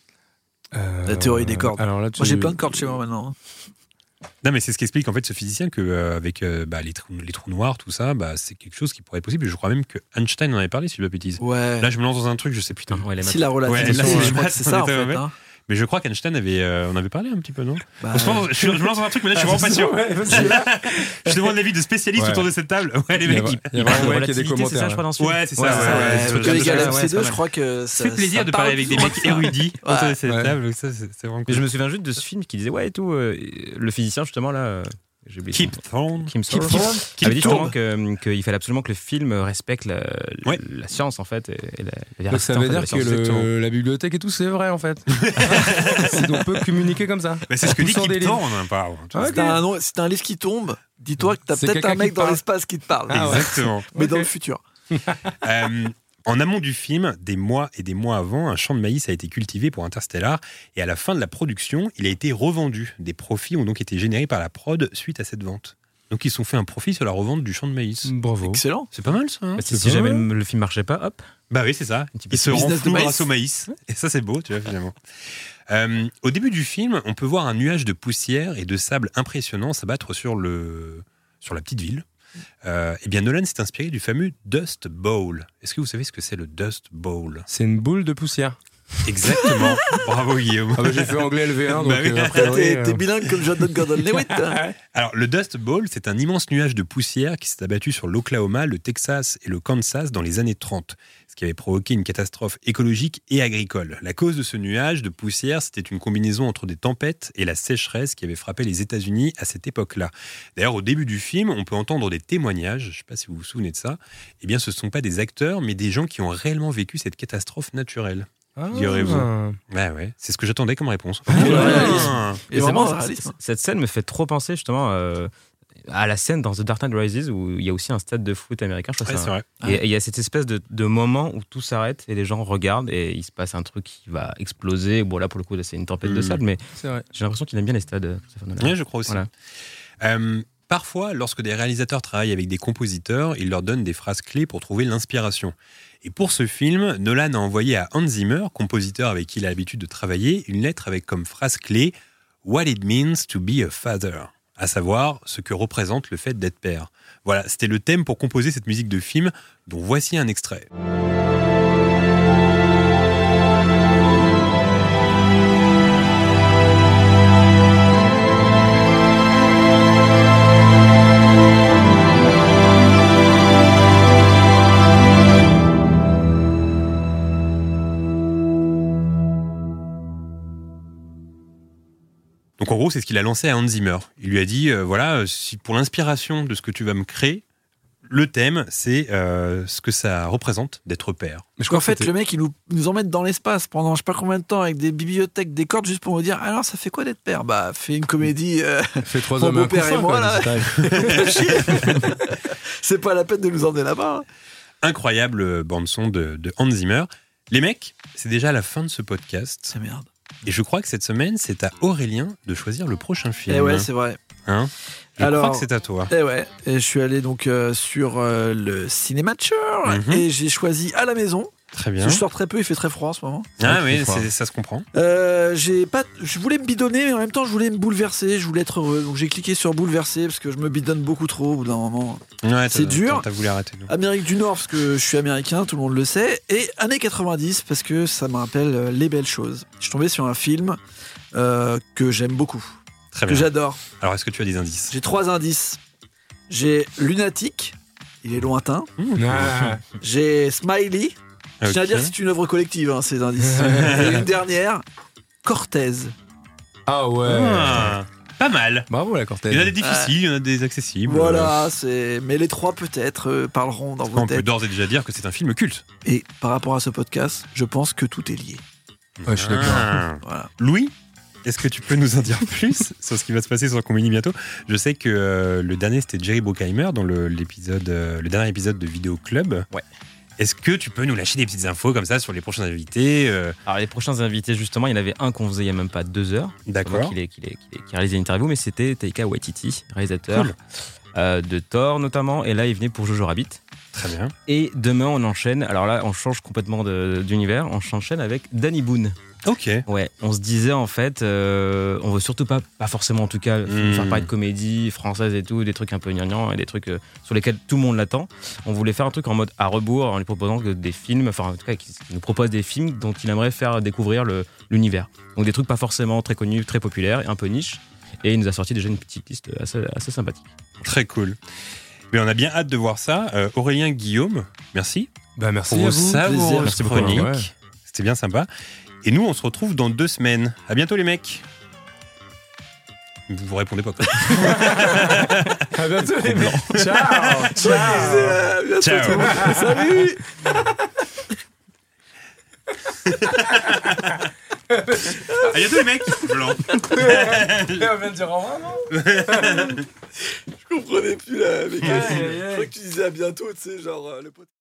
Euh,
La théorie des cordes.
Alors là, tu-
Moi, j'ai plein de cordes chez moi maintenant. hein.
Non, mais c'est ce qu'explique en fait ce physicien que euh, avec euh, bah, les, trous, les trous noirs, tout ça, bah, c'est quelque chose qui pourrait être possible. Je crois même que Einstein en avait parlé, si je ne dis pas de bêtises.
Ouais.
Là, je me lance dans un truc, je sais putain.
Putain, ouais, les
si
maths.
la relativité,
là, c'est-
je crois que c'est ça en
ouais.
fait. hein.
Mais je crois qu'Einstein avait, euh, on avait parlé un petit peu, non
Bah,
On se lance- je, je me lance dans un truc, mais là, je suis vraiment pas sûr.
Ouais, parce que là,
Je demande l'avis de spécialistes
Ouais.
autour de cette table. Ouais, les
Il y a
mecs.
vra-
ils-
il y a vraiment
La
ouais, qu'il y a des
relativité, c'est ça,
commentaires.
je crois, dans ce film.
Ouais, c'est ça.
Ouais,
ouais,
c'est
ouais,
ouais,
parce
c'est-
que les
c'est-
gars,
c'est-
la
c'est
MC2,
pas
je
mal.
crois que
Ça
ça.
fait plaisir
ça
de parler
parle
avec des
souvent
mecs Eh
de ça.
érudits autour de cette
Ouais.
table. Ça, c'est c'est vraiment
Mais
cool.
je me souviens juste de ce film qui disait, ouais, et tout, euh, le physicien, justement, là, euh, j'ai oublié.
Keep Thorne.
Kim
Keep
Thorne.
Thorne.
Il avait dit
Keep Thorne.
justement que- euh, qu'il fallait absolument que le film respecte la,
Ouais.
la science, en fait, et la, la
Donc
véracité,
ça
en
veut
fait, de
dire
la
que
science. Exactement.
le- la bibliothèque et tout, c'est vrai en fait. C'est- on peut communiquer comme ça.
Mais Bah, c'est ce que
Tous
dit
en
Keep
délire.
Thorne, hein, par
Ah ouais,
C'est un, nom- c'est un livre qui tombe. Dis-toi que t'as
C'est
peut-être
quelqu'un
un mec
qui
dans
parle.
l'espace qui te parle,
Ah ouais.
Exactement.
mais dans
Ok.
le futur.
Euh, en amont du film, des mois et des mois avant, un champ de maïs a été cultivé pour Interstellar et à la fin de la production, il a été revendu. Des profits ont donc été générés par la prod suite à cette vente. Donc ils se sont fait un profit sur la revente du champ de maïs.
Bravo.
Excellent.
C'est pas mal ça. hein
Bah, si
Mm. c'est
si
pas
jamais
mal.
le, le film marchait pas, hop.
bah oui, c'est ça.
Un petit peu
Ils se
business de
renflouent
maïs.
grâce au maïs. Et ça, c'est beau, tu vois, finalement. Euh, au début du film, on peut voir un nuage de poussière et de sable impressionnant s'abattre sur, le... sur la petite ville. Euh, eh bien, Nolan s'est inspiré du fameux Dust Bowl. Est-ce que vous savez ce que c'est le Dust Bowl
C'est une boule de poussière.
Exactement. Bravo Guillaume.
Ah bah, j'ai fait anglais LV1, donc
Bah oui.
euh, a
Après,
priori,
t'es
euh,
t'es bilingue comme John Gordon-Lewitt.
Alors le Dust Bowl, c'est un immense nuage de poussière qui s'est abattu sur l'Oklahoma, le Texas et le Kansas dans les années 30, ce qui avait provoqué une catastrophe écologique et agricole. La cause de ce nuage de poussière, c'était une combinaison entre des tempêtes et la sécheresse qui avait frappé les États-Unis à cette époque-là. D'ailleurs, au début du film, on peut entendre des témoignages, je ne sais pas si vous vous souvenez de ça, eh bien ce ne sont pas des acteurs, mais des gens qui ont réellement vécu cette catastrophe naturelle.
ah.
Figurez-vous. Ouais, ouais, c'est ce que j'attendais comme réponse.
le
Ah.
Et vraiment,
c'est-
c'est réalisme.
cette scène me fait trop penser, justement, euh, à la scène dans The Dark Knight Rises où il y a aussi un stade de foot américain, je crois
Ouais,
que c'est
c'est
un-
vrai.
Ah.
Et et il y a cette espèce de, de moment où tout s'arrête et les gens regardent et il se passe un truc qui va exploser. Bon, là, pour le coup, là, c'est une tempête de
Mm.
sable, mais
C'est vrai.
j'ai l'impression qu'il aime bien les stades. euh, Christopher Nolan.
Oui, je crois aussi.
Voilà.
Euh, parfois, lorsque des réalisateurs travaillent avec des compositeurs, ils leur donnent des phrases clés pour trouver l'inspiration. Et pour ce film, Nolan a envoyé à Hans Zimmer, compositeur avec qui il a l'habitude de travailler, une lettre avec comme phrase clé What it means to be a father à savoir ce que représente le fait d'être père. Voilà, c'était le thème pour composer cette musique de film, dont voici un extrait. Donc en gros, c'est ce qu'il a lancé à Hans Zimmer. Il lui a dit euh, voilà, euh, si pour l'inspiration de ce que tu vas me créer, le thème, c'est euh, ce que ça représente d'être père.
Parce qu'en fait, le mec, il nous, nous emmène dans l'espace pendant je sais pas combien de temps avec des bibliothèques, des cordes, juste pour nous dire alors ça fait quoi d'être père Bah, fais une comédie. euh,
Fait trois
Mon
hommes et un
beau-père et
couffin,
moi,
quoi,
là.
c'est pareil.
chier. C'est pas la peine de nous emmener là-bas. hein.
Incroyable bande-son de, de Hans Zimmer. Les mecs, c'est déjà la fin de ce podcast.
C'est merde.
Et je crois que cette semaine, c'est à Aurélien de choisir le prochain film.
Eh ouais, c'est vrai.
Hein je
Alors-
crois que c'est à toi.
Eh ouais, et je suis allé donc euh, sur euh, le Cinémature
Mhm.
et j'ai choisi à la maison.
Très
Parce
bien.
que Je sors très peu, il fait très froid en ce moment.
Ah
Ouais,
oui,
je crois.
c'est- ça se comprend.
Euh, j'ai pas, je voulais me bidonner, mais en même temps, je voulais me bouleverser, je voulais être heureux. Donc j'ai cliqué sur bouleverser parce que je me bidonne beaucoup trop au bout d'un moment.
Ouais,
C'est
t'as-
dur. Euh,
t'as- T'as voulu arrêter. nous.
Amérique du Nord parce que je suis américain, tout le monde le sait, et années 90 parce que ça me rappelle euh, les belles choses. Je suis tombé sur un film euh, que j'aime beaucoup,
Très
que
bien.
j'adore.
Alors, est-ce que tu as des indices
J'ai trois indices. J'ai Lunatic, il est lointain.
Ah.
J'ai Smiley. Je tiens à
Ok.
dire que c'est une œuvre collective, hein, ces indices. Et une dernière, Cortez.
Ah
euh,
ouais.
Ah, Pas mal.
Bravo la
Il y en a des
Cortez.
difficiles, il y en a des accessibles.
Voilà, c'est. Mais les trois peut-être euh, parleront dans
Enfin,
vos
on peut
têtes.
d'ores et déjà dire que c'est un film culte.
Et par rapport à ce podcast, je pense que tout est lié.
Ouais, je suis d'accord.
Ah.
Voilà.
Louis, est-ce que tu peux nous en dire plus sur ce qui va se passer sur Combini bientôt Je sais que euh, le dernier, c'était Jerry Bruckheimer dans le, l'épisode, euh, le dernier épisode de Vidéo Club.
Ouais.
Est-ce que tu peux nous lâcher des petites infos comme ça sur les prochains invités euh,
Alors, les prochains invités, justement, il y en avait un qu'on faisait il y a même pas deux heures.
D'accord.
Qui a réalisé l'interview, mais c'était Taika Waititi, réalisateur euh, de Thor notamment. Et là, il venait pour Jojo Rabbit.
Très bien.
Et demain, on enchaîne. Alors là, on change complètement de- d'univers. On s'enchaîne avec Danny Boone.
Ok.
Ouais, on se disait en fait, euh, on veut surtout pas, pas forcément en tout cas, f-
Hmm.
faire parler de comédie française et tout, des trucs un peu gnangnang et des trucs euh, sur lesquels tout le monde l'attend. On voulait faire un truc en mode à rebours en lui proposant que des films, enfin en tout cas, qui nous propose des films dont il aimerait faire découvrir le- l'univers. Donc des trucs pas forcément très connus, très populaires, et un peu niche. Et il nous a sorti déjà une petite liste assez, assez sympathique.
Très cool. Mais on a bien hâte de voir ça. Euh, Aurélien Guillaume, merci
Bah merci
pour
à
vos
vous.
savoureuses
Merci beaucoup.
chroniques.
Ouais.
C'était bien sympa. Et nous, on se retrouve dans deux semaines. À bientôt, les mecs. Vous vous répondez pas. quoi.
À bientôt les mecs. Ciao.
Ciao.
Salut
À bientôt, les mecs. Blanc.
On vient de dire au revoir, non
Je comprenais plus la mécanique. Je crois que tu disais à bientôt, tu sais, genre euh, le podcast.